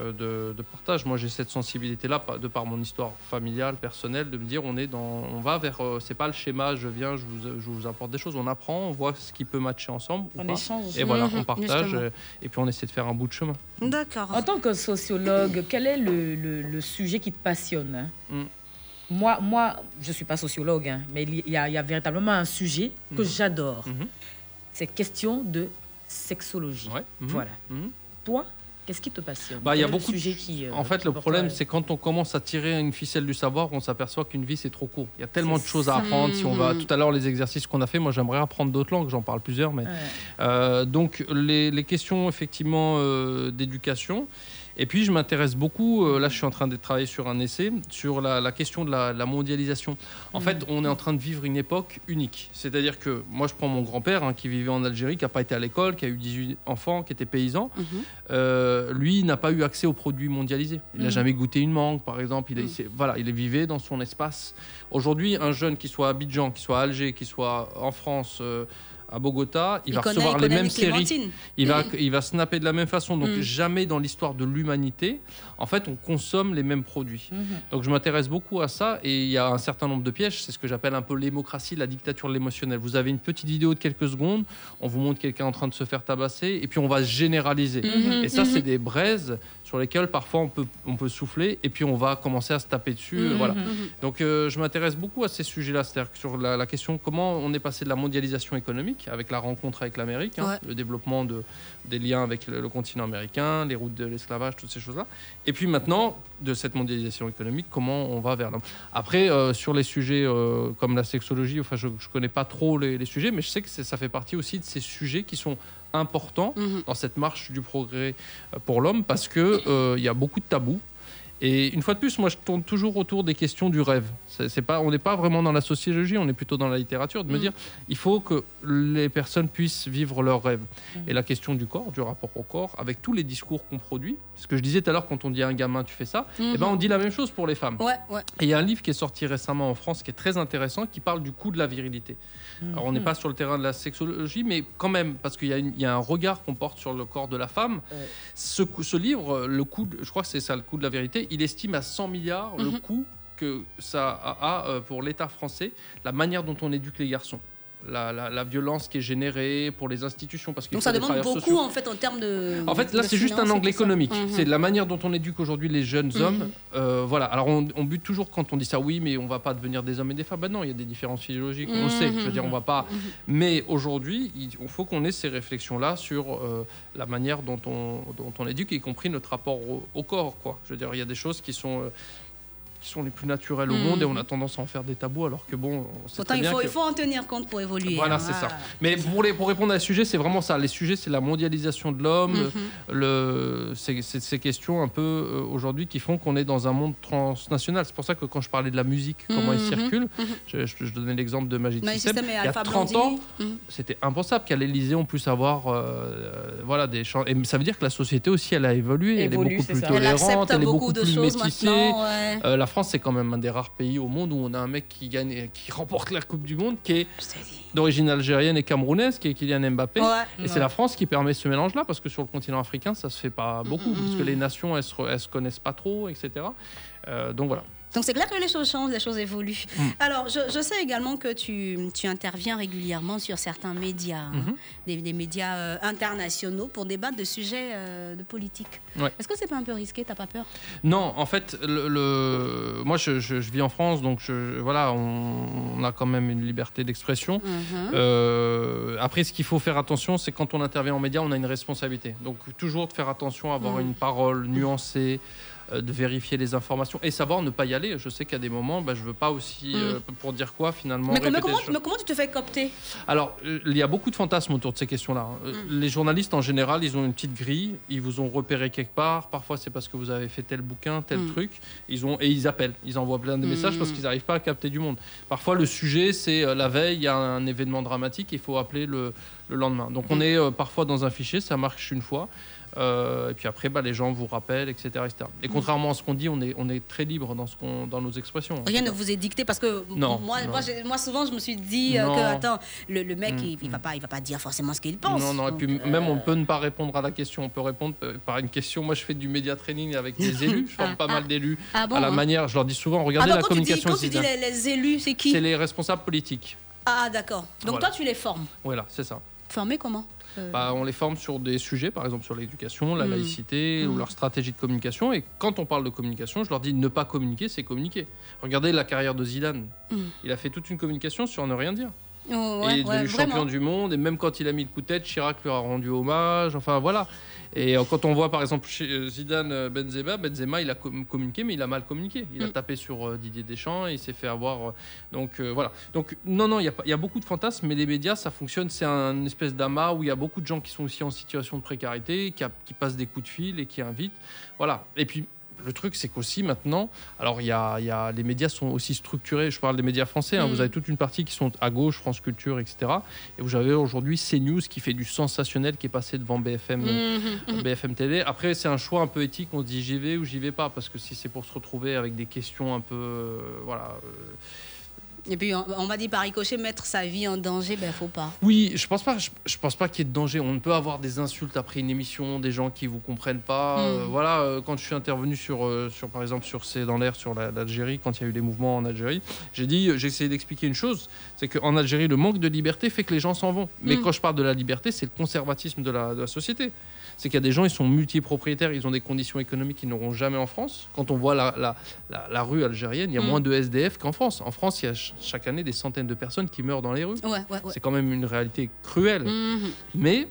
Speaker 1: euh, de, de partage. Moi, j'ai cette sensibilité-là, pas- de par mon histoire familiale, personnelle, de me dire on est dans, on va vers. euh, c'est pas le schéma, je viens, je vous, je vous apporte des choses. On apprend, on voit ce qui peut matcher ensemble. ou
Speaker 3: On
Speaker 1: pas.
Speaker 3: échange.
Speaker 1: Et voilà,
Speaker 3: Mhm,
Speaker 1: on partage.
Speaker 3: justement.
Speaker 1: euh, Et puis on essaie de faire un bout de chemin.
Speaker 2: D'accord.
Speaker 3: En tant que sociologue, quel est le, le- le sujet qui te passionne hein
Speaker 1: Mm.
Speaker 3: Moi, moi, je suis pas sociologue, hein, mais il y, a- il y a véritablement un sujet que
Speaker 26: Mm.
Speaker 1: Mhm.
Speaker 3: j'adore.
Speaker 26: Mm-hmm.
Speaker 1: Mhm.
Speaker 3: C'est question de sexologie.
Speaker 26: Mm-hmm.
Speaker 1: Mhm.
Speaker 3: Voilà.
Speaker 1: Mhm.
Speaker 3: Toi, qu'est-ce qui te passionne
Speaker 1: Bah, il y a
Speaker 3: Quel est le
Speaker 1: beaucoup de-
Speaker 3: sujets qui. euh,
Speaker 1: En fait,
Speaker 3: qui
Speaker 1: le
Speaker 3: porte-
Speaker 1: problème, c'est quand on commence à tirer une ficelle du savoir, on s'aperçoit qu'une vie, c'est trop court. Il y a tellement de choses à
Speaker 2: ça.
Speaker 1: apprendre. Si on va
Speaker 3: Hmm.
Speaker 2: Mhm.
Speaker 1: tout à l'heure, les exercices qu'on a fait, moi, j'aimerais apprendre d'autres langues. J'en parle plusieurs, mais Euh, donc les, les questions effectivement euh, d'éducation. Et puis je m'intéresse beaucoup, euh, là je suis en train de travailler sur un essai, sur la, la question de la, la mondialisation. En fait, on est en train de vivre une époque unique. C'est-à-dire que moi je prends mon grand-père hein, qui vivait en Algérie, qui n'a pas été à l'école, qui a eu 18 enfants, qui était paysan. Euh, lui il n'a pas eu accès aux produits mondialisés. Il n'a
Speaker 2: Mhm.
Speaker 1: jamais goûté une mangue par exemple. Il, a- il s'est- voilà, il vivait dans son espace. Aujourd'hui, un jeune qui soit à Abidjan, qui soit à Alger, qui soit en France... euh, à- à Bogota, il,
Speaker 2: Il
Speaker 1: va
Speaker 2: connaît-
Speaker 1: recevoir
Speaker 2: il
Speaker 1: les
Speaker 2: connaît
Speaker 1: mêmes
Speaker 2: les
Speaker 1: séries.
Speaker 2: Clémentines.
Speaker 1: Il va,
Speaker 2: Mm.
Speaker 1: il va snapper de la même façon. Donc
Speaker 2: Mm.
Speaker 1: jamais dans l'histoire de l'humanité, en fait, on consomme les mêmes produits. Donc je m'intéresse beaucoup à ça et il y a un certain nombre de pièges. C'est ce que j'appelle un peu l'hémocratie, la dictature de l'émotionnel. Vous avez une petite vidéo de quelques secondes, on vous montre quelqu'un en train de se faire tabasser et puis on va généraliser.
Speaker 14: Mhm,
Speaker 1: et ça,
Speaker 14: mhm.
Speaker 1: c'est des braises sur lesquelles parfois on peut, on peut souffler et puis on va commencer à se taper dessus.
Speaker 14: Mhm,
Speaker 1: Voilà.
Speaker 14: mhm.
Speaker 1: Donc euh, je m'intéresse beaucoup à ces sujets-là, c'est-à-dire que sur la, la question comment on est passé de la mondialisation économique avec la rencontre avec l'Amérique, hein,
Speaker 14: Ouais.
Speaker 1: le développement de, des liens avec le, le continent américain, les routes de l'esclavage, toutes ces choses-là, et puis maintenant de cette mondialisation économique, comment on va vers l'homme. Après, euh, sur les sujets euh, comme la sexologie, enfin je, je connais pas trop les, les sujets, mais je sais que c'est- ça fait partie aussi de ces sujets qui sont importants dans cette marche du progrès euh, pour l'homme parce que euh, il y a beaucoup de tabous. Et une fois de plus, moi, je tourne toujours autour des questions du rêve. C'est, c'est pas, on n'est pas vraiment dans la sociologie, on est plutôt dans la littérature, de me dire, il faut que les personnes puissent vivre leurs rêves. Et la question du corps, du rapport au corps, avec tous les discours qu'on produit, ce que je disais tout à l'heure, quand on dit à un gamin, tu fais ça,
Speaker 2: Mhm.
Speaker 1: eh ben, on dit la même chose pour les femmes.
Speaker 2: Ouais, ouais.
Speaker 1: Et il y a un livre qui est sorti récemment en France qui est très intéressant, qui parle du coût de la virilité.
Speaker 2: Mm.
Speaker 1: Alors on n'est pas sur le terrain de la sexologie, mais quand même, parce qu'il y, a une- il y a un regard qu'on porte sur le corps de la femme. Ce, cou- ce livre, le coût, de- je crois que c'est ça le coût de la vérité, il estime à 100 milliards le
Speaker 2: Mm-hmm.
Speaker 14: Mhm.
Speaker 1: coût que ça a, a, euh, pour l'État français, la manière dont on éduque les garçons. La, la- la violence qui est générée pour les institutions. Parce qu'il
Speaker 2: Donc
Speaker 1: faut
Speaker 2: ça
Speaker 1: des
Speaker 2: demande
Speaker 1: travailleurs
Speaker 2: beaucoup
Speaker 1: sociaux.
Speaker 2: en fait en termes de.
Speaker 1: En fait, là,
Speaker 2: de
Speaker 1: c'est juste un
Speaker 2: finances et
Speaker 1: angle
Speaker 2: tout ça.
Speaker 1: économique.
Speaker 2: Mhm.
Speaker 1: C'est la manière dont on éduque aujourd'hui les jeunes
Speaker 2: Mhm.
Speaker 1: hommes. Euh, voilà. Alors, on, on bute toujours quand on dit ça, oui, mais on va pas devenir des hommes et des femmes. Ben non, il y a des différences physiologiques, on le sait. Je veux dire, on va pas.
Speaker 2: Mhm.
Speaker 1: Mais aujourd'hui, il on faut qu'on ait ces réflexions-là sur euh, la manière dont on, dont on éduque, y compris notre rapport au, au corps, quoi. Je veux dire, il y a des choses qui sont. euh, qui sont les plus naturelles au
Speaker 2: Mhm.
Speaker 1: monde et on a tendance à en faire des tabous alors que bon on sait
Speaker 2: Pourtant,
Speaker 1: très
Speaker 2: il
Speaker 1: bien
Speaker 2: faut,
Speaker 1: que-
Speaker 2: il faut en tenir compte pour évoluer.
Speaker 1: voilà,
Speaker 2: hein,
Speaker 1: c'est ça. Mais pour, les, pour répondre à ce sujet, c'est vraiment ça. Les sujets, c'est la mondialisation de l'homme,
Speaker 2: Mm-hmm.
Speaker 1: le- c'est c'est ces questions un peu euh, aujourd'hui qui font qu'on est dans un monde transnational. C'est pour ça que quand je parlais de la musique, comment elle
Speaker 2: Mhm,
Speaker 1: circule,
Speaker 2: mhm.
Speaker 1: je, je- je donnais l'exemple de Magic
Speaker 2: Magic
Speaker 1: System.
Speaker 2: System et
Speaker 1: Il y a
Speaker 2: Alpha
Speaker 1: 30
Speaker 2: Blondy.
Speaker 1: ans,
Speaker 11: hum.
Speaker 2: Mhm.
Speaker 1: c'était impensable qu'à l'Élysée, on puisse avoir euh, voilà, des chants. Et ça veut dire que la société aussi, elle a évolué. elle est
Speaker 2: Évolue,
Speaker 1: beaucoup
Speaker 2: c'est
Speaker 1: plus
Speaker 2: ça. Elle
Speaker 1: tolérante,
Speaker 2: accepte
Speaker 1: elle est
Speaker 2: beaucoup
Speaker 1: beaucoup
Speaker 2: de
Speaker 1: plus
Speaker 2: choses
Speaker 1: métissée.
Speaker 2: maintenant, ouais.
Speaker 1: Euh, la France, c'est quand même un des rares pays au monde où on a un mec qui, gagne, qui remporte la Coupe du Monde, qui est d'origine algérienne et camerounaise, qui est Kylian Mbappé.
Speaker 2: Ouais.
Speaker 1: Et
Speaker 2: Ouais.
Speaker 1: c'est la France qui permet ce mélange-là, parce que sur le continent africain, ça se fait pas beaucoup,
Speaker 2: Mm,
Speaker 1: parce que les nations, elles se, re- elles se connaissent pas trop, etc. Euh, donc voilà.
Speaker 2: Donc c'est clair que les choses changent, les choses évoluent.
Speaker 1: Mm.
Speaker 2: Alors je, je sais également que tu, tu interviens régulièrement sur certains médias, hein,
Speaker 1: Mhm.
Speaker 2: des, des médias euh, internationaux pour débattre de sujets euh, de politique.
Speaker 1: Ouais.
Speaker 2: Est-ce que c'est pas un peu risqué T'as pas peur
Speaker 1: Non, en fait, le, le- moi, je, je- je vis en France, donc je- voilà, on, on a quand même une liberté d'expression. Euh, après, ce qu'il faut faire attention, c'est quand on intervient en média, on a une responsabilité. Donc toujours de faire attention à avoir
Speaker 14: Mhm.
Speaker 1: une parole nuancée. euh, de vérifier les informations et savoir ne pas y aller. Je sais qu'à des moments, bah, je veux pas aussi euh, pour dire quoi finalement.
Speaker 2: mais, mais
Speaker 1: répéter
Speaker 2: comment,
Speaker 1: les choses.
Speaker 2: mais comment tu te fais copter
Speaker 1: Alors, euh, il y a beaucoup de fantasmes autour de ces questions-là. Euh,
Speaker 2: Mm.
Speaker 1: Les journalistes, en général, ils ont une petite grille, ils vous ont repéré quelque part. Parfois, c'est parce que vous avez fait tel bouquin, tel
Speaker 14: Mm.
Speaker 1: truc. Ils ont, et ils appellent, ils envoient plein de messages
Speaker 14: Mm.
Speaker 1: parce qu'ils n'arrivent pas à capter du monde. Parfois, le sujet, c'est euh, la veille, il y a un événement dramatique, il faut appeler le, le lendemain. Donc,
Speaker 2: Mm.
Speaker 1: on est euh, parfois dans un fichier, ça marche une fois. Euh, et puis après, bah, les gens vous rappellent, etc. etc.
Speaker 2: Mm.
Speaker 1: Et contrairement à ce qu'on dit, on est, on est très libre dans, ce qu'on- dans nos expressions. hein.
Speaker 2: Rien ne vous est dicté parce que
Speaker 1: Non,
Speaker 2: moi,
Speaker 1: non.
Speaker 2: Moi, j'ai- moi, souvent je me suis dit euh,
Speaker 1: Non.
Speaker 2: que attends le, le mec
Speaker 1: Mm,
Speaker 2: il, il va pas il va pas dire forcément ce qu'il pense.
Speaker 1: Non, non, et
Speaker 2: Donc,
Speaker 1: puis
Speaker 2: euh,
Speaker 1: même on peut ne pas répondre à la question, on peut répondre euh, par une question. Moi je fais du média training avec des élus, je forme pas mal d'élus.
Speaker 2: Ah bon,
Speaker 1: à la
Speaker 2: hein
Speaker 1: manière, je leur dis souvent, regardez
Speaker 2: Attends,
Speaker 1: la
Speaker 2: Ah, quand
Speaker 1: communication
Speaker 2: tu dis, quand tu dis les,
Speaker 1: citoyenne.
Speaker 2: les élus c'est qui
Speaker 1: C'est les responsables politiques.
Speaker 2: Ah d'accord. Donc
Speaker 1: Voilà.
Speaker 2: toi tu les formes.
Speaker 1: Voilà, c'est ça.
Speaker 2: Former comment Euh,
Speaker 1: Bah, on les forme sur des sujets, par exemple sur l'éducation, la
Speaker 2: Mm.
Speaker 1: laïcité ou
Speaker 2: Mm.
Speaker 1: leur stratégie de communication. Et quand on parle de communication, je leur dis ne pas communiquer, c'est communiquer. Regardez la carrière de Zidane.
Speaker 2: Mm.
Speaker 1: Il a fait toute une communication sur ne rien dire. et
Speaker 2: Oh,
Speaker 1: il
Speaker 2: ouais,
Speaker 1: est devenu
Speaker 2: ouais,
Speaker 1: champion
Speaker 2: vraiment.
Speaker 1: du monde. Et même quand il a mis le coup de tête, Chirac lui a rendu hommage. Enfin voilà. Et euh, quand on voit par exemple chez euh, Zidane euh, Benzema, Benzema il a com- communiqué, mais il a mal communiqué. Il a tapé sur euh, Didier Deschamps et il s'est fait avoir. euh, donc euh, voilà. Donc non, non, il y, a pas- il y a beaucoup de fantasmes, mais les médias ça fonctionne. C'est un espèce d'amas où il y a beaucoup de gens qui sont aussi en situation de précarité, qui, a- qui passent des coups de fil et qui invitent. Voilà. Et puis le truc, c'est qu'aussi maintenant, alors il y a, il y a- les médias sont aussi structurés. Je parle des médias français. hein.
Speaker 14: Mm.
Speaker 1: vous avez toute une partie qui sont à gauche, France Culture, etc. Et vous avez aujourd'hui CNews qui fait du sensationnel, qui est passé devant BFM, euh,
Speaker 14: Mhm, mhm.
Speaker 1: BFM Télé. Après, c'est un choix un peu éthique. On se dit j'y vais ou j'y vais pas, parce que si c'est pour se retrouver avec des questions un peu, euh, voilà. euh,
Speaker 2: Et puis, on, on m'a dit par ricochet, mettre sa vie en danger, ben faut pas.
Speaker 1: Oui, je pense pas. Je, je pense pas qu'il y ait de danger. On peut avoir des insultes après une émission, des gens qui vous comprennent pas.
Speaker 2: Mm.
Speaker 1: Euh, voilà, euh, quand je suis intervenu sur, euh, sur par exemple, sur C'est dans l'air sur la- l'Algérie, quand il y a eu les mouvements en Algérie, j'ai dit, euh, j'ai essayé d'expliquer une chose, c'est qu'en Algérie, le manque de liberté fait que les gens s'en vont. Mais
Speaker 2: Mm.
Speaker 1: quand je parle de la liberté, c'est le conservatisme de la, de la société. C'est qu'il y a des gens, ils sont multipropriétaires, ils ont des conditions économiques qu'ils n'auront jamais en France. Quand on voit la, la- la- la rue algérienne, il y a
Speaker 2: Mm.
Speaker 1: moins de SDF qu'en France. En France, il y a ch- chaque année des centaines de personnes qui meurent dans les rues.
Speaker 2: Ouais, ouais, ouais.
Speaker 1: C'est quand même une réalité cruelle.
Speaker 2: Mhm.
Speaker 1: Mais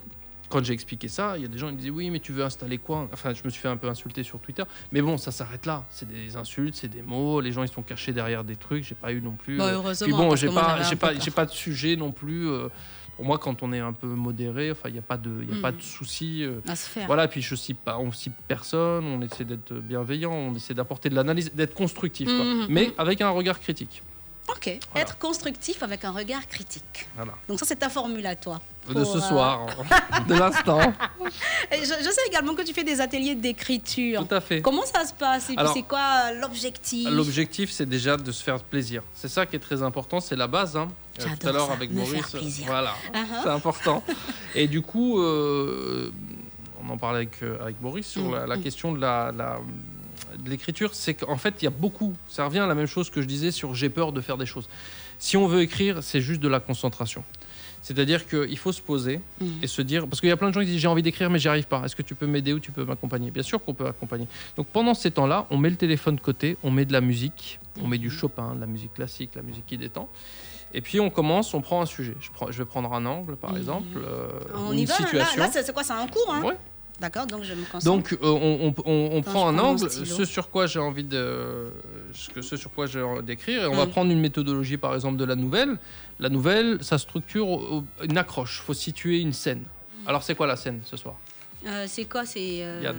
Speaker 1: quand j'ai expliqué ça, il y a des gens qui me disaient oui, mais tu veux installer quoi Enfin, je me suis fait un peu insulter sur Twitter. Mais bon, ça s'arrête là. C'est des insultes, c'est des mots. Les gens ils sont cachés derrière des trucs. J'ai pas eu non plus.
Speaker 2: Bah,
Speaker 1: euh,
Speaker 2: heureusement,
Speaker 1: Puis bon,
Speaker 2: parce
Speaker 1: j'ai
Speaker 2: que moi,
Speaker 1: pas,
Speaker 2: j'avais un
Speaker 1: j'ai
Speaker 2: peu
Speaker 1: pas,
Speaker 2: peur.
Speaker 1: j'ai pas de sujet non plus. euh, pour moi, quand on est un peu modéré, enfin, il n'y a pas de, il y a
Speaker 2: Mm.
Speaker 1: pas de souci. euh,
Speaker 2: À se faire.
Speaker 1: Voilà. Puis je cible pas, on cible personne. On essaie d'être bienveillant. On essaie d'apporter de l'analyse, d'être constructif, quoi.
Speaker 2: Mhm.
Speaker 1: mais avec un regard critique.
Speaker 2: Ok. Être constructif avec un regard critique.
Speaker 1: Voilà.
Speaker 2: Donc, ça, c'est ta formule à toi.
Speaker 1: De
Speaker 2: Pour,
Speaker 1: ce
Speaker 2: euh,
Speaker 1: soir, de l'instant.
Speaker 2: Et je, je sais également que tu fais des ateliers d'écriture.
Speaker 1: Tout à fait.
Speaker 2: Comment ça se passe Et puis,
Speaker 1: Alors-
Speaker 2: c'est quoi euh, l'objectif
Speaker 1: L'objectif, c'est déjà de se faire plaisir. C'est ça qui est très important, c'est la base. hein. Euh, tout à
Speaker 2: J'adore
Speaker 1: l'heure
Speaker 2: ça,
Speaker 1: avec
Speaker 2: me faire
Speaker 1: Maurice, euh,
Speaker 2: plaisir.
Speaker 1: voilà,
Speaker 2: Ah ah.
Speaker 1: c'est important. Et du coup, euh, on en parlait avec, euh, avec Maurice sur
Speaker 2: Mm,
Speaker 1: la, la question de la- la- de l'écriture, c'est qu'en fait, il y a beaucoup. Ça revient à la même chose que je disais sur j'ai peur de faire des choses. Si on veut écrire, c'est juste de la concentration. C'est-à-dire qu'il faut se poser
Speaker 2: Mm.
Speaker 1: et se dire, parce qu'il y a plein de gens qui disent j'ai envie d'écrire mais j'y arrive pas, est-ce que tu peux m'aider ou tu peux m'accompagner Bien sûr qu'on peut accompagner. Donc pendant ces temps-là, on met le téléphone de côté, on met de la musique, on met du
Speaker 2: Mm.
Speaker 1: Chopin, de la musique classique, la musique qui détend. Et puis on commence, on prend un sujet. Je, prends- je vais prendre un angle par exemple, euh,
Speaker 2: On
Speaker 1: ou une
Speaker 2: y va. là.
Speaker 1: situation.
Speaker 2: Là, c'est c'est quoi C'est un cours, hein
Speaker 1: Ouais.
Speaker 2: D'accord, donc je me concentre.
Speaker 1: Donc euh, on, on- on- on prend un
Speaker 2: Attends, je prends mon
Speaker 1: angle,
Speaker 2: stylo.
Speaker 1: ce sur quoi j'ai envie de, ce que- ce sur quoi j'ai envie d'écrire, et on va
Speaker 2: Mm.
Speaker 1: prendre une méthodologie par exemple de la nouvelle. La nouvelle, ça structure au- au- une accroche. Faut situer une scène. Alors c'est quoi la scène ce soir
Speaker 2: Euh, c'est quoi C'est. euh,
Speaker 1: Yann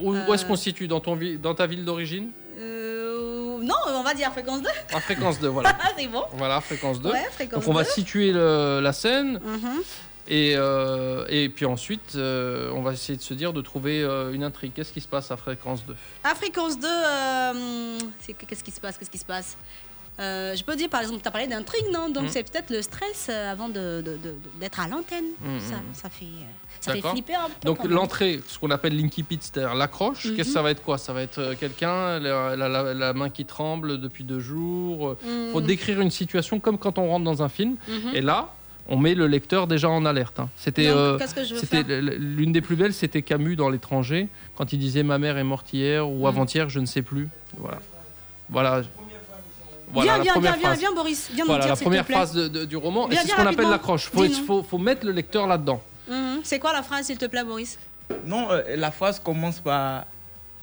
Speaker 1: Où, où est-ce qu'on se situe dans ton vi- dans ta ville d'origine
Speaker 2: euh, non, on va dire fréquence 2.
Speaker 1: En fréquence 2, voilà.
Speaker 2: c'est bon.
Speaker 1: Voilà fréquence 2.
Speaker 2: Ouais, fréquence
Speaker 1: Donc on va
Speaker 2: 2.
Speaker 1: situer le- la scène.
Speaker 2: Mhm.
Speaker 1: Et, euh, et puis ensuite, euh, on va essayer de se dire de trouver euh, une intrigue. Qu'est-ce qui se passe à fréquence 2
Speaker 2: À fréquence 2, euh, c'est que- qu'est-ce qui se passe Qu'est-ce qui se passe Euh, Je peux dire, par exemple, tu as parlé d'intrigue, non Donc
Speaker 1: Mhm.
Speaker 2: c'est peut-être le stress euh, avant de- de- de- de- d'être à l'antenne.
Speaker 1: Mhm.
Speaker 2: Ça, ça fait, euh, ça fait
Speaker 1: D'accord.
Speaker 2: flipper un peu.
Speaker 1: Donc
Speaker 2: quand même.
Speaker 1: l'entrée, ce qu'on appelle l'incipit, c'est-à-dire l'accroche,
Speaker 2: Mhm.
Speaker 1: qu'est-ce que ça va être quoi Ça va être euh, quelqu'un, la, la- la- la main qui tremble depuis deux jours. Il faut
Speaker 2: Mhm.
Speaker 1: décrire une situation comme quand on rentre dans un film.
Speaker 2: Mhm.
Speaker 1: Et là, on met le lecteur déjà en alerte. hein. C'était
Speaker 2: Donc,
Speaker 1: euh,
Speaker 2: qu'est-ce que je veux
Speaker 1: c'était
Speaker 2: faire
Speaker 1: l- l- l'une des plus belles, c'était Camus dans L'étranger, quand il disait ma mère est morte hier
Speaker 2: Mhm.
Speaker 1: ou avant-hier, je ne sais plus. Voilà. Voilà. Voilà
Speaker 2: viens,
Speaker 1: la
Speaker 2: viens,
Speaker 1: première
Speaker 2: viens, viens,
Speaker 1: phrase.
Speaker 2: viens, Boris. Viens
Speaker 1: Voilà
Speaker 2: nous dire,
Speaker 1: la
Speaker 2: s'il te
Speaker 1: première
Speaker 2: plaît.
Speaker 1: phrase de- de- du roman, et
Speaker 2: Viens,
Speaker 1: c'est ce
Speaker 2: viens
Speaker 1: qu'on appelle
Speaker 2: rapidement.
Speaker 1: l'accroche. Faut,
Speaker 2: Dis-nous.
Speaker 1: faut, faut mettre le lecteur là-dedans.
Speaker 2: Mhm. C'est quoi la phrase, s'il te plaît, Boris
Speaker 14: Non, euh, la phrase commence par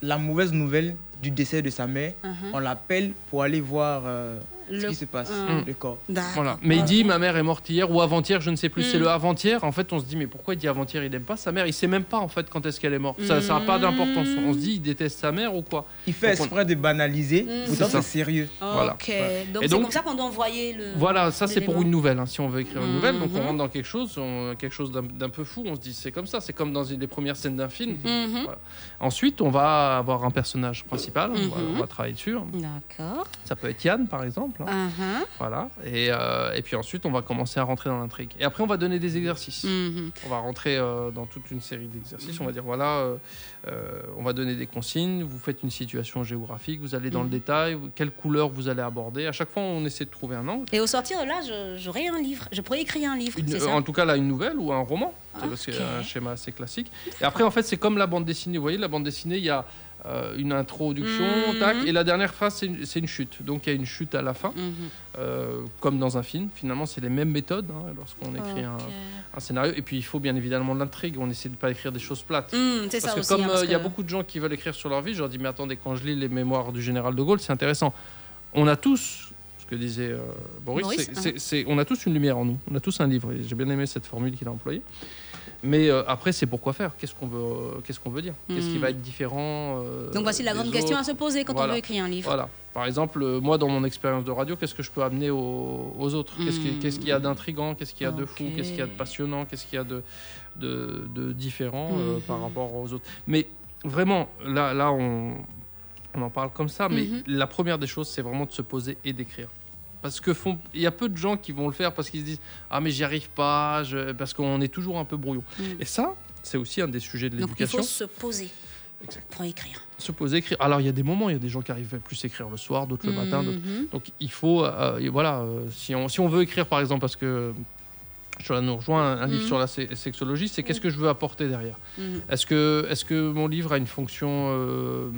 Speaker 14: la mauvaise nouvelle du décès de sa mère.
Speaker 2: Mhm.
Speaker 14: On l'appelle pour aller voir euh, ce
Speaker 2: Le-
Speaker 14: qui se passe,
Speaker 2: Mhm.
Speaker 13: Mmh.
Speaker 14: le corps.
Speaker 1: Voilà. Mais il dit ma mère est morte hier ou avant-hier, je ne sais plus. C'est
Speaker 2: Hmm.
Speaker 14: Mm.
Speaker 1: le avant-hier. En fait, on se dit mais pourquoi il dit avant-hier Il n'aime pas sa mère. Il sait même pas en fait quand est-ce qu'elle est morte. Ça n'a
Speaker 2: Hmm.
Speaker 1: pas d'importance. On se dit il déteste sa mère ou quoi
Speaker 14: Il fait
Speaker 1: Donc, on-
Speaker 14: exprès de banaliser, pourtant
Speaker 1: C'est ça.
Speaker 14: c'est sérieux.
Speaker 1: Voilà.
Speaker 2: Hmm. Mm. Ok,
Speaker 1: Ouais.
Speaker 2: donc
Speaker 1: Et
Speaker 2: c'est
Speaker 1: donc-
Speaker 2: comme ça qu'on doit envoyer le.
Speaker 1: Voilà, ça c'est pour
Speaker 2: l'élément.
Speaker 1: une nouvelle. hein, si on veut écrire une nouvelle, donc on
Speaker 2: Mhm.
Speaker 1: rentre dans quelque chose, on- quelque chose d'un- d'un peu fou. On se dit c'est comme ça. C'est comme dans une- les premières scènes d'un film.
Speaker 2: Mhm.
Speaker 1: Voilà. Ensuite, on va avoir un personnage principal. on, va,
Speaker 2: Mhm.
Speaker 1: on va travailler dessus.
Speaker 2: D'accord.
Speaker 1: Ça peut être Yann par exemple. hein.
Speaker 2: Mhm.
Speaker 1: Voilà. Et, euh, et puis ensuite, on va commencer à rentrer dans l'intrigue. Et après, on va donner des exercices.
Speaker 2: Mhm.
Speaker 1: On va rentrer euh, dans toute une série d'exercices. On va dire voilà, euh, euh, on va donner des consignes. Vous faites une situation géographique. Vous allez dans le
Speaker 2: Mhm.
Speaker 1: détail. vous- Quelle couleur vous allez aborder. À chaque fois, on essaie de trouver un angle.
Speaker 2: Et au sortir de là, je- j'aurai un livre. Je pourrais écrire un livre.
Speaker 1: Une-
Speaker 2: c'est
Speaker 1: euh,
Speaker 2: ça
Speaker 1: en tout cas, là, une nouvelle ou un roman. C'est parce que
Speaker 2: Ok.
Speaker 1: c'est un schéma assez classique. Et après, en fait, c'est comme la bande dessinée. Vous voyez, la bande dessinée, il y a euh, une introduction,
Speaker 2: Mhm.
Speaker 1: tac, et la dernière phrase, c'est une, c'est une chute. Donc, il y a une chute à la fin,
Speaker 2: Mhm.
Speaker 1: euh, comme dans un film. Finalement, c'est les mêmes méthodes hein, lorsqu'on écrit un, un scénario. Et puis, il faut bien évidemment de l'intrigue. On essaie de pas écrire des choses plates.
Speaker 2: Mhm, c'est
Speaker 1: parce
Speaker 2: ça
Speaker 1: que
Speaker 2: aussi,
Speaker 1: comme
Speaker 2: hein,
Speaker 1: euh,
Speaker 2: parce
Speaker 1: il y a
Speaker 2: que-
Speaker 1: beaucoup de gens qui veulent écrire sur leur vie, je leur dis, mais attendez, quand je lis les mémoires du général de Gaulle, c'est intéressant. On a tous, ce que disait euh, Boris,
Speaker 2: Boris,
Speaker 1: c'est-
Speaker 2: hein.
Speaker 1: c'est- c'est- on a tous une lumière en nous, on a tous un livre. Et J'ai bien aimé cette formule qu'il a employée. Mais euh, après, c'est pourquoi faire Qu'est-ce qu'on veut, euh, qu'est-ce qu'on veut dire Qu'est-ce qui
Speaker 2: Mm.
Speaker 1: va être différent euh,
Speaker 2: Donc voici la
Speaker 1: des
Speaker 2: grande question à
Speaker 1: autres
Speaker 2: se poser quand on
Speaker 1: Voilà.
Speaker 2: veut écrire un livre.
Speaker 1: Voilà. Par exemple, euh, moi, dans mon expérience de radio, qu'est-ce que je peux amener aux, aux autres Qu'est-ce qui-
Speaker 2: Mm.
Speaker 1: qu'est-ce qu'il y a d'intrigant Qu'est-ce qu'il y a de fou
Speaker 2: Ok.
Speaker 1: Qu'est-ce qu'il y a de passionnant Qu'est-ce qu'il y a de, de, de différent euh,
Speaker 2: Mhm.
Speaker 1: par rapport aux autres Mais vraiment, là, là on, on en parle comme ça, mais
Speaker 2: Mhm.
Speaker 1: la première des choses, c'est vraiment de se poser et d'écrire. Parce que font... il y a peu de gens qui vont le faire parce qu'ils se disent Ah, mais j'y arrive pas, je- parce qu'on est toujours un peu brouillon. Et ça, c'est aussi un des sujets de
Speaker 2: Mhm. Donc il
Speaker 1: l'éducation.
Speaker 2: faut se poser pour écrire.
Speaker 1: se poser écrire alors il y a des moments il y a des gens qui arrivent à plus écrire le soir d'autres le matin d'autres-
Speaker 2: Mhm.
Speaker 1: donc il faut euh, et voilà euh, si on si on veut écrire par exemple parce que Chola nous rejoint un, un livre
Speaker 2: Mhm.
Speaker 1: sur la sé- sexologie c'est qu'est-ce que je veux apporter derrière
Speaker 2: Mhm.
Speaker 1: est-ce que est-ce que mon livre a une fonction euh,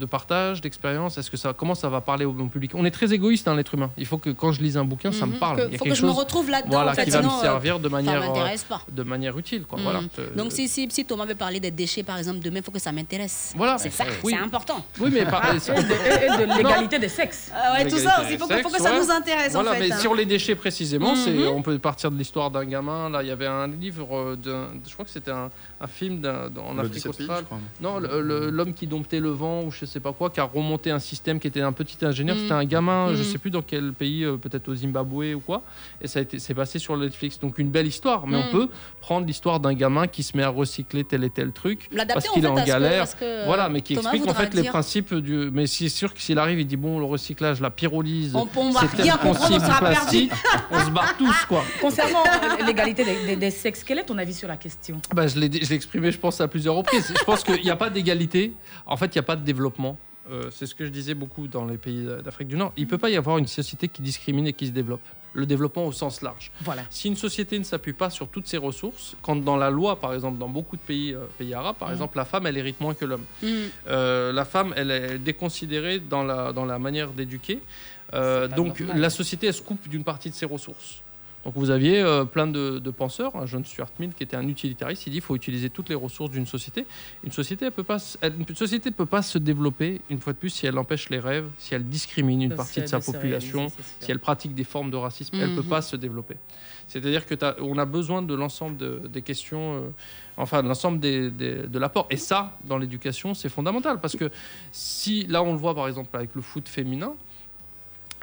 Speaker 1: de partage d'expérience est-ce que ça comment ça va parler au bon public on est très égoïste hein, l'être humain il faut que quand je lise un bouquin ça me
Speaker 2: Mhm.
Speaker 1: parle
Speaker 2: Que-
Speaker 1: il y a
Speaker 2: faut
Speaker 1: quelque
Speaker 2: que je me
Speaker 1: chose,
Speaker 2: retrouve là-dedans,
Speaker 1: voilà
Speaker 2: en fait,
Speaker 1: qui va
Speaker 2: sinon,
Speaker 1: me
Speaker 2: euh,
Speaker 1: servir de
Speaker 2: ça
Speaker 1: manière euh,
Speaker 2: m'intéresse pas.
Speaker 1: de manière utile quoi voilà
Speaker 2: Mhm.
Speaker 1: Euh,
Speaker 2: Donc si, si, si Thomas veut parler des déchets, par exemple, demain, il faut que ça m'intéresse.
Speaker 1: Voilà.
Speaker 2: C'est ça,
Speaker 1: Oui.
Speaker 2: c'est important.
Speaker 1: Oui, mais par-
Speaker 2: Ah,
Speaker 1: Non.
Speaker 3: des sexes.
Speaker 2: Ah ouais, tout ça aussi, il faut, que- faut que ça
Speaker 1: Ouais.
Speaker 2: nous intéresse
Speaker 1: Voilà,
Speaker 2: en fait.
Speaker 1: mais
Speaker 2: hein.
Speaker 1: sur les déchets précisément, c'est-
Speaker 2: Mhm.
Speaker 1: on peut partir de l'histoire d'un gamin. Là, il y avait un livre, euh, d'un- je crois que c'était un, un film d'un- dans- en
Speaker 26: Le
Speaker 1: Afrique
Speaker 26: 17 pays,
Speaker 1: australe.
Speaker 26: je crois. Mhm.
Speaker 1: Non, le- le- l'homme qui domptait le vent ou je sais pas quoi, qui a remonté un système qui était un petit ingénieur.
Speaker 26: Mhm.
Speaker 1: C'était un gamin, je
Speaker 26: Mhm.
Speaker 1: sais plus dans quel pays, euh, peut-être au Zimbabwe ou quoi. Et ça a été, c'est passé sur Netflix. Donc une belle histoire, mais on
Speaker 2: Mhm.
Speaker 1: peut prendre l'histoire d'un gamin qui se met à recycler tel et tel truc
Speaker 2: L'adapter,
Speaker 1: parce
Speaker 2: en
Speaker 1: qu'il est
Speaker 2: fait,
Speaker 1: en
Speaker 2: à ce que-
Speaker 1: galère.
Speaker 2: à ce que
Speaker 1: voilà, mais qui
Speaker 2: Thomas
Speaker 1: explique en
Speaker 2: voudra
Speaker 1: fait les
Speaker 2: dire.
Speaker 1: principes du. Mais c'est sûr que s'il arrive, il dit bon, le recyclage, la pyrolyse,
Speaker 3: On- on va
Speaker 1: c'est
Speaker 3: rien
Speaker 1: tel
Speaker 3: comprendre, on
Speaker 1: consigne
Speaker 3: sera perdu.
Speaker 1: plastique, on se barre tous quoi.
Speaker 3: Concernant euh, l'égalité des, des- des sexes, quel est ton avis sur la question
Speaker 1: Bah, je l'ai je l'ai exprimé, je pense, à plusieurs reprises. Je pense qu'il n'y a pas d'égalité. En fait, il n'y a pas de développement. Euh, c'est ce que je disais beaucoup dans les pays d'Afrique du Nord. Il ne peut pas y avoir une société qui discrimine et qui se développe. Le développement au sens large.
Speaker 3: Voilà.
Speaker 1: Si une société ne s'appuie pas sur toutes ses ressources, quand dans la loi, par exemple, dans beaucoup de pays, euh, pays arabes, par
Speaker 26: Mm.
Speaker 1: exemple, la femme, elle hérite moins que l'homme.
Speaker 26: Mm.
Speaker 1: Euh, la femme, elle est déconsidérée dans la, dans la manière d'éduquer. Euh,
Speaker 26: pas
Speaker 1: donc
Speaker 26: normal.
Speaker 1: la société, elle se coupe d'une partie de ses ressources. Donc vous aviez euh, plein de, de penseurs, un jeune Stuart Mill qui était un utilitariste, il dit il faut utiliser toutes les ressources d'une société. Une société ne peut, pas se- elle- une société peut pas se développer, une fois de plus, si elle empêche les rêves, si elle discrimine une
Speaker 26: Si
Speaker 1: partie
Speaker 26: elle
Speaker 1: de sa
Speaker 26: ne se
Speaker 1: population,
Speaker 26: réalise, c'est sûr.
Speaker 1: si elle pratique des formes de racisme, elle ne peut
Speaker 26: Mhm.
Speaker 1: pas se développer. C'est-à-dire que t'as- on a besoin de l'ensemble de- des questions, euh, enfin de l'ensemble des- des- de l'apport. Et ça, dans l'éducation, c'est fondamental parce que si là on le voit par exemple avec le foot féminin,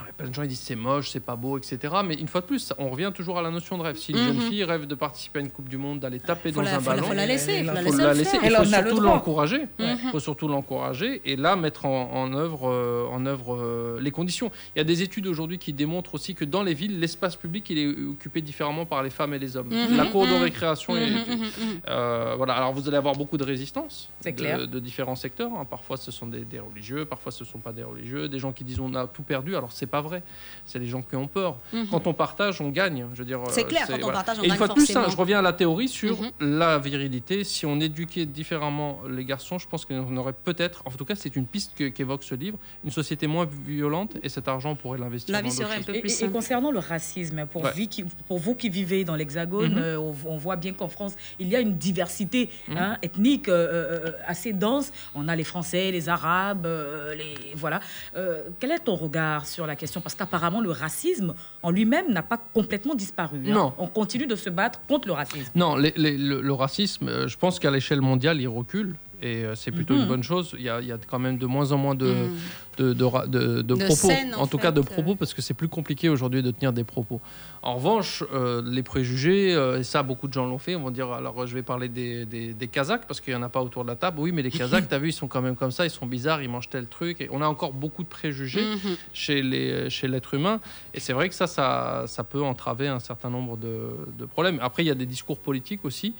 Speaker 1: il y a plein de gens ils disent c'est moche, c'est pas beau, etc. Mais une fois de plus, on revient toujours à la notion de rêve. Si une jeune
Speaker 26: Mhm.
Speaker 1: fille rêve de participer à une Coupe du Monde, d'aller taper dans
Speaker 26: Faut la-
Speaker 1: un
Speaker 26: faut la-
Speaker 1: ballon,
Speaker 26: faut la laisser, faut la
Speaker 1: faut
Speaker 26: laisser
Speaker 1: la
Speaker 26: le
Speaker 1: laisser.
Speaker 26: faire.
Speaker 1: Il
Speaker 26: Elle en
Speaker 1: faut
Speaker 26: a le
Speaker 1: surtout
Speaker 26: droit.
Speaker 1: l'encourager.
Speaker 26: Ouais.
Speaker 1: Il faut surtout l'encourager et là mettre en, en œuvre, euh, en œuvre euh, les conditions. Il y a des études aujourd'hui qui démontrent aussi que dans les villes, l'espace public il est occupé différemment par les femmes et les hommes.
Speaker 26: Mhm,
Speaker 1: La cour de
Speaker 26: mhm.
Speaker 1: récréation est-
Speaker 26: Mhm, mhm, mhm.
Speaker 1: euh, voilà, alors vous allez avoir beaucoup de résistance
Speaker 26: C'est
Speaker 1: de,
Speaker 26: clair.
Speaker 1: de différents secteurs. hein. Parfois ce sont des, des religieux, parfois ce ne sont pas des religieux, des gens qui disent on a tout perdu. Alors c'est pas vrai. C'est les gens qui ont peur.
Speaker 2: Mhm.
Speaker 1: Quand on partage, on gagne. Je veux dire,
Speaker 2: C'est
Speaker 1: euh,
Speaker 2: clair, quand on partage, on
Speaker 1: Et une
Speaker 2: gagne
Speaker 1: fois de plus, hein,
Speaker 2: forcément.
Speaker 1: je reviens à la théorie sur la virilité. Si on éduquait différemment les garçons, je pense qu'on aurait peut-être, en tout cas c'est une piste que- qu'évoque ce livre, une société moins violente et cet argent on pourrait l'investir. dans d'autres choses.
Speaker 3: Et- et- Et, concernant le racisme, pour,
Speaker 1: Ouais.
Speaker 3: vi- qui- pour vous qui vivez dans l'Hexagone,
Speaker 1: Mhm.
Speaker 3: euh, on, on voit bien qu'en France, il y a une diversité
Speaker 1: Mhm.
Speaker 3: hein, ethnique euh, euh, euh, assez dense. On a les Français, les Arabes, euh, les voilà. Euh, quel est ton regard sur la question Parce qu'apparemment, le racisme en lui-même n'a pas complètement disparu. hein.
Speaker 1: Non.
Speaker 3: On continue de se battre contre le racisme.
Speaker 1: Non, les- les- le, le racisme, euh, je pense qu'à l'échelle mondiale, il recule. Et euh, c'est plutôt
Speaker 3: Mhm.
Speaker 1: une bonne chose. Il y, a, il y a quand même de moins en moins de,
Speaker 26: Mhm.
Speaker 1: de, de ra- de- de
Speaker 26: De
Speaker 1: propos.
Speaker 26: scènes, en
Speaker 1: tout cas, de
Speaker 26: fait, euh.
Speaker 1: propos, parce que c'est plus compliqué aujourd'hui de tenir des propos. En revanche, euh, les préjugés, euh, et ça, beaucoup de gens l'ont fait. On va dire, alors euh, je vais parler des, des- des Kazakhs, parce qu'il n'y en a pas autour de la table. Oui, mais les Kazakhs, tu as vu, ils sont quand même comme ça, ils sont bizarres, ils mangent tel truc. Et on a encore beaucoup de préjugés
Speaker 26: Mhm.
Speaker 1: chez les- chez l'être humain. Et c'est vrai que ça, ça, ça peut entraver un certain nombre de, de problèmes. Après, il y a des discours politiques aussi.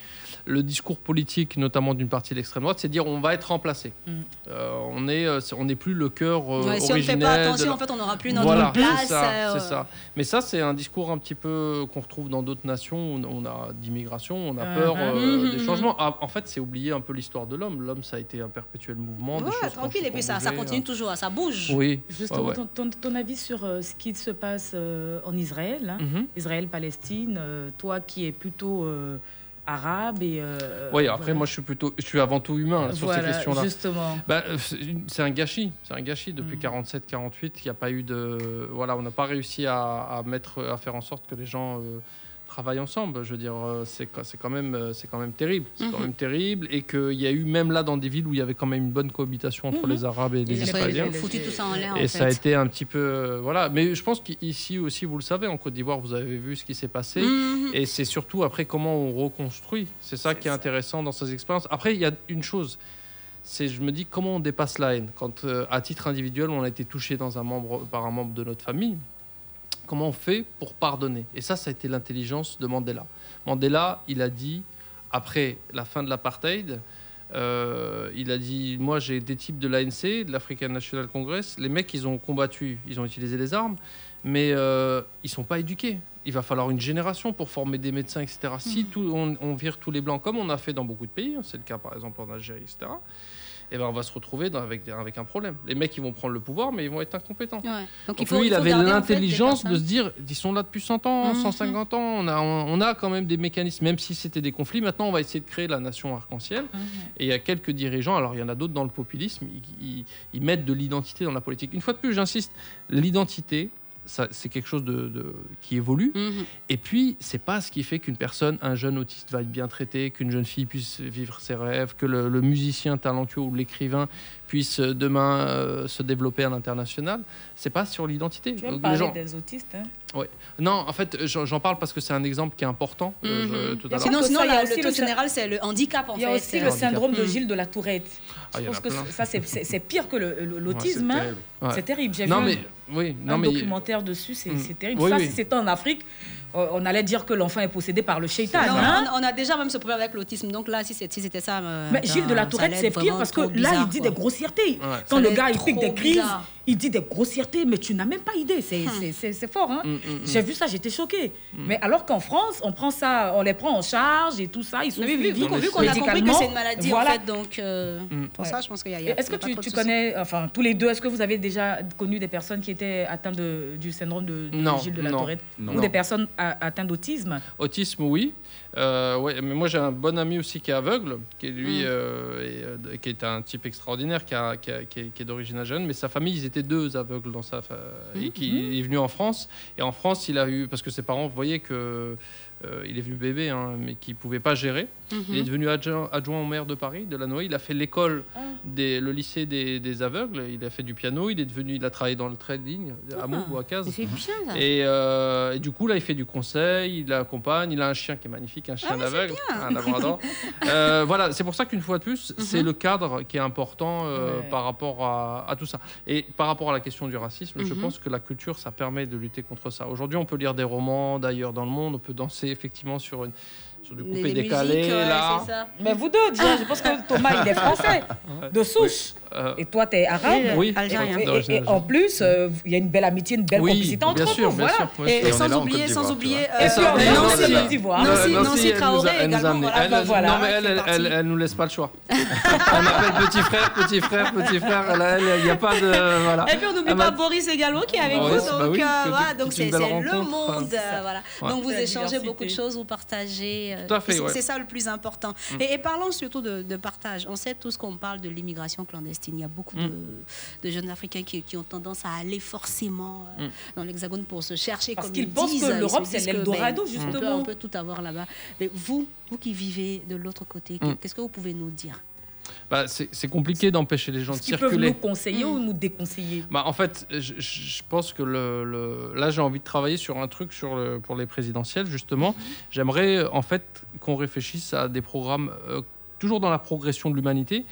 Speaker 1: Le discours politique, notamment d'une partie de l'extrême droite, c'est dire on va être remplacé.
Speaker 26: Mhm.
Speaker 1: Euh, on n'est on n'est plus le cœur euh,
Speaker 2: Ouais, si on ne fait
Speaker 1: originel
Speaker 2: pas
Speaker 1: de
Speaker 2: attention,
Speaker 1: la-
Speaker 2: en fait, on n'aura plus notre
Speaker 1: Voilà,
Speaker 2: place,
Speaker 1: c'est ça,
Speaker 2: euh,
Speaker 1: c'est ça. Mais ça, c'est un discours un petit peu qu'on retrouve dans d'autres nations. On, on a d'immigration, on a peur
Speaker 2: Mhm.
Speaker 1: euh,
Speaker 2: Mhm,
Speaker 1: des
Speaker 2: mhm.
Speaker 1: changements. Ah, en fait, c'est oublier un peu l'histoire de l'homme. L'homme, ça a été un perpétuel mouvement. des
Speaker 2: Ouais,
Speaker 1: choses hein.
Speaker 2: tranquille, et puis ça, ça continue toujours, hein, ça bouge.
Speaker 1: Oui,
Speaker 3: Justement,
Speaker 1: ouais, ouais.
Speaker 3: Ton, ton- ton avis sur euh, ce qui se passe euh, en Israël, hein,
Speaker 1: Mhm.
Speaker 3: Israël-Palestine, euh, toi qui es plutôt euh, arabe et... euh,
Speaker 1: Oui, après,
Speaker 3: voilà.
Speaker 1: moi, je suis plutôt, je suis avant tout humain là, sur
Speaker 3: Voilà,
Speaker 1: ces questions-là.
Speaker 3: justement. Mm.
Speaker 1: Bah, euh, c'est une- c'est un gâchis, c'est un gâchis. Depuis 47, 48, il n'y a pas eu de, voilà, on n'a pas réussi à, à mettre, à faire en sorte que les gens euh, travaillent ensemble. Je veux dire, euh, c'est quand- c'est quand même, euh, c'est quand même terrible, c'est quand
Speaker 3: Mm-hmm.
Speaker 26: Mhm.
Speaker 1: même terrible, et qu'il y a eu même là dans des villes où il y avait quand même une bonne cohabitation entre
Speaker 2: Mhm.
Speaker 1: les Arabes et
Speaker 2: Ils
Speaker 1: les
Speaker 2: ont
Speaker 1: Israéliens.
Speaker 2: foutu tout ça en l'air, en
Speaker 1: Et ça a
Speaker 2: fait.
Speaker 1: été un petit peu, euh, voilà. Mais je pense qu'ici aussi, vous le savez, en Côte d'Ivoire, vous avez vu ce qui s'est passé.
Speaker 26: Mhm.
Speaker 1: Et c'est surtout après comment on reconstruit. C'est ça qui est intéressant dans ces expériences. Après, il y a une chose. C'est, je me dis, comment on dépasse la haine Quand, euh, à titre individuel, on a été touché dans un membre, par un membre de notre famille, comment on fait pour pardonner Et ça, ça a été l'intelligence de Mandela. Mandela, il a dit, après la fin de l'apartheid, euh, il a dit Moi, j'ai des types de l'ANC, de l'African National Congress. Les mecs, ils ont combattu, ils ont utilisé les armes, mais euh, ils sont pas éduqués. Il va falloir une génération pour former des médecins, etc.
Speaker 2: Mmh.
Speaker 1: Si tout- on, on vire tous les blancs, comme on a fait dans beaucoup de pays, hein, c'est le cas par exemple en Algérie, etc., eh ben, on va se retrouver dans- avec, des- avec un problème. Les mecs, ils vont prendre le pouvoir, mais ils vont être incompétents.
Speaker 2: Ouais. Donc,
Speaker 1: Donc,
Speaker 2: il faut-
Speaker 1: lui,
Speaker 2: il
Speaker 1: il
Speaker 2: faut
Speaker 1: avait
Speaker 2: garder, en fait, des
Speaker 1: l'intelligence de se
Speaker 2: personnes.
Speaker 1: dire ils sont là depuis 100 ans,
Speaker 3: Mhm.
Speaker 1: 150 ans, on a, on a quand même des mécanismes, même si c'était des conflits. Maintenant, on va essayer de créer la nation arc-en-ciel.
Speaker 3: Ah
Speaker 1: Et il y a quelques dirigeants, alors il y en a d'autres dans le populisme, ils, ils- ils mettent de l'identité dans la politique. Une fois de plus, j'insiste, l'identité, ça, c'est quelque chose de, de- qui évolue.
Speaker 3: Mhm.
Speaker 1: Et puis, c'est pas ce qui fait qu'une personne, un jeune autiste, va être bien traité, qu'une jeune fille puisse vivre ses rêves, que le, le musicien talentueux ou l'écrivain puisse euh, demain euh, se développer à l'international. C'est pas sur l'identité.
Speaker 3: Tu aimes
Speaker 1: Les
Speaker 3: parler
Speaker 1: gens-
Speaker 3: des autistes. hein.
Speaker 1: Ouais. Non, en fait, j'en j'en parle parce que c'est un exemple qui est important. euh, je-
Speaker 3: Mhm.
Speaker 1: tout à l'heure.
Speaker 2: Sinon, sinon
Speaker 3: Il y a
Speaker 2: la-
Speaker 3: aussi
Speaker 2: le
Speaker 3: le
Speaker 2: truc
Speaker 3: syn-
Speaker 2: général, c'est le handicap. En
Speaker 3: Il y a
Speaker 2: fait, Mm.
Speaker 3: aussi
Speaker 2: c'est-
Speaker 3: le syndrome de Gilles de la Tourette.
Speaker 1: Ah, il y
Speaker 3: Je
Speaker 1: en
Speaker 3: pense
Speaker 1: a
Speaker 3: que
Speaker 1: plein.
Speaker 3: ça, c'est- c'est c'est pire que le- le- l'autisme.
Speaker 1: Ouais,
Speaker 3: hein.
Speaker 1: c'est terrible. Ouais.
Speaker 3: C'est terrible. J'ai vu
Speaker 1: Non,
Speaker 3: un-
Speaker 1: mais- oui, non,
Speaker 3: un
Speaker 1: mais-
Speaker 3: documentaire dessus, c'est
Speaker 1: Mm.
Speaker 3: c'est terrible.
Speaker 1: Oui,
Speaker 3: ça,
Speaker 1: oui.
Speaker 3: si c'était en Afrique, euh, on allait dire que l'enfant est possédé par le shaitan.
Speaker 2: Non,
Speaker 3: hein.
Speaker 2: on, on a déjà même ce problème avec l'autisme. Donc là, si c'est- si c'était ça. euh,
Speaker 3: Mais Gilles de la
Speaker 2: ça
Speaker 3: Tourette,
Speaker 2: allait
Speaker 3: c'est
Speaker 2: être
Speaker 3: pire
Speaker 2: vraiment
Speaker 3: parce que
Speaker 2: trop
Speaker 3: là,
Speaker 2: bizarre,
Speaker 3: il dit
Speaker 2: quoi.
Speaker 3: des grossièretés.
Speaker 2: Ça
Speaker 3: Quand le
Speaker 2: allait
Speaker 3: gars,
Speaker 2: être
Speaker 3: il pique
Speaker 2: trop
Speaker 3: des crises,
Speaker 2: bizarre.
Speaker 3: il dit des grossièretés, mais tu n'as même pas idée. C'est c'est- c'est- c'est fort.
Speaker 2: Mm,
Speaker 3: hein. J'ai vu ça, j'étais choquée. Mais alors qu'en France, on prend ça, on les prend en charge et tout ça, ils sont
Speaker 2: Mais vu,
Speaker 3: suivis
Speaker 2: vu qu'on vu qu'on a compris que
Speaker 3: médicalement.
Speaker 2: c'est une maladie,
Speaker 3: Voilà.
Speaker 2: en fait, donc euh,
Speaker 1: Hmm.
Speaker 2: pour ça, je pense qu'il y a. il y a-
Speaker 3: Et Est-ce
Speaker 2: il y
Speaker 3: que
Speaker 2: a pas
Speaker 3: tu,
Speaker 2: trop de
Speaker 3: tu
Speaker 2: soucis.
Speaker 3: connais, enfin tous les deux, est-ce que vous avez déjà connu des personnes qui étaient atteintes de- du syndrome de, de
Speaker 1: Non,
Speaker 3: Gilles de la
Speaker 1: non,
Speaker 3: Tourette
Speaker 1: non.
Speaker 3: ou des personnes a- atteintes d'autisme
Speaker 1: Autisme, oui. Euh, ouais, mais moi, j'ai un bon ami aussi qui est aveugle, qui est lui,
Speaker 3: Mm.
Speaker 1: euh, et, euh, d- qui est un type extraordinaire, qui, a- qui a- qui est, qui est d'origine algérienne. Mais sa famille, ils étaient deux aveugles dans sa, fa-
Speaker 3: Mm,
Speaker 1: et qui il est venu en France. Et en France, il a eu, parce que ses parents voyaient que euh, il est venu bébé, hein, mais qu'il pouvait pas gérer.
Speaker 3: Mm-hmm.
Speaker 16: Mhm.
Speaker 1: Il est devenu adjoint, adjoint au maire de Paris, de la Noë. Il a fait l'école, des- le lycée des, des aveugles. Il a fait du piano. Il est devenu, il a travaillé dans le trading à Mou ou à Caz.
Speaker 2: C'est bien ça.
Speaker 1: Et, euh, et du coup, là, il fait du conseil, il l'accompagne, il a un chien qui est magnifique, un chien d'aveugle, un labrador. Euh, voilà, c'est pour ça qu'une fois de plus, c'est le cadre qui est important euh, par rapport à, à tout ça. Et par rapport à la question du racisme, je
Speaker 16: Mhm.
Speaker 1: pense que la culture, ça permet de lutter contre ça. Aujourd'hui, on peut lire des romans d'ailleurs dans le monde, on peut danser effectivement sur une. Sur du coupé décalé, là.
Speaker 3: Mais vous deux, déjà, je pense que Thomas, il est français, de souche.
Speaker 1: Euh,
Speaker 3: Et toi, t'es arabe.
Speaker 1: Oui, Oui, algérien.
Speaker 3: Et, et-
Speaker 1: d'origine
Speaker 3: et en
Speaker 1: algérienne.
Speaker 3: plus, euh, il y a une belle amitié, une belle
Speaker 1: Oui,
Speaker 3: complicité entre
Speaker 1: bien
Speaker 3: vous.
Speaker 1: sûr, bien
Speaker 3: voilà.
Speaker 1: sûr, bien sûr. Et on est là en Côte d'Ivoire, tu vois.
Speaker 3: Et
Speaker 1: Et
Speaker 3: puis,
Speaker 1: ça,
Speaker 3: on
Speaker 1: mais
Speaker 3: est
Speaker 1: euh, Nancy,
Speaker 3: aussi en Côte
Speaker 1: Nancy,
Speaker 3: d'Ivoire.
Speaker 1: Nancy, Nancy, elle nous a- elle nous a amené. Elle,
Speaker 3: Bah,
Speaker 1: elle-
Speaker 3: voilà.
Speaker 1: Non, mais elle, elle, elle, elle nous laisse pas le choix. on appelle petit frère, petit frère, petit frère. Là, il n'y a pas de. Voilà.
Speaker 2: Et puis on n'oublie
Speaker 1: Elle m'a-
Speaker 2: pas Boris également qui est avec
Speaker 1: Ah
Speaker 2: vous,
Speaker 1: ouais,
Speaker 2: donc
Speaker 1: bah oui,
Speaker 2: euh,
Speaker 1: que-
Speaker 2: voilà,
Speaker 1: que-
Speaker 2: donc
Speaker 1: c'est
Speaker 2: c'est
Speaker 1: une belle
Speaker 2: c'est le
Speaker 1: rencontre,
Speaker 2: monde,
Speaker 1: enfin, c'est
Speaker 2: euh,
Speaker 1: ça.
Speaker 2: voilà.
Speaker 1: Ouais.
Speaker 2: Donc vous
Speaker 1: La
Speaker 2: échangez
Speaker 1: diversité.
Speaker 2: beaucoup de choses, vous partagez. euh,
Speaker 1: Tout à fait,
Speaker 2: c'est-
Speaker 1: ouais.
Speaker 2: C'est ça le plus important.
Speaker 1: Mm.
Speaker 2: Et, et parlons surtout de, de partage. On sait tous qu'on parle de l'immigration clandestine. Il y a beaucoup
Speaker 1: Mm.
Speaker 2: de, de jeunes Africains qui, qui ont tendance à aller forcément euh,
Speaker 3: Mm.
Speaker 2: dans l'Hexagone pour se chercher.
Speaker 3: Parce
Speaker 2: comme
Speaker 3: qu'ils
Speaker 2: ils
Speaker 3: pensent que
Speaker 2: disent. euh, Ils se
Speaker 3: l'Europe, c'est
Speaker 2: disent que,
Speaker 3: l'Eldorado,
Speaker 2: ben,
Speaker 3: justement.
Speaker 2: On peut, on peut tout avoir là-bas. Mais vous, vous qui vivez de l'autre côté, que-
Speaker 1: Mm.
Speaker 2: qu'est-ce que vous pouvez nous dire
Speaker 1: Bah, c'est c'est compliqué d'empêcher les gens de
Speaker 3: Ils peuvent nous
Speaker 1: circuler.
Speaker 3: conseiller ou nous déconseiller.
Speaker 1: Bah, en fait, je, je- je pense que le, le- là, j'ai envie de travailler sur un truc sur le- pour les présidentielles, justement. J'aimerais, euh, en fait, qu'on réfléchisse à des programmes, euh, toujours dans la progression de l'humanité.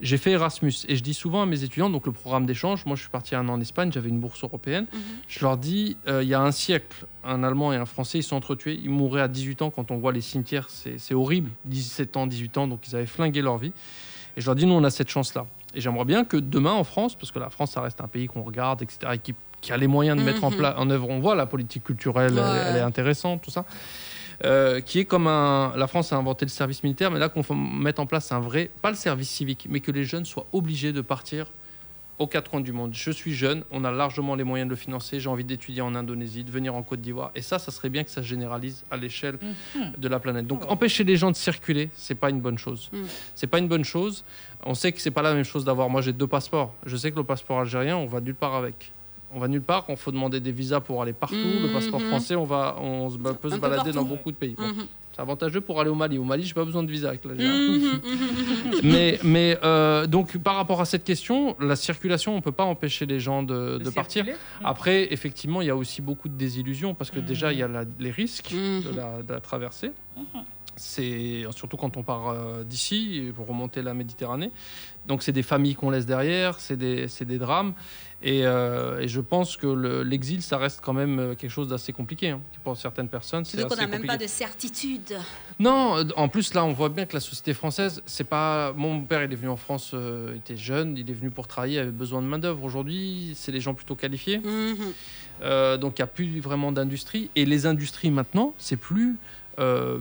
Speaker 1: J'ai fait Erasmus et je dis souvent à mes étudiants, donc le programme d'échange, moi je suis parti un an en Espagne, j'avais une bourse européenne, je leur dis, euh, il y a un siècle, un Allemand et un Français, ils sont entretués, ils mouraient à 18 ans quand on voit les cimetières, c'est c'est horrible, 17 ans, 18 ans, donc ils avaient flingué leur vie. Et je leur dis, nous, on a cette chance-là. Et j'aimerais bien que demain, en France, parce que la France, ça reste un pays qu'on regarde, etc., et qui, qui a les moyens de mettre en,
Speaker 16: Mhm.
Speaker 1: pla- en œuvre, on voit la politique culturelle,
Speaker 16: Ouais.
Speaker 1: elle, elle est intéressante, tout ça, euh, qui est comme un... La France a inventé le service militaire, mais là, qu'on faut mettre en place un vrai, pas le service civique, mais que les jeunes soient obligés de partir aux quatre coins du monde. Je suis jeune, on a largement les moyens de le financer, j'ai envie d'étudier en Indonésie, de venir en Côte d'Ivoire. Et ça, ça serait bien que ça se généralise à l'échelle de la planète. Donc
Speaker 16: Oh.
Speaker 1: empêcher les gens de circuler, c'est pas une bonne chose.
Speaker 16: Mhm.
Speaker 1: C'est pas une bonne chose. On sait que c'est pas la même chose d'avoir. Moi, j'ai deux passeports. Je sais que le passeport algérien, on va nulle part avec. On va nulle part, on faut demander des visas pour aller partout. Le passeport
Speaker 16: Mhm.
Speaker 1: français, on, va, on se ba- peut se
Speaker 16: peu
Speaker 1: balader dans
Speaker 16: partout.
Speaker 1: beaucoup de pays. Bon,
Speaker 16: Mhm.
Speaker 1: C'est avantageux pour aller au Mali. Au Mali, j'ai pas besoin de visa avec l'Algérie
Speaker 16: Hmm, Mais
Speaker 1: mais mais euh, donc par rapport à cette question, la circulation, on peut pas empêcher les gens de, de partir. Après, effectivement,
Speaker 16: Hmm.
Speaker 1: il y a aussi beaucoup de désillusions parce que déjà il y a la- les risques de, la, de la traversée. c'est surtout quand on part euh, d'ici et pour remonter la Méditerranée. Donc c'est des familles qu'on laisse derrière, c'est des, c'est des drames. Et, euh, et je pense que le- l'exil, ça reste quand même euh, quelque chose d'assez compliqué. hein. Pour certaines personnes,
Speaker 2: Tu
Speaker 1: c'est
Speaker 2: veux qu'on
Speaker 1: assez
Speaker 2: n'a même pas
Speaker 1: compliqué.
Speaker 2: de certitude.
Speaker 1: Non, euh, en plus là, on voit bien que la société française, c'est pas. Mon père, il est venu en France, euh, il était jeune, il est venu pour travailler, il avait besoin de main d'œuvre. Aujourd'hui, c'est les gens plutôt qualifiés.
Speaker 2: Mmh
Speaker 1: Euh, donc il n'y a plus vraiment d'industrie. Et les industries maintenant, c'est plus. euh,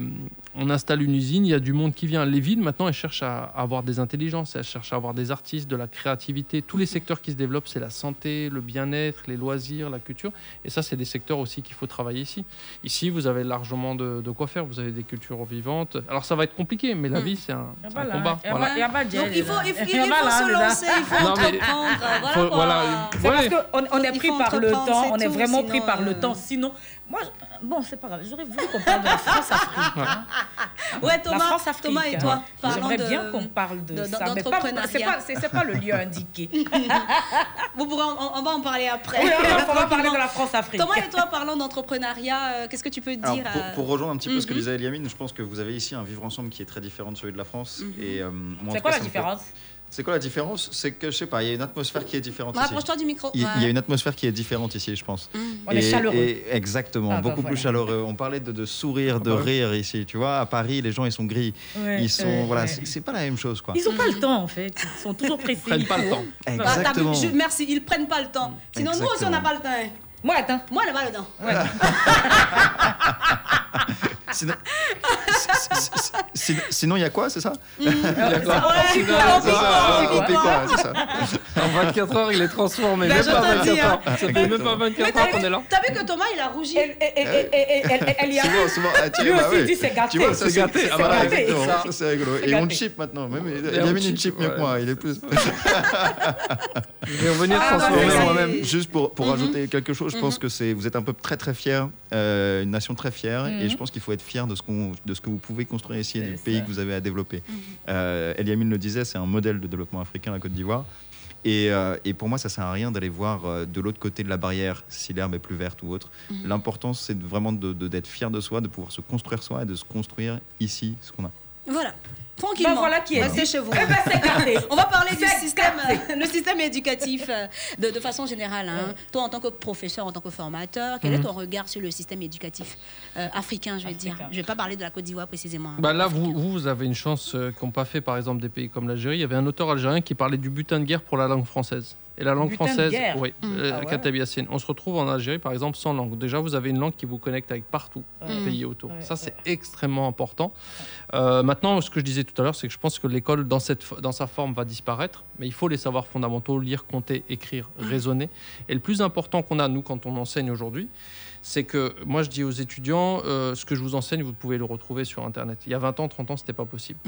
Speaker 1: on installe une usine, il y a du monde qui vient. Les villes maintenant, elles cherchent à à avoir des intelligences, elles cherchent à avoir des artistes, de la créativité. Tous les secteurs qui se développent, c'est la santé, le bien-être, les loisirs, la culture. Et ça, c'est des secteurs aussi qu'il faut travailler ici. Ici, vous avez largement de, de quoi faire. Vous avez des cultures vivantes. Alors ça va être compliqué, mais la
Speaker 3: Hmm.
Speaker 1: vie, c'est un, c'est un
Speaker 3: voilà,
Speaker 1: combat.
Speaker 3: et voilà, et voilà,
Speaker 2: Donc il faut, il faut, il
Speaker 3: Et
Speaker 2: faut
Speaker 3: voilà,
Speaker 2: se
Speaker 3: déjà.
Speaker 2: lancer, il faut
Speaker 1: Non, mais-
Speaker 2: entreprendre. Voilà.
Speaker 1: Faut-
Speaker 2: quoi.
Speaker 1: voilà,
Speaker 3: bah C'est
Speaker 1: ouais.
Speaker 3: parce qu'on on est
Speaker 2: Il
Speaker 3: pris
Speaker 2: faut
Speaker 3: par le
Speaker 2: entreprendre,
Speaker 3: temps,
Speaker 2: c'est
Speaker 3: on est
Speaker 2: tout,
Speaker 3: vraiment pris
Speaker 2: sinon,
Speaker 3: par le
Speaker 2: euh,
Speaker 3: temps. Sinon, moi, je- bon, c'est pas grave, j'aurais voulu qu'on parle de la France-Afrique. hein.
Speaker 2: Ouais,
Speaker 3: La
Speaker 2: Thomas,
Speaker 3: France-Afrique.
Speaker 2: Thomas et toi,
Speaker 3: hein.
Speaker 2: parlons
Speaker 3: J'aimerais
Speaker 2: de-
Speaker 3: bien qu'on parle de,
Speaker 2: de-
Speaker 3: ça, mais pas,
Speaker 2: d'entrepreneuriat.
Speaker 3: c'est pas, c'est- c'est pas le lieu indiqué.
Speaker 2: Vous pourrez, on, on va en parler après.
Speaker 3: Oui, on va parler de la France-Afrique.
Speaker 2: Thomas et toi, parlons d'entrepreneuriat. euh, Qu'est-ce que tu peux dire
Speaker 26: Alors, pour,
Speaker 2: à-
Speaker 26: pour rejoindre un petit peu ce que
Speaker 2: Mhm.
Speaker 26: disait Eliamine, je pense que vous avez ici un vivre ensemble qui est très différent de celui de la France.
Speaker 2: Mhm.
Speaker 26: et, euh, moi, en
Speaker 2: C'est
Speaker 26: tout
Speaker 2: quoi
Speaker 26: cas,
Speaker 2: la
Speaker 26: ça me fait-
Speaker 2: différence
Speaker 26: C'est quoi la différence C'est que, je sais pas, il y a une atmosphère qui est différente ici.
Speaker 2: Rapproche-toi du micro.
Speaker 26: Il, il y a
Speaker 2: Ouais.
Speaker 26: une atmosphère qui est différente ici, je pense.
Speaker 2: On est chaleureux.
Speaker 26: exactement,
Speaker 2: Ah bah
Speaker 26: beaucoup plus
Speaker 2: voilà.
Speaker 26: chaleureux. On parlait de, de sourire, de
Speaker 1: Ah bah oui.
Speaker 26: rire ici. Tu vois, à Paris, les gens, ils sont gris.
Speaker 3: Ouais,
Speaker 26: ils sont,
Speaker 3: ouais,
Speaker 26: voilà,
Speaker 3: ouais.
Speaker 26: c'est- c'est pas la même chose, quoi.
Speaker 3: Ils n'ont pas le temps, en fait. Ils sont toujours pressés.
Speaker 26: prennent pas le
Speaker 3: ils
Speaker 26: temps.
Speaker 3: courent.
Speaker 2: Bah, t'as vu,
Speaker 26: Exactement.
Speaker 2: je- merci, ils prennent pas le temps. Sinon, nous aussi, on n'a
Speaker 26: Exactement.
Speaker 2: pas le temps. hein.
Speaker 3: Moi, le temps.
Speaker 2: Moi, on n'a pas le temps.
Speaker 26: Sinon- Sinon- Sinon, il y a quoi, c'est ça
Speaker 2: Mm. Ouais,
Speaker 1: c'est
Speaker 26: Sinon,
Speaker 1: ça,
Speaker 26: c'est ça,
Speaker 1: on
Speaker 26: on
Speaker 1: fait
Speaker 26: fait quoi, c'est ça.
Speaker 1: En 24 heures, il est transformé.
Speaker 2: Bah,
Speaker 1: même
Speaker 2: je
Speaker 1: pas
Speaker 2: t'en dis,
Speaker 1: 24 heures.
Speaker 26: hein.
Speaker 1: Ça fait même pas 24 heures qu'on est là.
Speaker 2: T'as vu que Thomas, il a rougi.
Speaker 3: Elle y a-
Speaker 26: Souvent, souvent, ah, tu
Speaker 3: Lui
Speaker 26: vois, bah
Speaker 3: aussi, il
Speaker 26: oui.
Speaker 3: dit, c'est gâté.
Speaker 26: Tu vois, ça,
Speaker 3: C'est
Speaker 26: c'est
Speaker 3: gâté.
Speaker 26: gâté.
Speaker 3: C'est
Speaker 26: Ah, voilà,
Speaker 3: gâté.
Speaker 26: exactement.
Speaker 3: Ça.
Speaker 26: Ça, c'est rigolo.
Speaker 3: C'est
Speaker 26: Et on
Speaker 3: gâté.
Speaker 26: chip maintenant. Même,
Speaker 1: Et
Speaker 26: il
Speaker 1: on
Speaker 26: a mis
Speaker 1: chip,
Speaker 26: une chip mieux
Speaker 1: ouais.
Speaker 26: que moi. Il est plus.
Speaker 1: Je vais revenir
Speaker 26: Ah,
Speaker 1: transformer
Speaker 26: ouais,
Speaker 1: moi-même.
Speaker 26: c'est- Mhm. Juste pour, pour ajouter quelque chose, je pense que c'est vous êtes un peuple très très fier, euh, une nation très fière, et je
Speaker 16: Mhm.
Speaker 26: pense qu'il faut être fier de ce, qu'on- de ce que vous pouvez construire ici et du pays que vous avez à développer.
Speaker 3: Mhm.
Speaker 26: Euh, Eliamine le disait, c'est un modèle de développement africain, la Côte d'Ivoire. Et, euh, et pour moi, ça sert à rien d'aller voir euh, de l'autre côté de la barrière si l'herbe est plus verte ou autre.
Speaker 2: Mhm.
Speaker 26: L'important, c'est de- vraiment de- de- d'être fier de soi, de pouvoir se construire soi et de se construire ici ce qu'on a.
Speaker 2: Voilà. Tranquillement.
Speaker 3: Ben voilà qui est
Speaker 2: Restez
Speaker 3: dit.
Speaker 2: chez vous.
Speaker 3: Eh ben, c'est gardé.
Speaker 2: On va parler du
Speaker 3: C'est
Speaker 2: système, euh, le système éducatif euh, de, de façon générale. hein. Toi, en tant que professeur, en tant que formateur, quel est
Speaker 1: Mhm.
Speaker 2: ton regard sur le système éducatif euh, africain, je vais dire Je ne vais pas parler de la Côte d'Ivoire précisément. hein.
Speaker 1: Bah là, vous, vous, vous avez une chance euh, qu'ont pas fait, par exemple, des pays comme l'Algérie. Il y avait un auteur algérien qui parlait du butin de guerre pour la langue française. Et la langue
Speaker 16: Butin de
Speaker 1: française,
Speaker 16: guerre
Speaker 1: oui,
Speaker 16: Mm.
Speaker 1: euh,
Speaker 16: Ah ouais.
Speaker 1: Katabi Yassine. On se retrouve en Algérie, par exemple, sans langue. Déjà, vous avez une langue qui vous connecte avec partout,
Speaker 16: Ouais.
Speaker 1: les pays
Speaker 16: Mm.
Speaker 1: autour.
Speaker 16: Ouais,
Speaker 1: Ça, c'est extrêmement important. Euh, maintenant, ce que je disais tout à l'heure, c'est que je pense que l'école, dans, cette, fo- dans sa forme, va disparaître. Mais il faut les savoirs fondamentaux, lire, compter, écrire, raisonner. Et le plus important qu'on a, nous, quand on enseigne aujourd'hui, c'est que moi je dis aux étudiants, euh, ce que je vous enseigne, vous pouvez le retrouver sur Internet. Il y a 20 ans, 30 ans, c'était pas possible.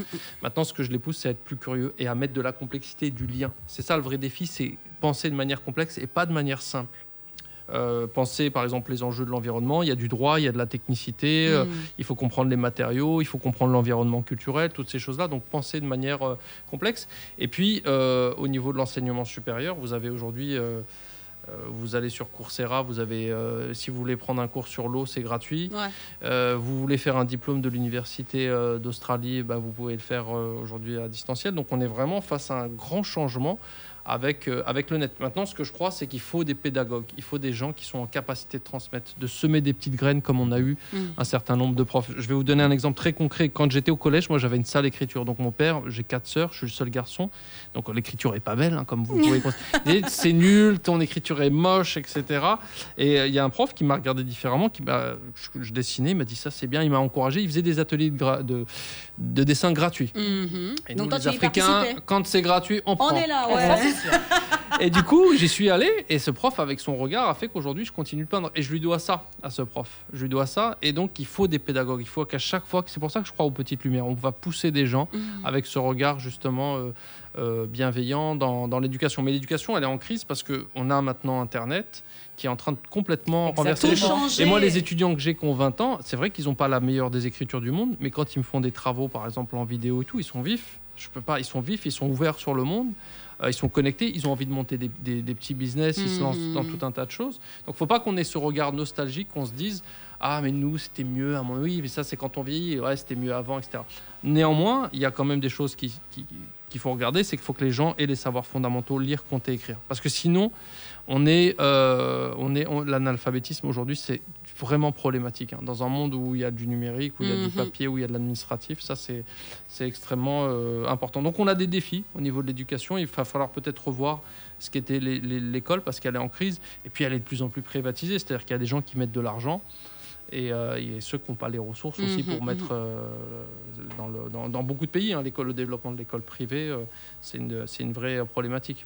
Speaker 1: Maintenant, ce que je les pousse, c'est à être plus curieux et à mettre de la complexité et du lien. C'est ça le vrai défi, c'est penser de manière complexe et pas de manière simple. Euh, penser par exemple les enjeux de l'environnement, il y a du droit, il y a de la technicité, euh,
Speaker 16: Mm.
Speaker 1: il faut comprendre les matériaux, il faut comprendre l'environnement culturel, toutes ces choses-là, donc penser de manière euh, complexe. Et puis euh, au niveau de l'enseignement supérieur, vous avez aujourd'hui... euh, euh, vous allez sur Coursera, vous avez, euh, si vous voulez prendre un cours sur l'eau, c'est gratuit.
Speaker 2: Ouais.
Speaker 1: Euh, vous voulez faire un diplôme de l'université euh, d'Australie, bah, vous pouvez le faire euh, aujourd'hui à distanciel. Donc on est vraiment face à un grand changement avec, euh, avec le net. Maintenant, ce que je crois, c'est qu'il faut des pédagogues, il faut des gens qui sont en capacité de transmettre, de semer des petites graines comme on a eu
Speaker 16: Mm.
Speaker 1: un certain nombre de profs. Je vais vous donner un exemple très concret. Quand j'étais au collège, moi j'avais une salle écriture. Donc mon père, j'ai quatre sœurs, je suis le seul garçon. Donc l'écriture est pas belle, hein, comme vous pouvez constater. C'est nul, ton écriture est moche, etc. Et euh, il y a un prof qui m'a regardé différemment, qui m'a, je, je dessinais, il m'a dit ça c'est bien, il m'a encouragé. Il faisait des ateliers de, gra- de, de dessin gratuits.
Speaker 2: Mhm.
Speaker 1: Et nous,
Speaker 2: Donc toi,
Speaker 1: les
Speaker 2: tu y
Speaker 1: Africains,
Speaker 2: participais.
Speaker 1: quand c'est gratuit, on prend.
Speaker 2: On est là,
Speaker 1: prend.
Speaker 2: ouais.
Speaker 1: Et du coup, j'y suis allé et ce prof, avec son regard, a fait qu'aujourd'hui, je continue de peindre. Et je lui dois ça à ce prof. Je lui dois ça. Et donc, il faut des pédagogues. Il faut qu'à chaque fois, c'est pour ça que je crois aux petites lumières. On va pousser des gens
Speaker 2: Mmh.
Speaker 1: avec ce regard justement euh, euh, bienveillant dans, dans l'éducation. Mais l'éducation, elle est en crise parce que on a maintenant Internet qui est en train de complètement renverser les
Speaker 16: Tout
Speaker 1: choses.
Speaker 16: changer.
Speaker 1: Et moi, les étudiants que j'ai qui ont 20 ans, c'est vrai qu'ils n'ont pas la meilleure des écritures du monde, mais quand ils me font des travaux, par exemple en vidéo et tout, ils sont vifs. Je peux pas, ils sont vifs, ils sont ouverts sur le monde, euh, ils sont connectés, ils ont envie de monter des, des- des petits business, ils se lancent
Speaker 16: Mhm.
Speaker 1: dans tout un tas de choses. Donc, faut pas qu'on ait ce regard nostalgique, qu'on se dise Ah, mais nous, c'était mieux. à mon Oui, mais ça, c'est quand on vieillit. Ouais, c'était mieux avant, etc. Néanmoins, il y a quand même des choses qui- qui- qu'il faut regarder c'est qu'il faut que les gens aient les savoirs fondamentaux, lire, compter, écrire. Parce que sinon, on est, euh, on est on- l'analphabétisme aujourd'hui, c'est vraiment problématique. hein. Dans un monde où il y a du numérique, où il y a du
Speaker 16: Mhm.
Speaker 1: papier, où il y a de l'administratif, ça c'est c'est extrêmement euh, important. Donc on a des défis au niveau de l'éducation. Il va falloir peut-être revoir ce qu'était les- les- l'école parce qu'elle est en crise et puis elle est de plus en plus privatisée. C'est-à-dire qu'il y a des gens qui mettent de l'argent. Et, euh, et ceux qui n'ont pas les ressources aussi
Speaker 16: Mhm,
Speaker 1: pour
Speaker 16: mhm.
Speaker 1: mettre euh, dans, le- dans- dans beaucoup de pays, hein, l'école, le développement de l'école privée, euh, c'est une- c'est une vraie euh, problématique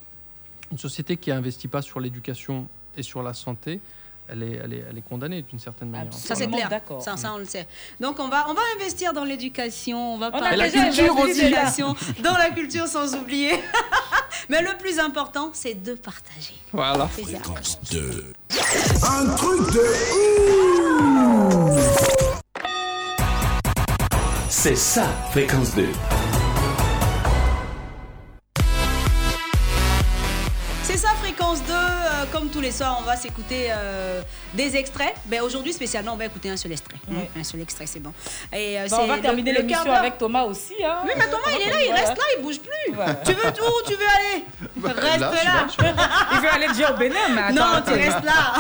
Speaker 1: une société qui n'investit pas sur l'éducation et sur la santé, elle est, elle est, elle est condamnée d'une certaine manière.
Speaker 2: Ça, c'est
Speaker 1: Voilà.
Speaker 2: clair. Ça, ça, on le sait. Donc, on va, on va investir dans l'éducation, on va
Speaker 1: a
Speaker 2: parler
Speaker 1: déjà investi
Speaker 2: de
Speaker 1: déjà.
Speaker 2: l'éducation, dans la culture sans oublier. Mais le plus important, c'est de partager.
Speaker 1: Voilà.
Speaker 2: C'est ça.
Speaker 6: Un truc de ouf
Speaker 22: C'est ça, fréquence 2.
Speaker 2: C'est ça, Fréquence 2. euh, comme tous les soirs, on va s'écouter euh, des extraits. Mais aujourd'hui, spécialement, on va écouter un seul extrait. Un seul extrait, c'est bon. Et, euh,
Speaker 3: Bah, on
Speaker 2: c'est
Speaker 3: va
Speaker 2: le-
Speaker 3: terminer
Speaker 2: le
Speaker 3: l'émission
Speaker 2: quart d'heure.
Speaker 3: avec Thomas aussi. Hein.
Speaker 2: Oui, mais Thomas, il est là, il
Speaker 3: Voilà.
Speaker 2: reste là, il bouge plus. Tu veux tout, tu veux aller
Speaker 3: Bah,
Speaker 2: Reste
Speaker 3: là, je
Speaker 2: là.
Speaker 3: suis là, je Il veut aller déjà au Bénin, mais attends,
Speaker 2: Non,
Speaker 3: attends.
Speaker 2: tu restes là.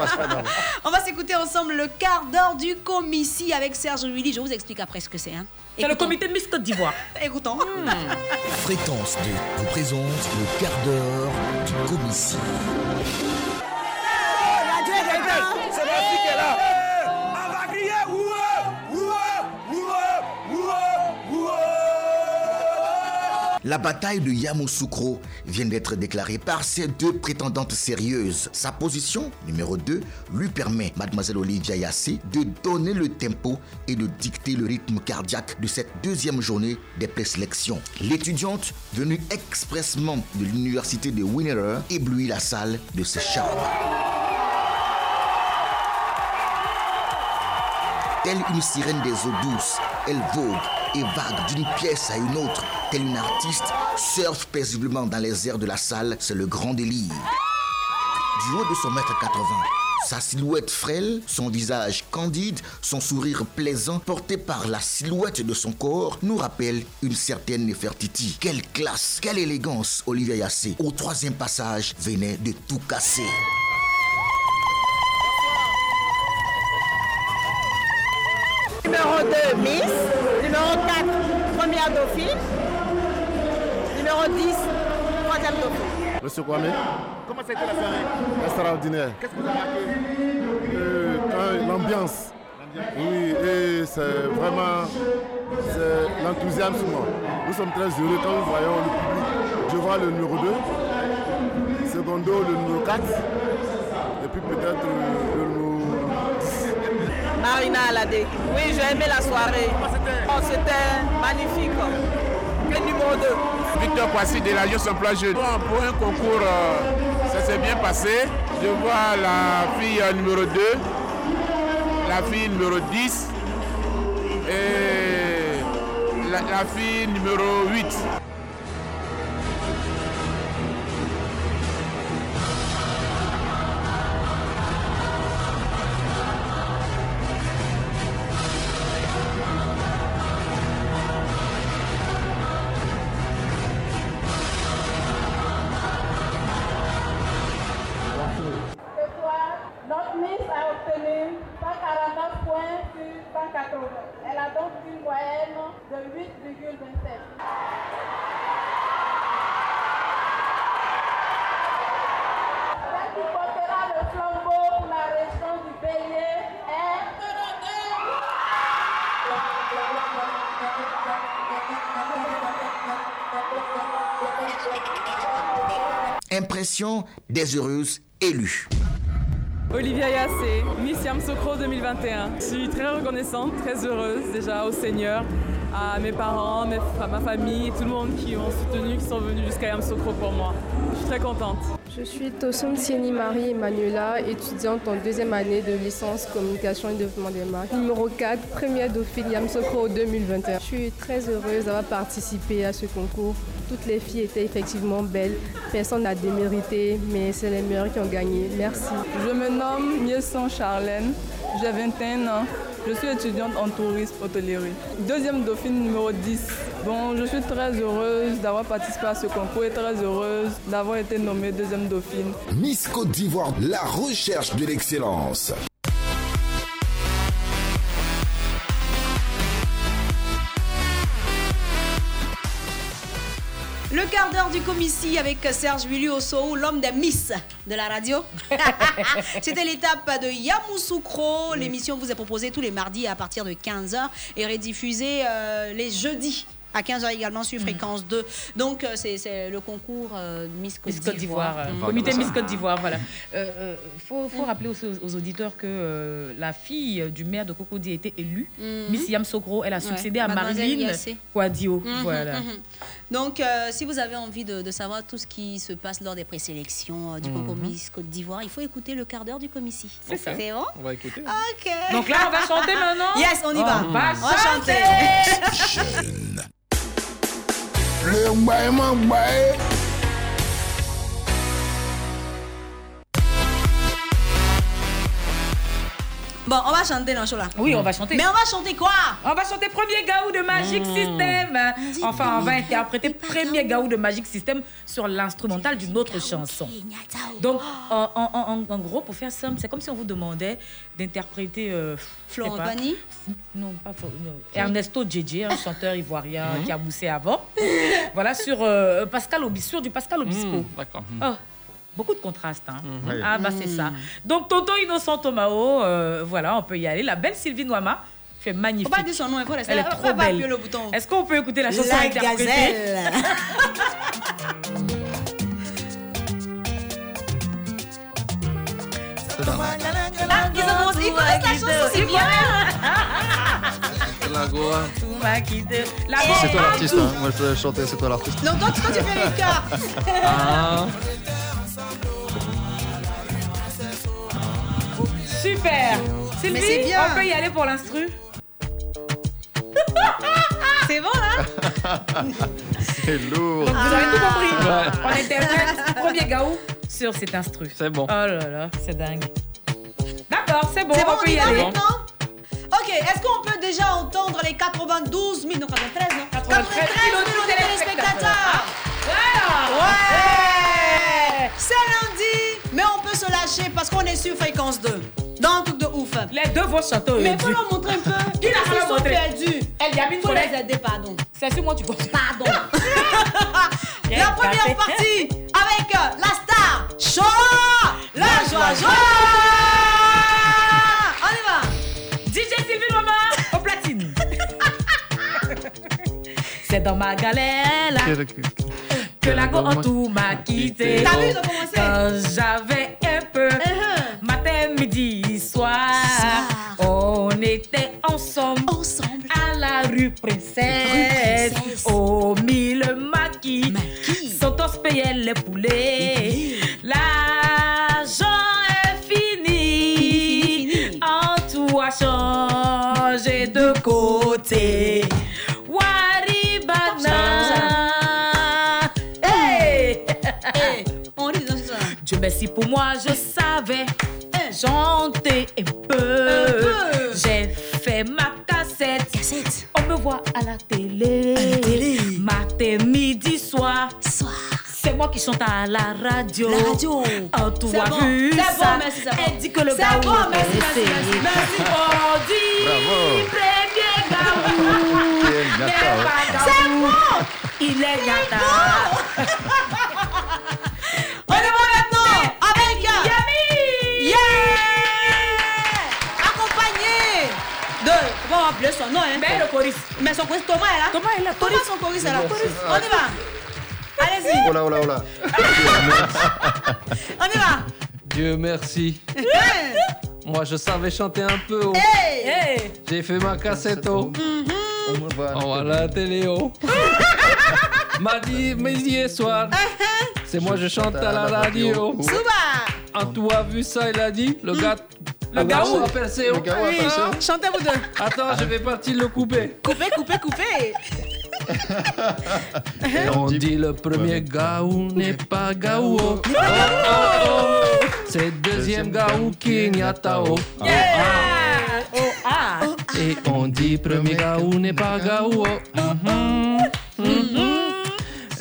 Speaker 2: On va s'écouter ensemble le quart d'heure du comici avec Serge Willy. Je vous explique après ce que c'est. Hein.
Speaker 3: C'est le comité Miss Côte d'Ivoire.
Speaker 2: Écoutons.
Speaker 3: Hmm.
Speaker 28: Fréquence 2 vous présente le quart d'heure du comici.
Speaker 13: C'est la fille qui est là. On va crier ouah, ouah, ouah, ouah, ouah.
Speaker 28: La bataille de Yamoussoukro vient d'être déclarée par ces deux prétendantes sérieuses. Sa position, numéro 2, lui permet, mademoiselle Olivia Yassé, de donner le tempo et de dicter le rythme cardiaque de cette deuxième journée des présélections. L'étudiante, venue expressement de l'université de Winner, éblouit la salle de ses charmes. Telle une sirène des eaux douces, elle vogue et vague d'une pièce à une autre. Telle une artiste, surfe paisiblement dans les airs de la salle, c'est le grand délire. Du haut de son mètre 80, sa silhouette frêle, son visage candide, son sourire plaisant, porté par la silhouette de son corps, nous rappelle une certaine Nefertiti. Quelle classe, quelle élégance, Olivia Yassé, au troisième passage, venait de tout casser.
Speaker 11: Numéro 2, Miss. Numéro 4, première dauphine. Numéro 10, troisième dauphine.
Speaker 29: Monsieur Kwame,
Speaker 11: Comment c'était la soirée
Speaker 29: extraordinaire. Euh, quand- L'ambiance. Oui, et c'est vraiment c'est l'enthousiasme. Nous sommes très heureux quand nous voyons le public. Je vois le numéro 2, secondo le numéro 4, et puis peut-être euh, le numéro 10.
Speaker 11: Marina Alade. Oui, j'ai aimé la soirée. Oh, c'était magnifique. Le numéro 2.
Speaker 30: Victor Poissy de la Jeunesse Plage. Bon, pour un concours, euh, ça s'est bien passé. Je vois la fille euh, numéro 2, la fille numéro 10 et la, la fille numéro 8.
Speaker 11: Ce soir, notre Miss a obtenu 149 points sur 180. Elle a donc une moyenne de 8,27. Celle qui portera le flambeau pour la région du Bélier est
Speaker 28: Impression des heureuses élues.
Speaker 12: Olivia Yassé, Miss Socro 2021. Je suis très reconnaissante, très heureuse déjà au Seigneur, à mes parents, mes- à ma famille, tout le monde qui m'ont soutenu, qui sont venus jusqu'à Yamsokro pour moi. Je suis très contente.
Speaker 1: euh,
Speaker 27: Je suis Tosun Sieni Marie Emmanuela, étudiante en deuxième année de licence communication et développement des marques. Numéro 4, première dauphine Yamsokro 2021. Je suis très heureuse d'avoir participé à ce concours. Toutes les filles étaient effectivement belles. Personne n'a démérité, mais c'est les meilleures qui ont gagné. Merci.
Speaker 12: Je me nomme Miesson Charlène. J'ai 21 ans. Je suis étudiante en tourisme hôtellerie. Deuxième dauphine numéro 10. Bon, je suis très heureuse d'avoir participé à ce concours et très heureuse d'avoir été nommée deuxième dauphine.
Speaker 6: Miss Côte d'Ivoire, la recherche de l'excellence.
Speaker 2: Le quart d'heure du comici avec Serge Willy Ossou, l'homme des Miss de la radio. C'était l'étape de Yamoussoukro. L'émission vous est proposée tous les mardis à partir de 15h et rediffusée euh, les jeudis. À 15h également
Speaker 3: Mm.
Speaker 2: sur fréquence 2. Donc, euh, c'est c'est le concours euh, Miss Côte
Speaker 3: Miss Côte
Speaker 2: d'Ivoire.
Speaker 3: d'Ivoire. euh,
Speaker 2: Mm.
Speaker 3: Comité Miss Côte d'Ivoire, voilà. Il faut, faut rappeler aussi aux, aux auditeurs que euh, la fille du maire de Cocody a été élue, Miss Yam Sogro. Elle a
Speaker 2: Mhm. Ouais,
Speaker 3: succédé à
Speaker 2: Mademoiselle
Speaker 3: Marine
Speaker 2: Yassé.
Speaker 3: Kouadio.
Speaker 2: Mhm,
Speaker 3: voilà.
Speaker 2: mhm. Donc, euh, si vous avez envie de, de savoir tout ce qui se passe lors des présélections euh, du concours
Speaker 3: Mhm.
Speaker 2: Miss Côte d'Ivoire, il faut écouter le quart d'heure du comici.
Speaker 3: C'est ça.
Speaker 2: C'est bon
Speaker 1: On va écouter. hein.
Speaker 2: Ok.
Speaker 3: Donc là, on va chanter maintenant
Speaker 2: Yes, on y va.
Speaker 3: On va
Speaker 2: On va chanter.
Speaker 7: Le bail, mon bail.
Speaker 2: Bon, on va chanter dans ce là.
Speaker 3: Oui, on va chanter.
Speaker 2: Mais on va chanter quoi
Speaker 3: On va chanter Premier Gaou de Magic
Speaker 2: Mm.
Speaker 3: System. Enfin, on va interpréter Premier Gaou de Magic System sur l'instrumental d'une autre chanson. Donc, en, en- en- en gros, pour faire simple, c'est comme si on vous demandait d'interpréter. euh, je sais
Speaker 2: Florent
Speaker 3: pas,
Speaker 2: Pagny
Speaker 3: Non, pas Florent. non. Ernesto Djedje, un chanteur ivoirien
Speaker 26: Mhm.
Speaker 3: qui a moussé avant. voilà, sur euh, Pascal Obis- sur du Pascal
Speaker 26: Mhm,
Speaker 3: Obispo.
Speaker 1: D'accord.
Speaker 3: Oh, beaucoup de contrastes. hein.
Speaker 1: Ouais.
Speaker 3: Ah, bah, c'est
Speaker 2: Mhm.
Speaker 3: ça. Donc, Tonton Innocent Tomao, euh, voilà, on peut y aller. La belle Sylvie Noama, tu es magnifique.
Speaker 2: Faut pas dire son nom, il faut rester
Speaker 3: Elle est
Speaker 2: là.
Speaker 3: trop
Speaker 2: Faut pas
Speaker 3: belle.
Speaker 2: appuyer le bouton.
Speaker 3: Est-ce qu'on peut écouter la chanson
Speaker 2: La
Speaker 3: interprétée
Speaker 2: gazelle.
Speaker 3: Ah, ils ont commencé, ils connaissent la chanson, c'est bien.
Speaker 1: La Goa.
Speaker 3: La
Speaker 26: C'est toi
Speaker 3: voix.
Speaker 26: l'artiste, hein. moi je peux chanter, c'est toi l'artiste.
Speaker 2: Non, toi, tu tu fais les cœurs.
Speaker 26: Ah.
Speaker 3: Super. Sylvie,
Speaker 2: Mais c'est bien.
Speaker 3: on peut y aller pour l'instru
Speaker 2: C'est bon hein? là
Speaker 26: C'est lourd.
Speaker 3: Vous avez tout compris.
Speaker 26: Ouais.
Speaker 3: On interprète Premier Gaou sur cet instru.
Speaker 1: C'est bon.
Speaker 3: Oh là là, c'est dingue. D'accord, c'est bon,
Speaker 2: C'est bon,
Speaker 3: on
Speaker 2: on
Speaker 3: peut
Speaker 2: y
Speaker 3: y
Speaker 2: va
Speaker 3: aller.
Speaker 2: maintenant Ok, est-ce qu'on peut déjà entendre les 92 000, non 93, non 93 000 téléspectateurs Ouais C'est lundi, mais on peut se lâcher parce qu'on est sur fréquence 2. Dans un truc de ouf.
Speaker 3: Les deux vont chanter
Speaker 2: Mais faut
Speaker 3: aujourd'hui.
Speaker 2: leur montrer un peu
Speaker 3: Qui
Speaker 2: qu'ils
Speaker 3: l'a pas
Speaker 2: sont
Speaker 3: montré
Speaker 2: perdus.
Speaker 3: Elle y a mis une
Speaker 2: Faut
Speaker 3: collègue.
Speaker 2: les aider, pardon.
Speaker 3: C'est sur moi, tu comptes.
Speaker 2: Pardon. La première partie avec euh, la star Chola La joie, joie On y va
Speaker 3: DJ Sylvie Noama au platine. C'est dans ma galère là, que la go en tout m'a quitté.
Speaker 2: T'as vu, ils ont commencé.
Speaker 3: Quand Euh, j'avais un peu, matin, midi, Uh-huh. soir, on était ensemble, à la rue Princesse. Au mille maquis, Santos payait les poulets. L'argent est fini, en tout a changé de côté.
Speaker 2: Oh.
Speaker 3: Waribana. Hey!
Speaker 2: Eh, On rit dans ça. Eh.
Speaker 3: Dieu merci pour moi, je savais chanter un peu. J'ai fait ma cassette. On me voit à la télé. Matin, midi, soir. C'est moi qui chante à la radio.
Speaker 2: La radio.
Speaker 3: Oh, tout
Speaker 2: C'est
Speaker 3: a
Speaker 2: bon,
Speaker 3: vu
Speaker 2: c'est
Speaker 3: ça.
Speaker 2: bon, merci, c'est bon.
Speaker 3: Elle dit que le
Speaker 2: C'est
Speaker 3: gars
Speaker 2: bon,
Speaker 3: va
Speaker 2: merci, merci,
Speaker 3: rester.
Speaker 2: merci, merci.
Speaker 3: On dit
Speaker 2: Bravo.
Speaker 3: premier gaou. n'est
Speaker 2: Quel gâteau.
Speaker 3: pas gaou.
Speaker 2: C'est bon.
Speaker 3: Il est gâteau.
Speaker 2: On y va maintenant avec Yami Accompagné de. Bon, on va appeler son nom, hein.
Speaker 3: Ben,
Speaker 2: Mais le choriste. Mais son choriste, Thomas est là. Thomas est là. Thomas, son choriste est là. On y va. Allez-y.
Speaker 26: Oh là, oh là, oh là.
Speaker 2: On y va.
Speaker 1: Dieu merci.
Speaker 2: Hey.
Speaker 1: Moi je savais chanter un peu. oh.
Speaker 2: Hey.
Speaker 1: J'ai fait ma cassette. oh. On va à la télé. oh. Mardi, midi et soir. C'est moi je chante à la radio.
Speaker 2: Souba.
Speaker 1: Ah, tu as vu ça, il a dit
Speaker 2: Mm.
Speaker 1: Le gars.
Speaker 2: Le gaou.
Speaker 1: a percé. oh.
Speaker 2: Le gaou a
Speaker 1: Oui.
Speaker 2: percé, oh. Chantez-vous deux.
Speaker 1: Attends, je vais partir le couper.
Speaker 2: Coupez, coupez, coupez.
Speaker 1: On dit le premier gaou n'est pas gaou. oh. Oh, oh, oh. C'est le deuxième gaou qui n'y a tao.
Speaker 2: ah.
Speaker 1: Et on dit premier gaou n'est pas gaou. oh. Mhm. Mhm.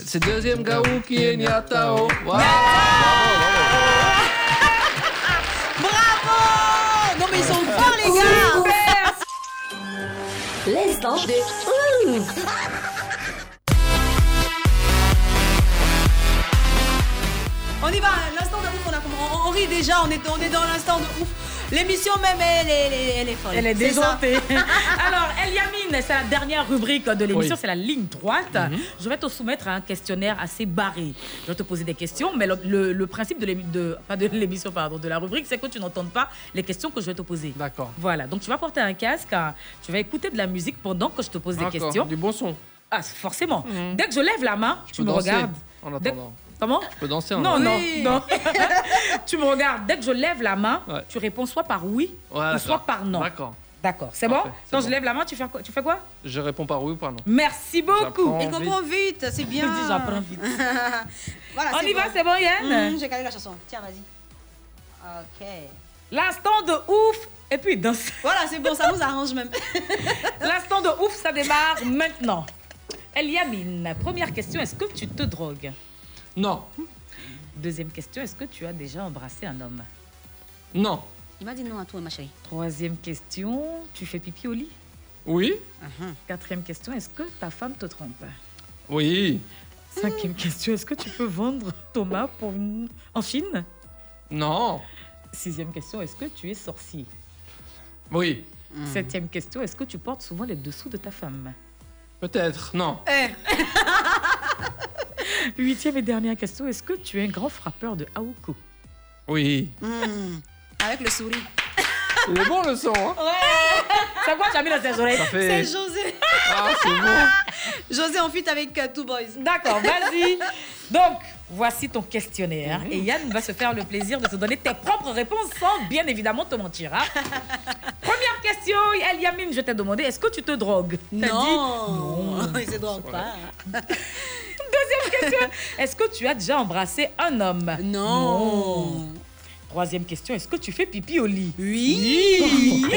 Speaker 1: C'est deuxième gaou qui est Niatao. Voilà.
Speaker 2: Bravo Non mais ils sont forts les gars
Speaker 4: L'instant de Ouf.
Speaker 2: On y va, l'instant de ouf, on, a- on- on rit déjà, on est, on est dans l'instant de ouf. L'émission même, elle, est- elle est- elle est folle.
Speaker 3: Elle est
Speaker 2: C'est ça.
Speaker 3: déjantée. Alors, Eliamine, c'est la dernière rubrique de l'émission,
Speaker 2: Oui.
Speaker 3: c'est la ligne droite.
Speaker 1: Mhm.
Speaker 3: Je vais te soumettre à un questionnaire assez barré. Je vais te poser des questions, mais le, le- le principe de l'émi- de- pas de l'émission, pardon, de la rubrique, c'est que tu n'entendes pas les questions que je vais te poser.
Speaker 1: D'accord.
Speaker 3: Voilà, donc tu vas porter un casque, hein, tu vas écouter de la musique pendant que je te pose des
Speaker 1: D'accord,
Speaker 3: questions.
Speaker 1: Du bon son. Mhm.
Speaker 3: Ah, forcément. Dès que je lève la main, tu
Speaker 1: peux
Speaker 3: me
Speaker 1: danser,
Speaker 3: regardes.
Speaker 1: en
Speaker 3: Dès-
Speaker 1: attendant.
Speaker 3: Comment
Speaker 1: Je peux danser hein, en
Speaker 3: non, non,
Speaker 1: attendant.
Speaker 3: non. Hein? tu me regardes. Dès que je lève la main, tu réponds soit par oui ou
Speaker 1: d'accord.
Speaker 3: soit par non. D'accord. D'accord. C'est bon
Speaker 1: Parfait, c'est
Speaker 3: Quand
Speaker 1: bon.
Speaker 3: je lève la main, tu fais quoi, tu fais quoi
Speaker 1: Je réponds par oui ou par non.
Speaker 3: Merci beaucoup.
Speaker 1: J'apprends
Speaker 2: Il comprend vite, c'est bien.
Speaker 3: Il dit j'apprends vite.
Speaker 2: Voilà,
Speaker 3: On y va, c'est bon, Yann
Speaker 2: Mhm, J'ai calé la chanson. Tiens, vas-y. Ok.
Speaker 3: L'instant de ouf. Et puis il danse.
Speaker 2: Voilà, c'est bon, ça nous arrange même.
Speaker 3: L'instant de ouf, ça démarre maintenant. Eliamine, première question, est-ce que tu te drogues
Speaker 1: Non.
Speaker 3: Deuxième question, est-ce que tu as déjà embrassé un homme
Speaker 1: Non.
Speaker 2: Il m'a dit non à tout, ma chérie.
Speaker 3: Troisième question, tu fais pipi au lit
Speaker 1: Oui.
Speaker 2: Uh-huh.
Speaker 3: Quatrième question, est-ce que ta femme te trompe
Speaker 1: Oui.
Speaker 3: Cinquième question, est-ce que tu peux vendre Thomas pour une- en Chine
Speaker 1: Non.
Speaker 3: Sixième question, est-ce que tu es sorcier
Speaker 1: Oui.
Speaker 2: Hmm.
Speaker 3: Septième question, est-ce que tu portes souvent les dessous de ta femme
Speaker 1: Peut-être. Non.
Speaker 2: Eh.
Speaker 3: Huitième et dernière question, est-ce que tu es un grand frappeur de Haouko
Speaker 1: Oui.
Speaker 2: Hmm. Avec le sourire.
Speaker 1: Il est bon le son.
Speaker 2: Oh.
Speaker 1: Hein
Speaker 3: C'est quoi, Oh, mis dans tes oreilles
Speaker 1: Ça fait-
Speaker 2: C'est José.
Speaker 1: Ah, c'est bon.
Speaker 2: José en fuite avec euh, Two Boys.
Speaker 3: D'accord, vas-y. Donc, voici ton questionnaire.
Speaker 2: Mhm.
Speaker 3: Et Yann va se faire le plaisir de te donner tes propres réponses sans bien évidemment te mentir. hein. Première question, El Yamine, je t'ai demandé, est-ce que tu te drogues T'as
Speaker 2: Non.
Speaker 3: dit non.
Speaker 2: Il se drogue pas.
Speaker 3: Deuxième question, est-ce que tu as déjà embrassé un homme
Speaker 2: Non.
Speaker 3: Troisième question, est-ce que tu fais pipi au lit
Speaker 2: Oui.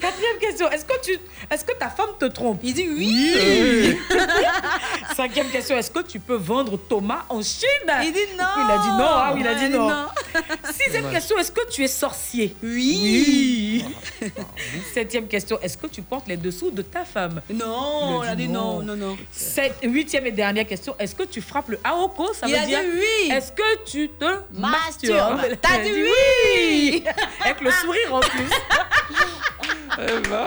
Speaker 3: Quatrième question, est-ce que, tu, est-ce que ta femme te trompe
Speaker 2: Il dit
Speaker 3: oui. Cinquième question, est-ce que tu peux vendre Thomas en Chine
Speaker 2: Il dit non.
Speaker 3: Il a dit non, ah oui, il a
Speaker 2: Ouais,
Speaker 3: dit
Speaker 2: il dit
Speaker 3: non.
Speaker 2: non.
Speaker 3: Sixième
Speaker 2: Dommage.
Speaker 3: question, est-ce que tu es sorcier
Speaker 2: Oui.
Speaker 3: Oui. Septième question, est-ce que tu portes les dessous de ta femme
Speaker 2: Non, il a dit non, non, non.
Speaker 3: Sept- huitième et dernière question, est-ce que tu frappes le Aoko Ça
Speaker 2: Il
Speaker 3: veut
Speaker 2: a dit
Speaker 3: dire,
Speaker 2: oui.
Speaker 3: Est-ce que tu te
Speaker 2: Masturbe.
Speaker 3: masturbes
Speaker 2: T'as
Speaker 3: Il a
Speaker 2: dit oui. Ah,
Speaker 3: Avec le sourire en plus.
Speaker 1: Euh,
Speaker 3: Eh ben,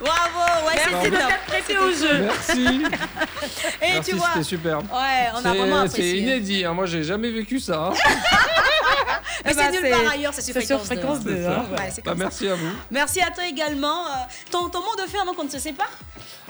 Speaker 2: Bravo, ouais,
Speaker 3: Merci
Speaker 2: c'était
Speaker 3: de
Speaker 2: top.
Speaker 3: t'être prêté au
Speaker 2: C'était
Speaker 3: jeu.
Speaker 2: top.
Speaker 1: Merci.
Speaker 2: Et
Speaker 1: Merci,
Speaker 2: Eh, tu vois.
Speaker 1: C'était superbe.
Speaker 2: Ouais, on a
Speaker 1: C'est-
Speaker 2: vraiment
Speaker 1: C'est
Speaker 2: apprécié.
Speaker 1: inédit. hein. Moi, j'ai jamais vécu ça. hein.
Speaker 2: Mais
Speaker 3: Eh ben,
Speaker 2: c'est nulle
Speaker 3: c'est-
Speaker 2: part ailleurs, c'est sur
Speaker 3: c'est sur
Speaker 2: fréquence,
Speaker 3: Fréquence
Speaker 2: deux.
Speaker 1: deux, hein,
Speaker 2: Ouais,
Speaker 1: voilà.
Speaker 2: c'est
Speaker 1: Bah,
Speaker 2: comme ça.
Speaker 1: merci à vous.
Speaker 2: Merci à toi également. Euh, Ton, ton mot de fer avant qu'on ne se sépare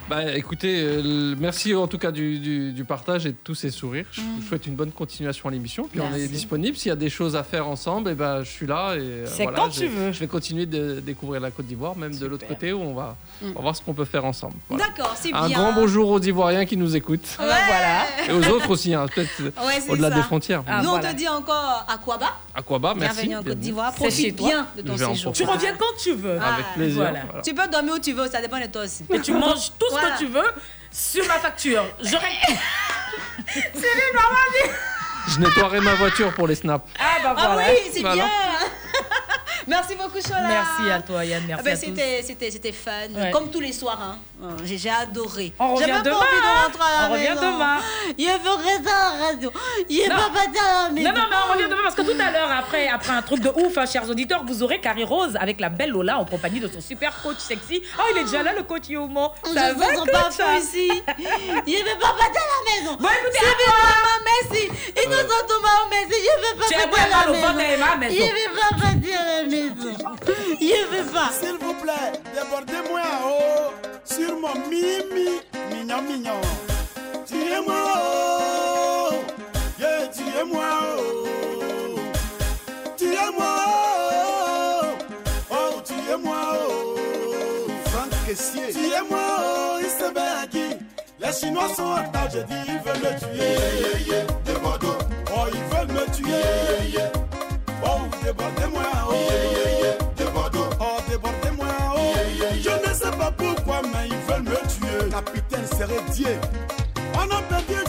Speaker 1: Bah, écoutez, euh, l- merci en tout cas du, du- du partage et de tous ces sourires. Je
Speaker 2: Mm.
Speaker 1: vous souhaite une bonne continuation à l'émission. Puis on
Speaker 3: Merci.
Speaker 1: est disponible. S'il y a des choses à faire ensemble, et ben je suis là. Et euh,
Speaker 3: C'est
Speaker 1: voilà,
Speaker 3: quand
Speaker 1: je-
Speaker 3: tu veux.
Speaker 1: Je vais continuer de découvrir la Côte d'Ivoire, même de l'autre côté où on va,
Speaker 2: Mm.
Speaker 1: on va voir ce qu'on peut faire ensemble. Voilà.
Speaker 2: D'accord, c'est
Speaker 1: Un
Speaker 2: bien.
Speaker 1: grand bonjour aux Ivoiriens qui nous écoutent.
Speaker 2: Ouais.
Speaker 1: Et aux autres aussi, hein, peut-être
Speaker 2: Ouais, c'est
Speaker 1: au-delà
Speaker 2: ça.
Speaker 1: des frontières. Ah,
Speaker 2: Nous, on te dit encore à quoi bas
Speaker 1: À quoi bas, merci.
Speaker 2: Bienvenue en Côte
Speaker 1: bienvenue.
Speaker 2: d'Ivoire.
Speaker 3: C'est chez
Speaker 2: Profite
Speaker 3: toi.
Speaker 2: bien de ton
Speaker 1: Je vais en
Speaker 2: séjour.
Speaker 1: profiter. Tu reviens
Speaker 3: quand tu veux.
Speaker 1: Avec plaisir.
Speaker 3: Voilà.
Speaker 1: voilà.
Speaker 2: Tu peux dormir où tu veux, ça dépend de toi aussi.
Speaker 3: Et tu manges tout ce que tu veux sur ma facture. Je répète.
Speaker 2: C'est lui, maman.
Speaker 1: Je nettoierai ma voiture pour les snaps.
Speaker 3: Ah bah
Speaker 2: Ah
Speaker 3: voilà.
Speaker 2: oui, c'est
Speaker 1: Voilà.
Speaker 2: bien. Merci beaucoup, Chola.
Speaker 3: Merci à toi Yann,
Speaker 2: Ah
Speaker 3: merci
Speaker 2: ben,
Speaker 3: à tous.
Speaker 2: c'était, c'était, c'était fun,
Speaker 3: Ouais.
Speaker 2: comme tous les soirs. hein. Euh, J'ai, j'ai adoré.
Speaker 3: On
Speaker 2: J'avais
Speaker 3: revient
Speaker 2: pas
Speaker 3: demain,
Speaker 2: envie
Speaker 3: hein.
Speaker 2: de rentrer à la
Speaker 3: On revient
Speaker 2: maison.
Speaker 3: demain.
Speaker 2: Il veut rester à la radio. Il est
Speaker 3: Non.
Speaker 2: pas parti à la
Speaker 3: Non,
Speaker 2: maison.
Speaker 3: non, mais on revient demain parce que tout à l'heure, après, après un truc de ouf, hein, chers auditeurs, vous aurez Carré Rose avec la belle Lola en compagnie de son super coach sexy. Oh, il est déjà là, le coach Yomo. Ça
Speaker 2: Je
Speaker 3: va,
Speaker 2: vous en pas
Speaker 3: coach hein?
Speaker 2: fou ici. Il veut pas partir à la maison.
Speaker 3: Bon, écoutez,
Speaker 2: C'est
Speaker 3: à
Speaker 2: bien, maman, merci. Il nous
Speaker 3: Ouais.
Speaker 2: a tombé merci. Il veut pas
Speaker 3: Tu es
Speaker 2: partir
Speaker 3: vraiment
Speaker 2: à
Speaker 3: le bon
Speaker 2: la
Speaker 3: de
Speaker 2: maison.
Speaker 3: ma maison.
Speaker 2: Il veut pas partir à la maison. Il veut pas.
Speaker 16: S'il vous plaît, débordez-moi en haut sur mon mimi, mignon mignon. Tirez-moi en haut, yeah, tirez-moi en haut. Tirez-moi en haut, oh, tirez-moi en haut. Franck Caissier. Tirez-moi en haut, il se met à qui Les Chinois sont otages, je dis, ils veulent me tuer. de Bordeaux. Oh, ils veulent me tuer. Oh, débordez-moi en haut. de Bordeaux. Oh, débordez-moi fois, mais ils veulent me tuer. Capitaine Serré Dieu. On a perdu